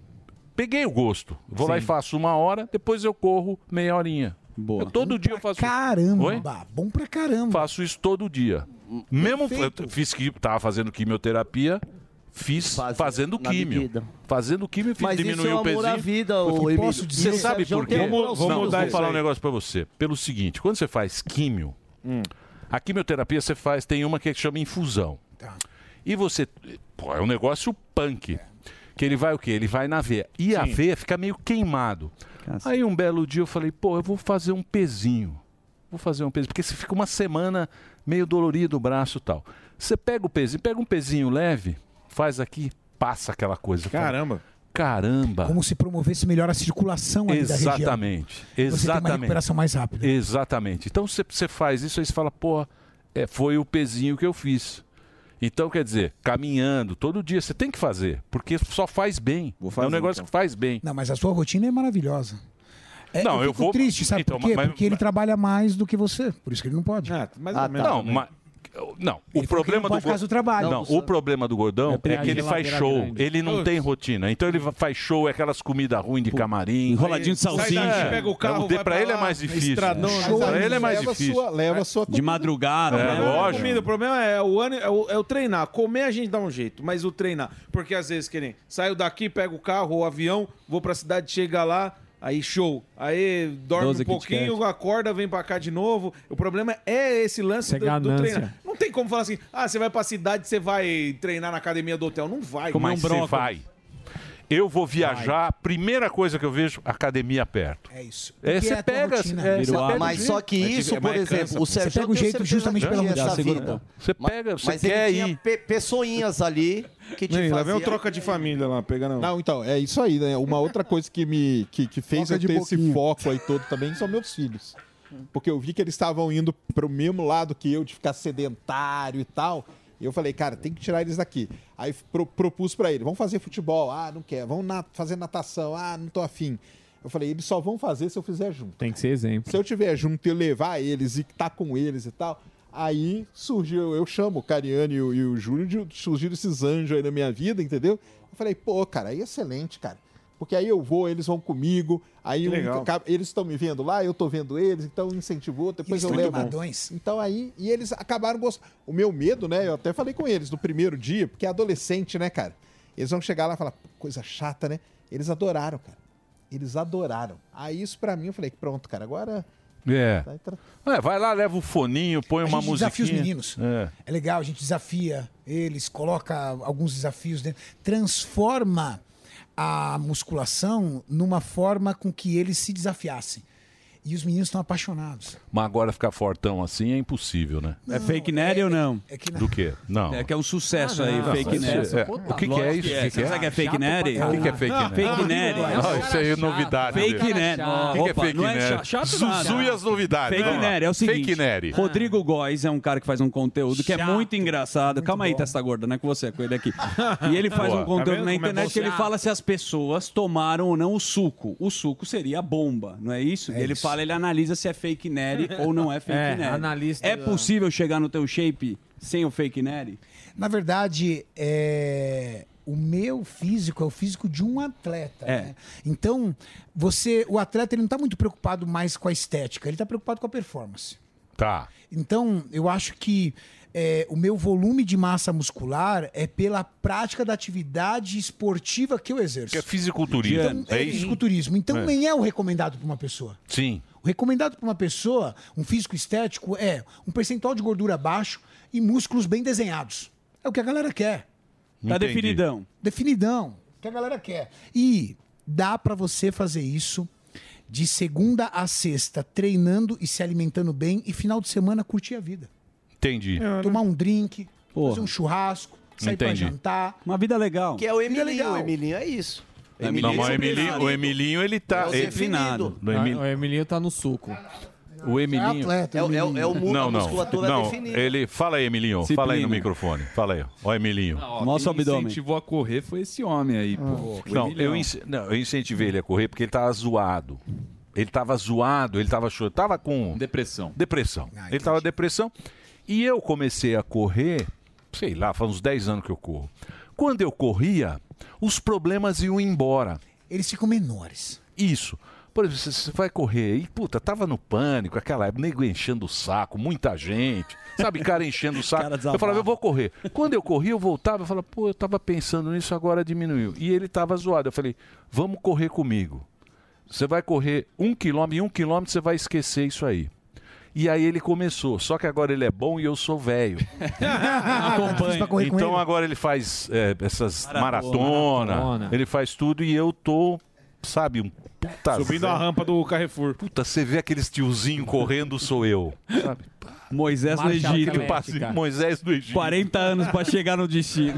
peguei o gosto. Vou lá e faço uma hora, depois eu corro meia horinha. Boa. Eu, todo dia eu faço
Caramba,
Oi?
bom pra caramba.
Faço isso todo dia. Mesmo eu fiz que tava fazendo quimioterapia, fiz fazendo
na
químio.
medida.
Fazendo químio, fiz
Mas isso
diminuir
é
o
amor
pezinho.
à vida, ô,
Porque
Emílio.
posso dizer,
Você
você
sabe
sabe
já
por quê?
tem Vamos- vamos
Não,
mudar
vou
isso
falar um
aí.
negócio pra você. Pelo seguinte, quando você faz químio, a quimioterapia você faz, tem uma que chama infusão. E você. Pô, é um negócio punk. Que ele vai o quê? Ele vai na veia. E a
Sim.
veia fica meio queimado. Aí um belo dia eu falei, pô, eu vou fazer um pezinho. Vou fazer um pezinho. Porque você fica uma semana meio dolorido o braço e tal. Você pega o pezinho, pega um pezinho leve, faz aqui, passa aquela coisa.
Caramba.
Caramba.
Como se promovesse melhor a circulação um ali da região.
Exatamente.
Você tem uma
Exatamente.
recuperação mais rápida.
Exatamente. Então você- você faz isso, aí você fala, pô, é, foi o pezinho que eu fiz. Então, quer dizer, caminhando todo dia, você tem que fazer, porque só faz bem. é um negócio que faz bem.
Não, mas a sua rotina é maravilhosa. É,
Não,
eu,
eu
fico
vou-
triste, sabe
Então,
por quê?
mas-
Porque ele trabalha mais do que você, por isso que ele não pode.
Ah, tá. Não, mas- não, o problema
não pode
do,
por causa do trabalho.
Não, o problema do gordão é,
a
que ele faz
geladeira
show,
grande.
ele não
Putz.
tem rotina. Então ele va- faz show, é aquelas comidas ruins de camarim,
Enroladinho de Sai daí, salsicha.
É,
pega o carro,
o de-
vai
pra
pra
ele é
lá,
mais difícil.
estradão,
Pra
show,
ele é mais
leva
difícil.
sua- leva sua
De madrugada.
É,
né?
Não, não é comida, o problema é o, ano, é, o, é o treinar. Comer a gente dá um jeito, mas o treinar. Porque às vezes, que nem, saio daqui, pego o carro ou o avião, vou pra cidade, chega lá, aí show. Aí dorme
12
um
Kit
pouquinho, acorda, vem pra cá de novo. O problema é esse lance
É
do, do
ganância.
treinar. Não tem como falar assim, ah, você vai pra cidade, você vai treinar na academia do hotel. Não vai.
Mas você vai. Eu vou viajar, primeira coisa que eu vejo, academia perto.
É isso.
É,
Porque é
você
a tua
pega,
rotina.
é,
Virou
você
hábito.
pega
Mas
o
só
jeito.
que Mas isso, é- por mas exemplo, cansa, o pô. Você Sérgio pega o eu jeito tenho certeza justamente que pela tinha mudança. essa vida.
Você pega, você
Mas ele
quer
tinha
ir.
pe- pessoinhas ali que te
Ih, lá
faziam...
vem o troca
de família lá, pegando.
Não, então, é isso aí, né? Uma outra coisa que me que, que fez
Foca
eu
de
ter esse foco aí todo também são meus filhos. Porque eu vi que eles estavam indo pro mesmo lado que eu, de ficar sedentário e tal. E eu falei, cara, tem que tirar eles daqui. Aí pro- propus pra ele, vamos fazer futebol, ah, não quer, vamos na- fazer natação, ah, não tô afim. Eu falei, eles só vão fazer se eu fizer junto.
Tem que ser exemplo.
Se eu tiver junto e eu levar eles e tá com eles e tal, aí surgiu, eu chamo o Cariano e o, e o Júlio, de, surgiram esses anjos aí na minha vida, entendeu? Eu falei, pô, cara, aí é excelente, cara. Porque aí eu vou, eles vão comigo, aí
Que
um-
legal.
ca- eles estão me vendo lá, eu tô vendo eles, então um incentivou, depois
Eles
eu
tão
levo.
animadões.
Então aí, e eles acabaram gostando. O meu medo, né? Eu até falei com eles no primeiro dia, porque é adolescente, né, cara? Eles vão chegar lá e falar, "Pô, coisa chata, né? Eles adoraram, cara. Eles adoraram. Aí isso pra mim, eu falei, pronto, cara, agora
É. É, Vai lá, leva o foninho, põe
A
uma
gente
musiquinha.
desafia os meninos.
É.
É legal, a gente desafia eles, coloca alguns desafios dentro, transforma a musculação numa forma com que eles se desafiassem. E os meninos estão apaixonados.
Mas agora ficar fortão assim é impossível, né?
É fake nerd ou não?
Do quê? Não.
É que é um sucesso
Ah,
aí,
não,
fake
isso
nerd.
é- o que que é
Lógico
isso? O que
Você
que é?
sabe que é fake
Chato pra
nerd?
caralho. O que que é fake nerd?
Fake nerd.
Não, isso aí é novidade, né?
Fake nerd.
O que que é
Opa,
fake
não é
nerd?
cha- chato
Zuzu
nada.
e as novidades,
Fake
vamos lá.
nerd, é o
Fake
seguinte.
nerd.
Rodrigo Góes é um cara que faz um conteúdo que é muito engraçado. Calma aí, testa gorda, não é com você, é com ele aqui. E ele faz
Boa.
um conteúdo
Tá vendo como
na
é
internet
bom?
que ele
Chato.
fala se as pessoas tomaram ou não o suco. O suco seria a bomba, não é isso? ele fala, ele analisa se é fake nerd ou não é fake
É,
nerd.
analista-
é possível chegar no teu shape sem o fake nerd?
Na verdade, é, o meu físico é o físico de um atleta.
É.
né? Então, você, o atleta ele não está muito preocupado mais com a estética, ele está preocupado com a performance.
Tá.
Então, eu acho que é, o meu volume de massa muscular é pela prática da atividade esportiva que eu exerço.
Que é fisiculturismo.
Então,
é
é
isso?
fisiculturismo. Então,
É.
nem é o recomendado para uma pessoa.
Sim.
O recomendado para uma pessoa, um físico estético, é um percentual de gordura baixo e músculos bem desenhados. É o que a galera quer.
Tá Entendi. definidão.
Definidão. O que a galera quer. E dá para você fazer isso de segunda a sexta, treinando e se alimentando bem e final de semana curtir a vida.
Entendi.
É, né?
Tomar um drink,
Porra.
fazer um churrasco, sair para pra
Entendi.
jantar.
Uma vida legal.
Que é o
Vida
Emilinho.
legal.
O Emilinho é isso.
Não, mas o Emilinho, o Emilinho, ele tá.
É o definido.
Do Emil-
O Emilinho tá no suco.
O Emilinho.
atleta, É o- é o- é o mu-
não,
a
não,
musculatura
não.
definida.
Ele fala aí, Emilinho. Fala aí
Disciplina.
no microfone. Fala aí. Ó, Emilinho.
Ó, quem me incentivou a correr foi esse homem aí, pô. O
Não eu,
Emilhão.
ince- não, eu incentivei ele a correr porque ele tava zoado. Ele tava zoado, ele tava chorando, tava com... Depressão. Depressão.
Ah,
ele tava depressão. E eu comecei a correr, sei lá, faz uns 10 anos que eu corro. Quando eu corria, os problemas iam embora.
Eles ficam menores.
Isso. Por exemplo, você- você vai correr e, puta, tava no pânico, aquela época, nego enchendo o saco, muita gente, sabe, cara enchendo o saco. eu falava, eu vou correr. Quando eu corri, eu voltava, eu falava, pô, eu tava pensando nisso, agora diminuiu. E ele tava zoado. Eu falei, vamos correr comigo. Você vai correr um quilômetro, e um quilômetro você vai esquecer isso aí. E aí ele começou, só que agora ele é bom e eu sou velho.
Acompanha.
Então agora ele faz é, essas maratona,
maratona.
ele faz tudo e eu tô, sabe, um puta
Subindo a rampa do Carrefour.
Puta, você vê aqueles tiozinho correndo, sou eu. Sabe?
Moisés no
Marcha
Egito.
atlética. Passe- Moisés no Egito.
40 anos pra chegar no destino.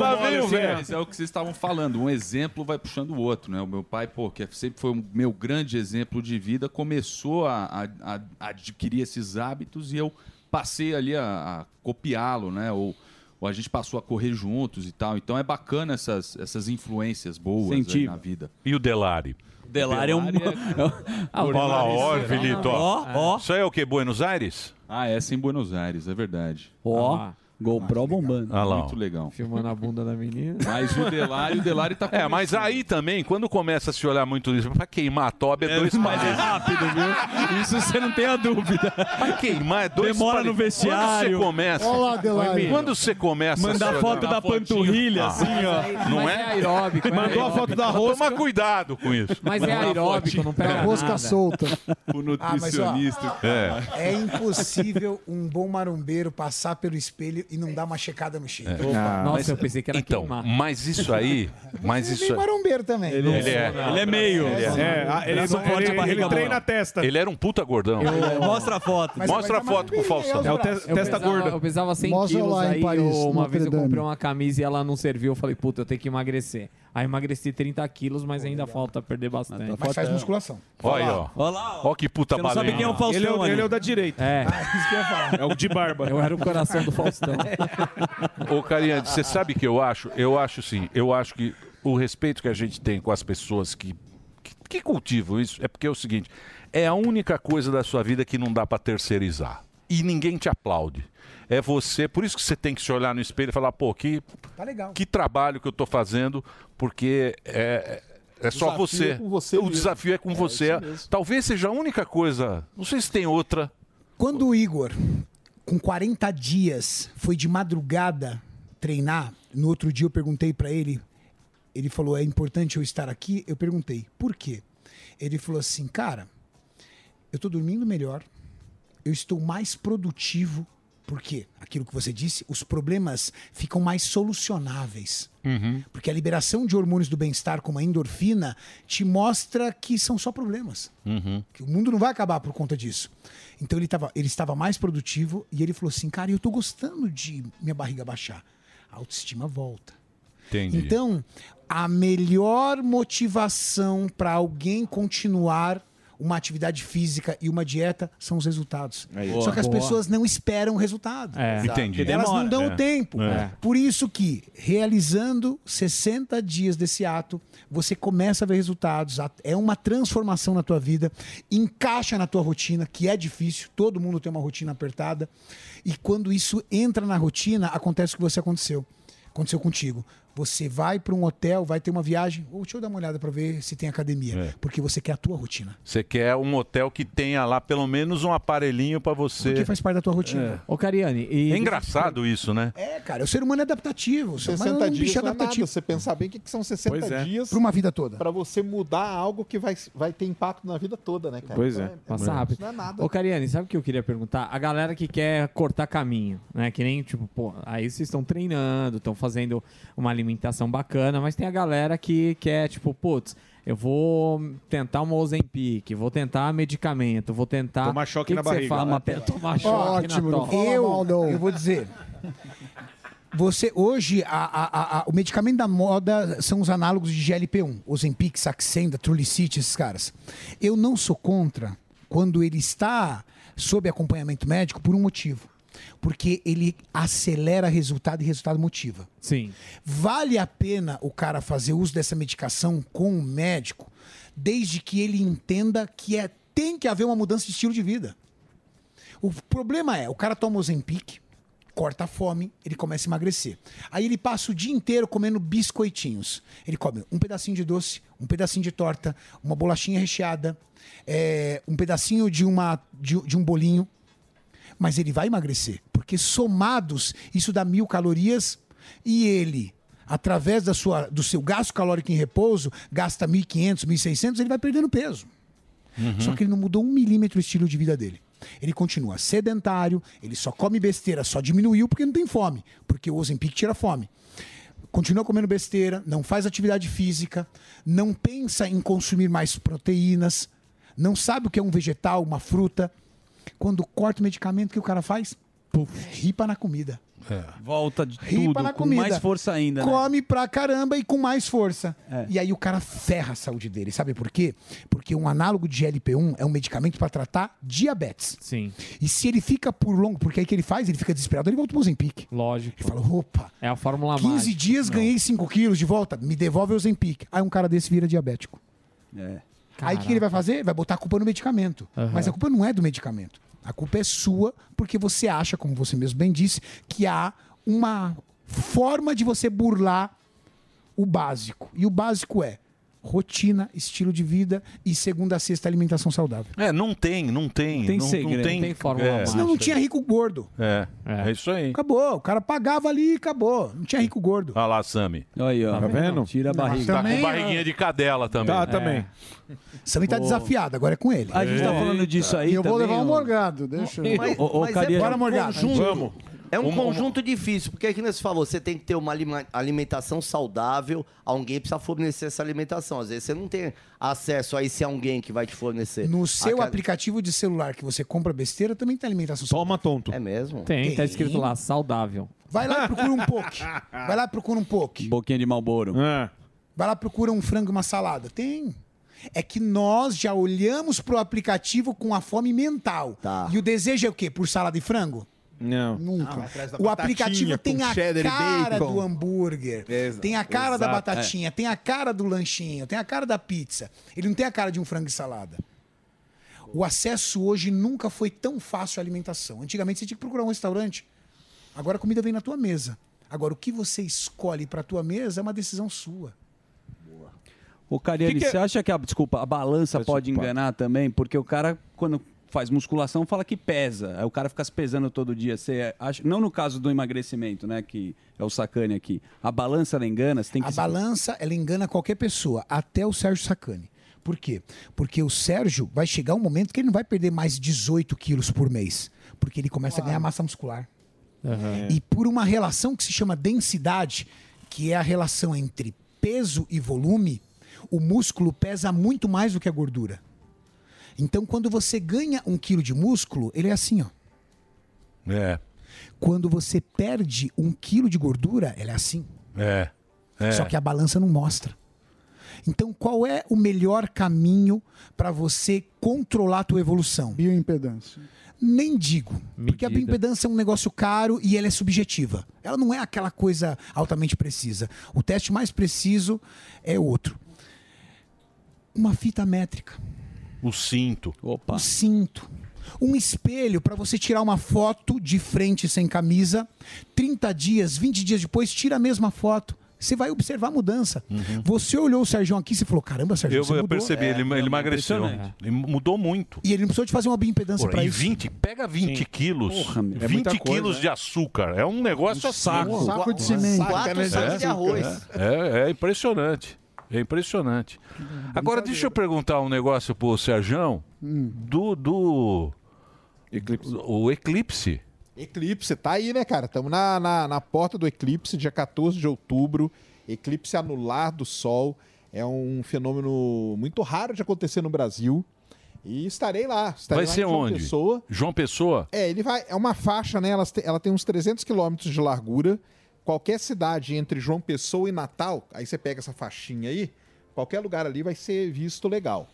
Lá vem o velho. Mas É o que vocês estavam falando. Um exemplo vai puxando o outro, né? O meu pai, pô, que sempre foi o meu grande exemplo de vida, começou a, a- a- a adquirir esses hábitos e eu passei ali a, a copiá-lo, né? Ou, ou a gente passou a correr juntos e tal. Então é bacana essas, essas influências boas aí
Incentivo.
na vida.
E o Delari?
Delari é um-
Olha lá,
é um
ó, Vilito. Ó, Isso aí é o quê? Buenos Aires?
Ah, essa é em Buenos Aires, é verdade.
Ó, GoPro bombando.
Ah lá, ó.
Muito legal.
Filmando a bunda da menina.
Mas o Delari, o Delari tá
É, mas aí também, quando começa a se olhar muito nisso, pra queimar a toba é, dois mais
rápido, viu? Isso você não tem a dúvida.
Pra queimar é dois
Demora no
palitos.
vestiário.
Quando você começa.
Olha lá, Delari.
Oi, Quando você começa. a
Mandar
se
foto
olhar-
da panturrilha,
Ah,
assim, ó.
Não
Mas
é?
é aeróbico, é
Mandou a
aeróbico.
foto da rosca. Toma cuidado com isso.
Mas é aeróbico, não pega
Rosca
nada.
solta.
O
Ah, mas, ó,
nutricionista.
É impossível um bom marombeiro passar pelo espelho e não dar uma checada no shape.
É.
Opa.
Mas- Então, mas isso aí. Mas
Bem
isso aí.
é marombeiro também.
Ele, é,
Ele é meio. É, ah, ele não- ele- ele treina
a
testa.
Ele era um puta gordão.
Eu- Mostra a foto. Mas-
Mostra a
mas é
foto com o Falsão.
Eu pesava- Eu pesava 100
Mostra
quilos
lá em
aí,
Paris,
eu- uma
Notre
vez eu
Dame.
comprei uma camisa e ela não serviu. Eu falei, puta, eu tenho que emagrecer. Aí emagreci 30 quilos, mas ainda falta perder bastante.
Mas faz musculação.
Olha aí, ó.
Olha lá,
Ó que puta
Você não
baleia.
sabe quem é o Faustão
Ele é o-
ali.
ele é o da direita.
É.
isso que eu ia falar.
É o de barba.
Eu era o coração do Faustão.
Ô, Cariane, você sabe o que eu acho? Eu acho sim. Eu acho que o respeito que a gente tem com as pessoas que, que, que cultivam isso é porque é o seguinte: é a única coisa da sua vida que não dá pra terceirizar. E ninguém te aplaude. É você, por isso que você tem que se olhar no espelho e falar, pô, que,
Tá legal.
que trabalho que eu tô fazendo, porque é, é só
desafio
você.
é com você
o
mesmo.
desafio é com
É,
você.
isso mesmo.
Talvez seja a única coisa. Não sei se tem outra.
Quando o Igor, com 40 dias, foi de madrugada treinar, no outro dia eu perguntei pra ele, ele falou: "É importante eu estar aqui?" Eu perguntei: "Por quê?" Ele falou assim: "Cara, eu tô dormindo melhor, eu estou mais produtivo, porque aquilo que você disse, os problemas ficam mais solucionáveis." Porque a liberação de hormônios do bem-estar, como a endorfina, te mostra que são só problemas.
Uhum.
Que o mundo não vai acabar por conta disso. Então ele, tava, ele estava mais produtivo e ele falou assim: cara, eu tô gostando de minha barriga baixar. A autoestima volta.
Entendi.
Então, a melhor motivação para alguém continuar uma atividade física e uma dieta são os resultados.
Aí.
Só que as
Boa.
pessoas não esperam o resultado.
É. Entendi.
Elas não
Demora.
dão
É.
o tempo.
É.
Por isso que, realizando 60 dias desse ato, você começa a ver resultados. A- É uma transformação na tua vida, encaixa na tua rotina, que é difícil, todo mundo tem uma rotina apertada. E quando isso entra na rotina, acontece o que você aconteceu. Aconteceu contigo. Você vai para um hotel, vai ter uma viagem. Ou deixa eu dar uma olhada para ver se tem academia. Porque você quer a tua rotina.
Você quer um hotel que tenha lá pelo menos um aparelhinho pra você.
Porque faz parte da tua rotina.
Ô, Cariani,
É engraçado isso, né?
É, cara, o ser humano é adaptativo. O ser humano
60
é um
dias
bicho
não é nada.
adaptativo.
Você pensar bem o que, que são 60
Pois é.
dias.
Pra uma vida toda.
Pra você mudar algo que vai, vai ter impacto na vida toda, né, cara? Então
Passa rápido.
Isso não é nada.
Ô, Cariane, sabe o que eu queria perguntar? A galera que quer cortar caminho, né? Que nem, tipo, pô, aí vocês estão treinando, estão fazendo uma alimentação bacana, mas tem a galera que quer, tipo, putz, eu vou tentar uma Ozempic, vou tentar medicamento, vou tentar...
Tomar choque
O
na
tá? que que você
barriga. Ó,
Fala? Tomar choque
Ótimo,
na
não
tola.
fala mal, não. Eu vou dizer. Você, hoje, a- a- a- a- o medicamento da moda são os análogos de GLP-1. Ozempic, Saxenda, Trulicity, esses caras. Eu não sou contra quando ele está sob acompanhamento médico por um motivo. Porque ele acelera resultado e resultado motiva.
Sim.
Vale a pena o cara fazer uso dessa medicação com o médico, desde que ele entenda que é, tem que haver uma mudança de estilo de vida. O problema é, o cara toma Ozempic, corta a fome, ele começa a emagrecer. Aí ele passa o dia inteiro comendo biscoitinhos. Ele come um pedacinho de doce, um pedacinho de torta, uma bolachinha recheada, é, um pedacinho de, uma, de, de um bolinho. Mas ele vai emagrecer, porque somados, isso dá mil calorias e ele... Através da sua, do seu gasto calórico em repouso, gasta 1.500, 1.600, ele vai perdendo peso.
Uhum.
Só que ele não mudou um milímetro o estilo de vida dele. Ele continua sedentário, ele só come besteira, só diminuiu porque não tem fome, porque o Ozempic tira a fome. Continua comendo besteira, não faz atividade física, não pensa em consumir mais proteínas, não sabe o que é um vegetal, uma fruta. Quando corta o medicamento, o que o cara faz? Puf, ripa na comida.
É.
Volta de
Ripa
tudo,
na
com
comida.
mais força ainda, né? É.
Come pra caramba e com mais força. E aí o cara ferra a saúde dele. Sabe por quê? Porque um análogo de GLP-1 é um medicamento pra tratar diabetes.
Sim.
E se ele fica por longo, porque aí o que ele faz? Ele fica desesperado, ele volta pro Ozempic.
Lógico.
Ele fala, opa,
É a fórmula
15
mágica.
dias, ganhei 5 quilos de volta, me devolve o Ozempic. Aí um cara desse vira diabético.
É.
Aí o que ele vai fazer? Vai botar a culpa no medicamento.
Aham.
Mas a culpa não é do medicamento. A culpa é sua, porque você acha, como você mesmo bem disse, que há uma forma de você burlar o básico. E o básico é rotina, estilo de vida e segunda a sexta alimentação saudável.
É, não tem, não tem.
Tem
não,
segredo,
não tem,
tem fórmula
é.
mágica. Senão não tinha rico gordo.
É, é, isso aí.
Acabou, o cara pagava ali e acabou. Não tinha rico gordo.
Olha lá, Sami.
Aí, ó. Tá vendo? Tira a barriga.
Tá com
Também,
barriguinha de cadela também.
Tá, também.
Sami tá
Ô.
desafiado, agora é com ele.
A gente tá falando disso aí
E eu vou
também,
levar um
ó.
morgado, deixa eu...
Mas- Ô, ô,
mas
Cadê?
é-
Bora,
Morgado.
Conjunto.
Vamos.
É um
Uma-
conjunto difícil, porque aqui nesse falou, você tem que ter uma alima- alimentação saudável, alguém precisa fornecer essa alimentação. Às vezes você não tem acesso a esse alguém que vai te fornecer.
No seu
Aquela-
aplicativo de celular que você compra besteira, também tem alimentação Toma
tonto. É
mesmo?
Tem, tá
Tem.
escrito lá, saudável.
Vai lá e Ah. procura um pouco. Vai lá e procura um pouco.
É.
Boquinha de Malboro.
Vai lá, procura um frango e uma salada. Tem. É que nós já olhamos pro aplicativo com a fome mental. E o desejo é o quê? Por salada e frango?
Não.
Ah,
Nunca. o aplicativo tem a cara do hambúrguer,
Exa-
tem a cara da
exato,
batatinha, tem a cara do lanchinho, tem a cara da pizza. Ele não tem a cara de um frango e salada. O acesso hoje nunca foi tão fácil à alimentação. Antigamente você tinha que procurar um restaurante. Agora a comida vem na tua mesa. Agora o que você escolhe para tua mesa é uma decisão sua.
O Cariani,
Que que é-
você acha que a, desculpa, a balança
um
pode enganar também? Porque o cara, quando faz musculação, fala que pesa. Aí o cara fica se pesando todo dia. Você acha, não no caso do emagrecimento, né? Que é o sacane aqui. A balança ela engana, você tem que.
A balança, ela engana qualquer pessoa, até o Sérgio Sacani. Por quê? Porque o Sérgio vai chegar um momento que ele não vai perder mais 18 quilos por mês, porque ele começa a ganhar massa muscular. E por uma relação que se chama densidade, que é a relação entre peso e volume, o músculo pesa muito mais do que a gordura. Então, quando você ganha um quilo de músculo, ele é assim, ó.
É,
Quando você perde um quilo de gordura, ele é assim.
é. é.
Só que a balança não mostra. Então, qual é o melhor caminho para você controlar a tua evolução?
Bioimpedância.
Nem digo, porque a bioimpedância é um negócio caro e ela é subjetiva. Ela não é aquela coisa altamente precisa. O teste mais preciso é outro. Uma fita métrica,
O cinto.
Opa.
um cinto, um espelho para você tirar uma foto de frente sem camisa. 30 dias, 20 dias depois, tira a mesma foto. Você vai observar a mudança.
Uhum.
Você olhou o Sérgio aqui e você falou: caramba, Sérgio,
Eu,
você
eu
mudou." É,
percebi, ele, ele emagreceu.
impressionante.
Ele mudou muito.
E ele não precisou de fazer uma bioimpedância
Porra,
para
e
isso.
20, pega 20
Sim.
quilos.
Porra, meu. É
20
muita coisa,
quilos
né?
de açúcar. É um negócio
Um
assim.
saco. Um saco de cimento.
Quatro sacos de arroz.
É, é impressionante. É impressionante. Agora, deixa eu perguntar um negócio pro Serjão.
Hum.
Do. do... Eclipse. O eclipse.
Eclipse, tá aí, né, cara? Estamos na, na, na porta do eclipse, dia 14 de outubro. Eclipse anular do Sol. É um fenômeno muito raro de acontecer no Brasil. E estarei lá. Estarei tá lá
Vai
em
ser
João
onde?
Pessoa.
João Pessoa?
É, ele vai. É uma faixa, né? Ela, te- ela tem uns 300 quilômetros de largura. Qualquer cidade entre João Pessoa e Natal, aí você pega essa faixinha aí, qualquer lugar ali vai ser visto legal.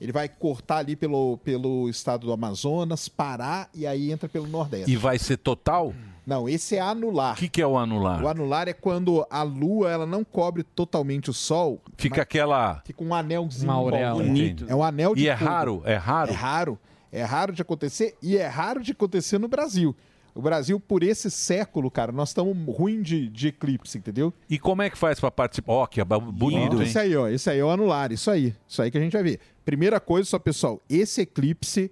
Ele vai cortar ali pelo, pelo estado do Amazonas, Pará e aí entra pelo Nordeste.
E vai ser total?
Não, esse é anular. O
que, que é o anular?
O anular é quando a lua ela não cobre totalmente o sol.
Fica
mas
aquela.
Fica um anelzinho.
Uma
em volta.
auréola. Bonito.
É um anel de
E é
fogo.
raro, é raro?
É raro. É raro de acontecer e é raro de acontecer no Brasil. O Brasil, por esse século, cara, nós estamos ruim de, de eclipse, entendeu?
E como é que faz pra participar? Ó, que é ba- bonito,
Ó,
hein?
Isso aí, ó. Isso aí é o anular. Isso aí. Isso aí que a gente vai ver. Primeira coisa, só, pessoal, esse eclipse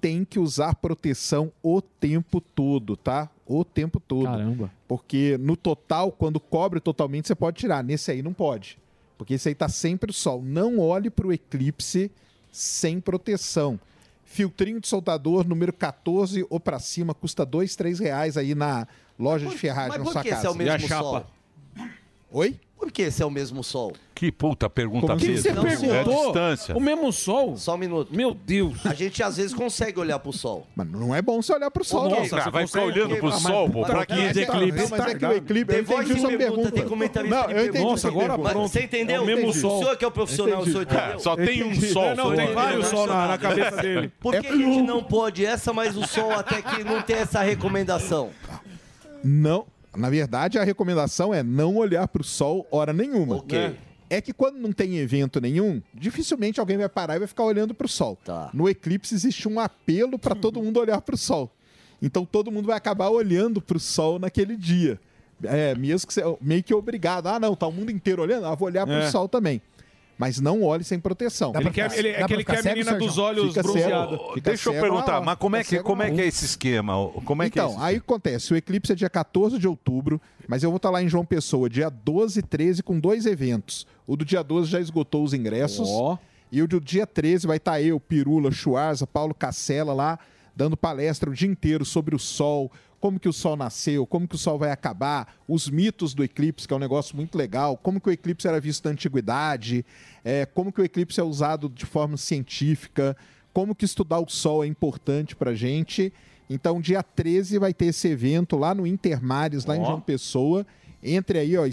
tem que usar proteção o tempo todo, tá? O tempo todo.
Caramba.
Porque no total, quando cobre totalmente, você pode tirar. Nesse aí não pode. Porque esse aí tá sempre o sol. Não olhe pro eclipse sem proteção. Filtrinho de soldador, número 14 ou pra cima, custa dois, três reais aí na loja de ferragem,
Mas
na
por
sua
que esse
casa.
é o mesmo sol?
Oi?
Por que esse é o mesmo sol?
Que puta pergunta
Como que
mesmo.
você
É a
perguntou?
distância.
O
mesmo sol?
Só um minuto.
Meu Deus.
A gente às vezes consegue olhar pro sol.
Mas não é bom você olhar pro sol,
Nossa,
não.
cara, vai ficar olhando pro
Ah, mas
sol, pô,
puta
pra quê?
merda, cara.
Eclipse.
Não, mas é que o eclipse...
Tem
eu entendi
voz de
sua
pergunta, tem comentarista
Não,
que
eu entendi
pergunta. Nossa,
sua
agora
pergunta.
pronto. Você entendeu? É o mesmo O sol. senhor que é o profissional, o senhor entendeu?
É, só tem um sol,
Não, não, tem vários sol na- na cabeça
dele.
Por que a gente não pode essa, mas o sol até que não tem essa recomendação?
Não, na verdade a recomendação é não olhar pro sol hora nenhuma.
Ok.
É que quando não tem evento nenhum, dificilmente alguém vai parar e vai ficar olhando pro sol.
Tá.
No eclipse existe um apelo para todo mundo olhar pro sol. Então todo mundo vai acabar olhando pro sol naquele dia. É, mesmo que você meio que obrigado. Ah, não, tá o mundo inteiro olhando, ah, vou olhar pro
É.
sol também. Mas não olhe sem proteção.
Ele quer- ele- é que ele quer a menina dos olhos
Fica cego.
bronzeada.
Fica
Deixa eu
cego na
perguntar,
hora.
mas como é
Fica
que,
cego
como
na
é,
hora.
que é esse esquema? Ô, Como é que é
então,
esse?
aí acontece, o eclipse é dia 14 de outubro, mas eu vou estar lá em João Pessoa, dia 12 e 13, com dois eventos. O do dia 12 já esgotou os ingressos. E o do dia 13 vai estar eu, Pirula, Chuarza, Paulo Cacela lá, dando palestra o dia inteiro sobre o sol, como que o sol nasceu, como que o sol vai acabar, os mitos do eclipse, que é um negócio muito legal, como que o eclipse era visto na antiguidade, é, como que o eclipse é usado de forma científica, como que estudar o sol é importante pra gente. Então, dia 13 vai ter esse evento lá no Intermares, lá em João Pessoa. Entre aí, ó,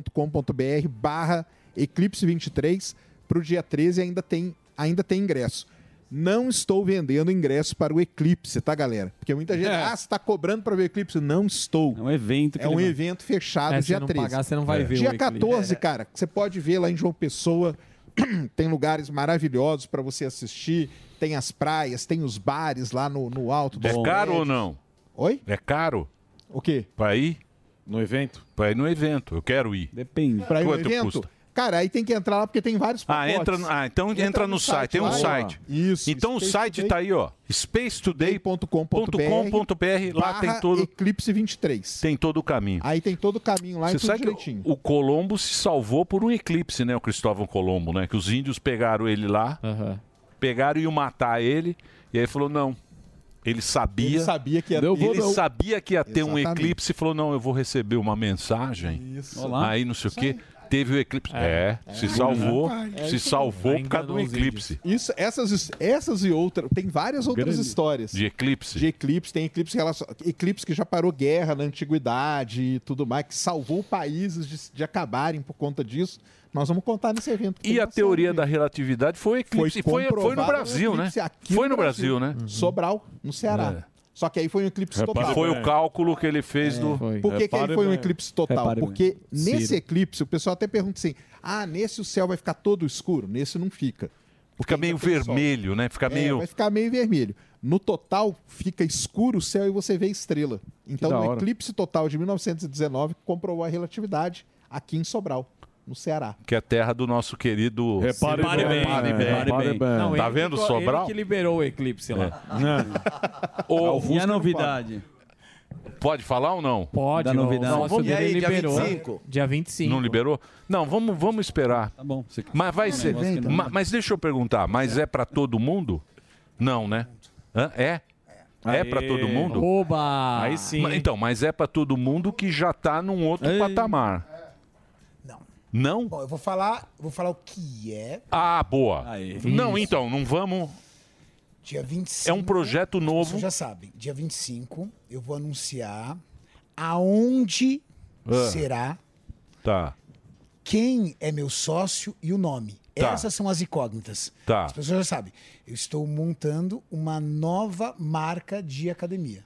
spacetoday.com.br barra Eclipse 23 para o dia 13 ainda tem, ainda tem ingresso. Não estou vendendo ingresso para o Eclipse, tá, galera? Porque muita gente,
É.
ah, você tá cobrando para ver o Eclipse. Não estou. É um
evento.
que
É um
ele vai.
evento fechado
É, se
dia
não
13.
pagar, você não vai ver o
Dia
Eclipse.
14,
É.
cara, que você pode ver lá em João Pessoa. tem lugares maravilhosos para você assistir. Tem as praias, tem os bares lá no, no alto. do
É caro
prédio.
ou não?
ah, Oi?
É caro?
O quê?
Pra ir?
No evento?
Pra ir no evento. Eu quero ir.
Depende.
Pra ir no
Quanto
evento? Tá
custa?
Cara, aí tem que entrar lá porque tem vários
Ah,
pacotes.
entra, no- ah, então entra, no, site, tem um
lá.
site.
Isso.
Então o site tá aí, ó. spacetoday.com.br. Lá tem
barra
todo.
Eclipse 23.
Tem todo o caminho.
Aí tem todo o caminho lá e
Você
tudo
sabe que
direitinho.
o- o Colombo se salvou por um eclipse, né? O Cristóvão Colombo, né? Que os índios pegaram ele lá, pegaram e iam matar ele, e aí ele falou, não. Ele sabia.
Ele sabia que ia-
ele
Eu vou- eu-
sabia que ia ter um
Exatamente.
eclipse e falou, não, eu vou receber uma mensagem.
Isso.
Olá. Aí não sei o quê. Teve o eclipse. É,
É.
se
É.
salvou.
É
Se
isso
salvou
mesmo.
por causa do eclipse.
Isso, essas, essas e outras. Tem várias outras
Grande.
histórias.
De eclipse.
De eclipse, tem eclipse, relacion- eclipse que já parou guerra na antiguidade e tudo mais, que salvou países de, de acabarem por conta disso. Nós vamos contar nesse evento.
E a teoria da relatividade foi o eclipse. Foi, foi, no
comprovado
Brasil,
um
né?
eclipse aqui Uhum.
Foi no Brasil, né?
Sobral, no Ceará.
É.
Só que aí foi um eclipse total.
Que foi o cálculo que ele fez do.
Por que, que aí foi um eclipse total?
É, Repare bem.
Porque nesse
Ciro.
eclipse, o pessoal até pergunta assim: ah, nesse o céu vai ficar todo escuro? Nesse não fica.
Fica meio vermelho, né? Fica
É,
meio.
Vai ficar meio vermelho. No total, fica escuro o céu e você vê estrela. Então,
da
no
hora.
eclipse total de 1919, comprovou a relatividade aqui em Sobral, no Ceará.
Que é a terra do nosso querido. Repare bem.
Não, ele
tá vendo
que-
o Sobral?
Ele que liberou o eclipse lá.
O-
E a novidade?
Pode falar ou não?
Pode, Da o novidade. sócio
vamos-
dele E aí, dia liberou. 25? Dia 25.
Não liberou? Não, vamos, vamos esperar. Tá
bom.
Mas vai
Um
ser.
negócio que não-
Ma- mas deixa eu perguntar, mas é pra todo mundo? Não, né? Hã? É? É pra
Aê.
todo mundo?
Oba! Aí sim.
Ma- Então, mas é pra todo mundo que já tá num outro patamar. Não. Não?
Bom, eu vou falar, vou falar o que é.
Ah, boa.
Isso.
Não, então, não vamos.
Dia 25.
É um projeto
As
novo.
pessoas já sabem. Dia 25, eu vou anunciar aonde
Ah.
será,
Tá,
quem é meu sócio e o nome.
Tá.
Essas são as incógnitas.
tá.
As pessoas já sabem. Eu estou montando uma nova marca de academia.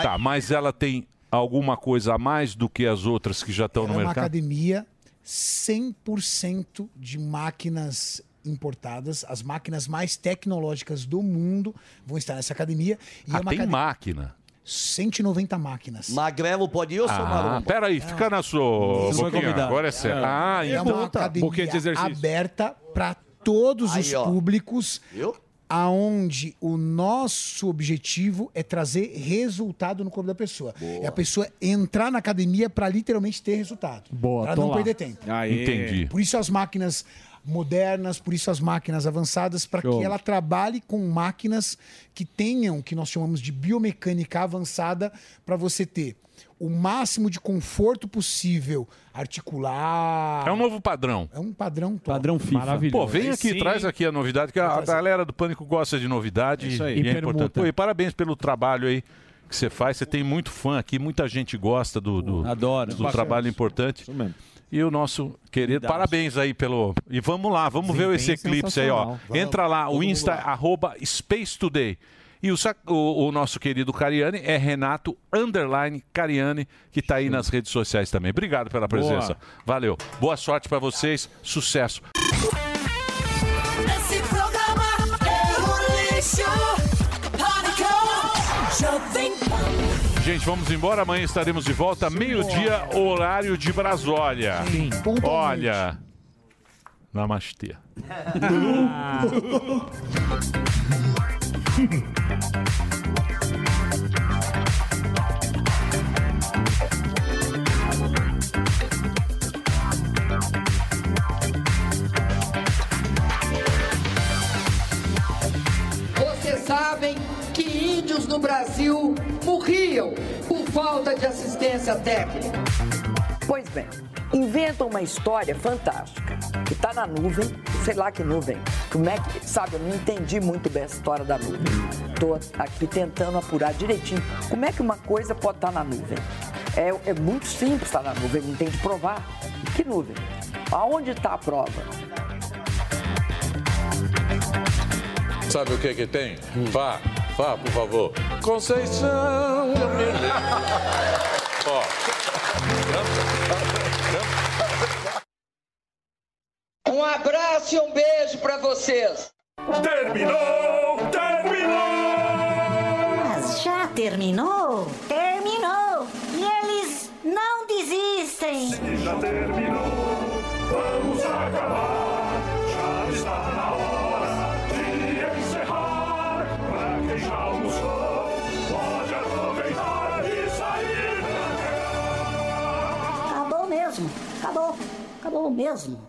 Tá, mas ela tem alguma coisa a mais do que as outras que já estão no
Ela é uma
mercado?
academia 100% de máquinas importadas. As máquinas mais tecnológicas do mundo vão estar nessa academia. E é
Ah,
uma
tem
academia...
máquina.
190 máquinas.
Magrelo pode ir ou sou
Ah,
maromba?
peraí, fica na sua,
Você foi
Boquinha.
convidado.
Agora é sério. Ah,
um é uma
então tá.
academia aberta para todos os
Aí, ó.
públicos, aonde o nosso objetivo é trazer resultado no corpo da pessoa. É a pessoa entrar na academia para literalmente ter resultado.
Boa,
Para
tô
não
lá.
perder tempo.
Aê. Entendi.
Por isso as máquinas modernas, por isso as máquinas avançadas, para
Show.
que ela trabalhe com máquinas que tenham o que nós chamamos de biomecânica avançada para você ter o máximo de conforto possível articular,
É um novo padrão.
é um padrão top.
Padrão FIFA.
Pô, vem aqui, traz aqui a novidade, que a, a galera do Pânico gosta de novidade
assim. isso aí.
e,
E
é
permuta.
importante. Pô, e parabéns pelo trabalho aí que você faz. Você tem muito fã aqui, muita gente gosta do, do,
Adoro.
do trabalho importante. E o nosso querido, parabéns aí pelo. E vamos lá, vamos ver esse
Desempenho
eclipse aí, ó.
sensacional. Vamos,
Entra lá,
todo
o
mundo
Insta,
lá.
arroba Space Today. E o, sa- o- o nosso querido Cariani é Renato Underline Cariani, que tá aí nas redes sociais também. Obrigado pela
Boa.
presença. Valeu. Boa sorte para vocês. Sucesso.
Esse programa é um lixo. Pânico, Jovem Pan.
Gente, vamos embora. Amanhã estaremos de volta, meio-dia, horário de Brasólia.
Sim.
Olha. Namastê.
Vocês sabem que índios no Brasil morriam por falta de assistência técnica.
Pois bem, inventam uma história fantástica que está na nuvem, sei lá que nuvem. Como é que. Sabe, eu não entendi muito bem essa história da nuvem. Estou aqui tentando apurar direitinho. Como é tá que uma coisa pode estar na nuvem?
É, é muito simples estar na nuvem, não tem de provar. Que nuvem? Aonde
tá
está a prova?
Sabe o que que tem?
Hum.
Vá, vá, por favor. Conceição, eu me lembro. Ó.
Um abraço e um beijo pra vocês. Terminou! Terminou!
Mas já terminou? Terminou! E eles não desistem!
Se já terminou, vamos acabar. Já está na hora de encerrar. Pra quem já almoçou, pode aproveitar e sair
Acabou mesmo! Acabou! Acabou mesmo!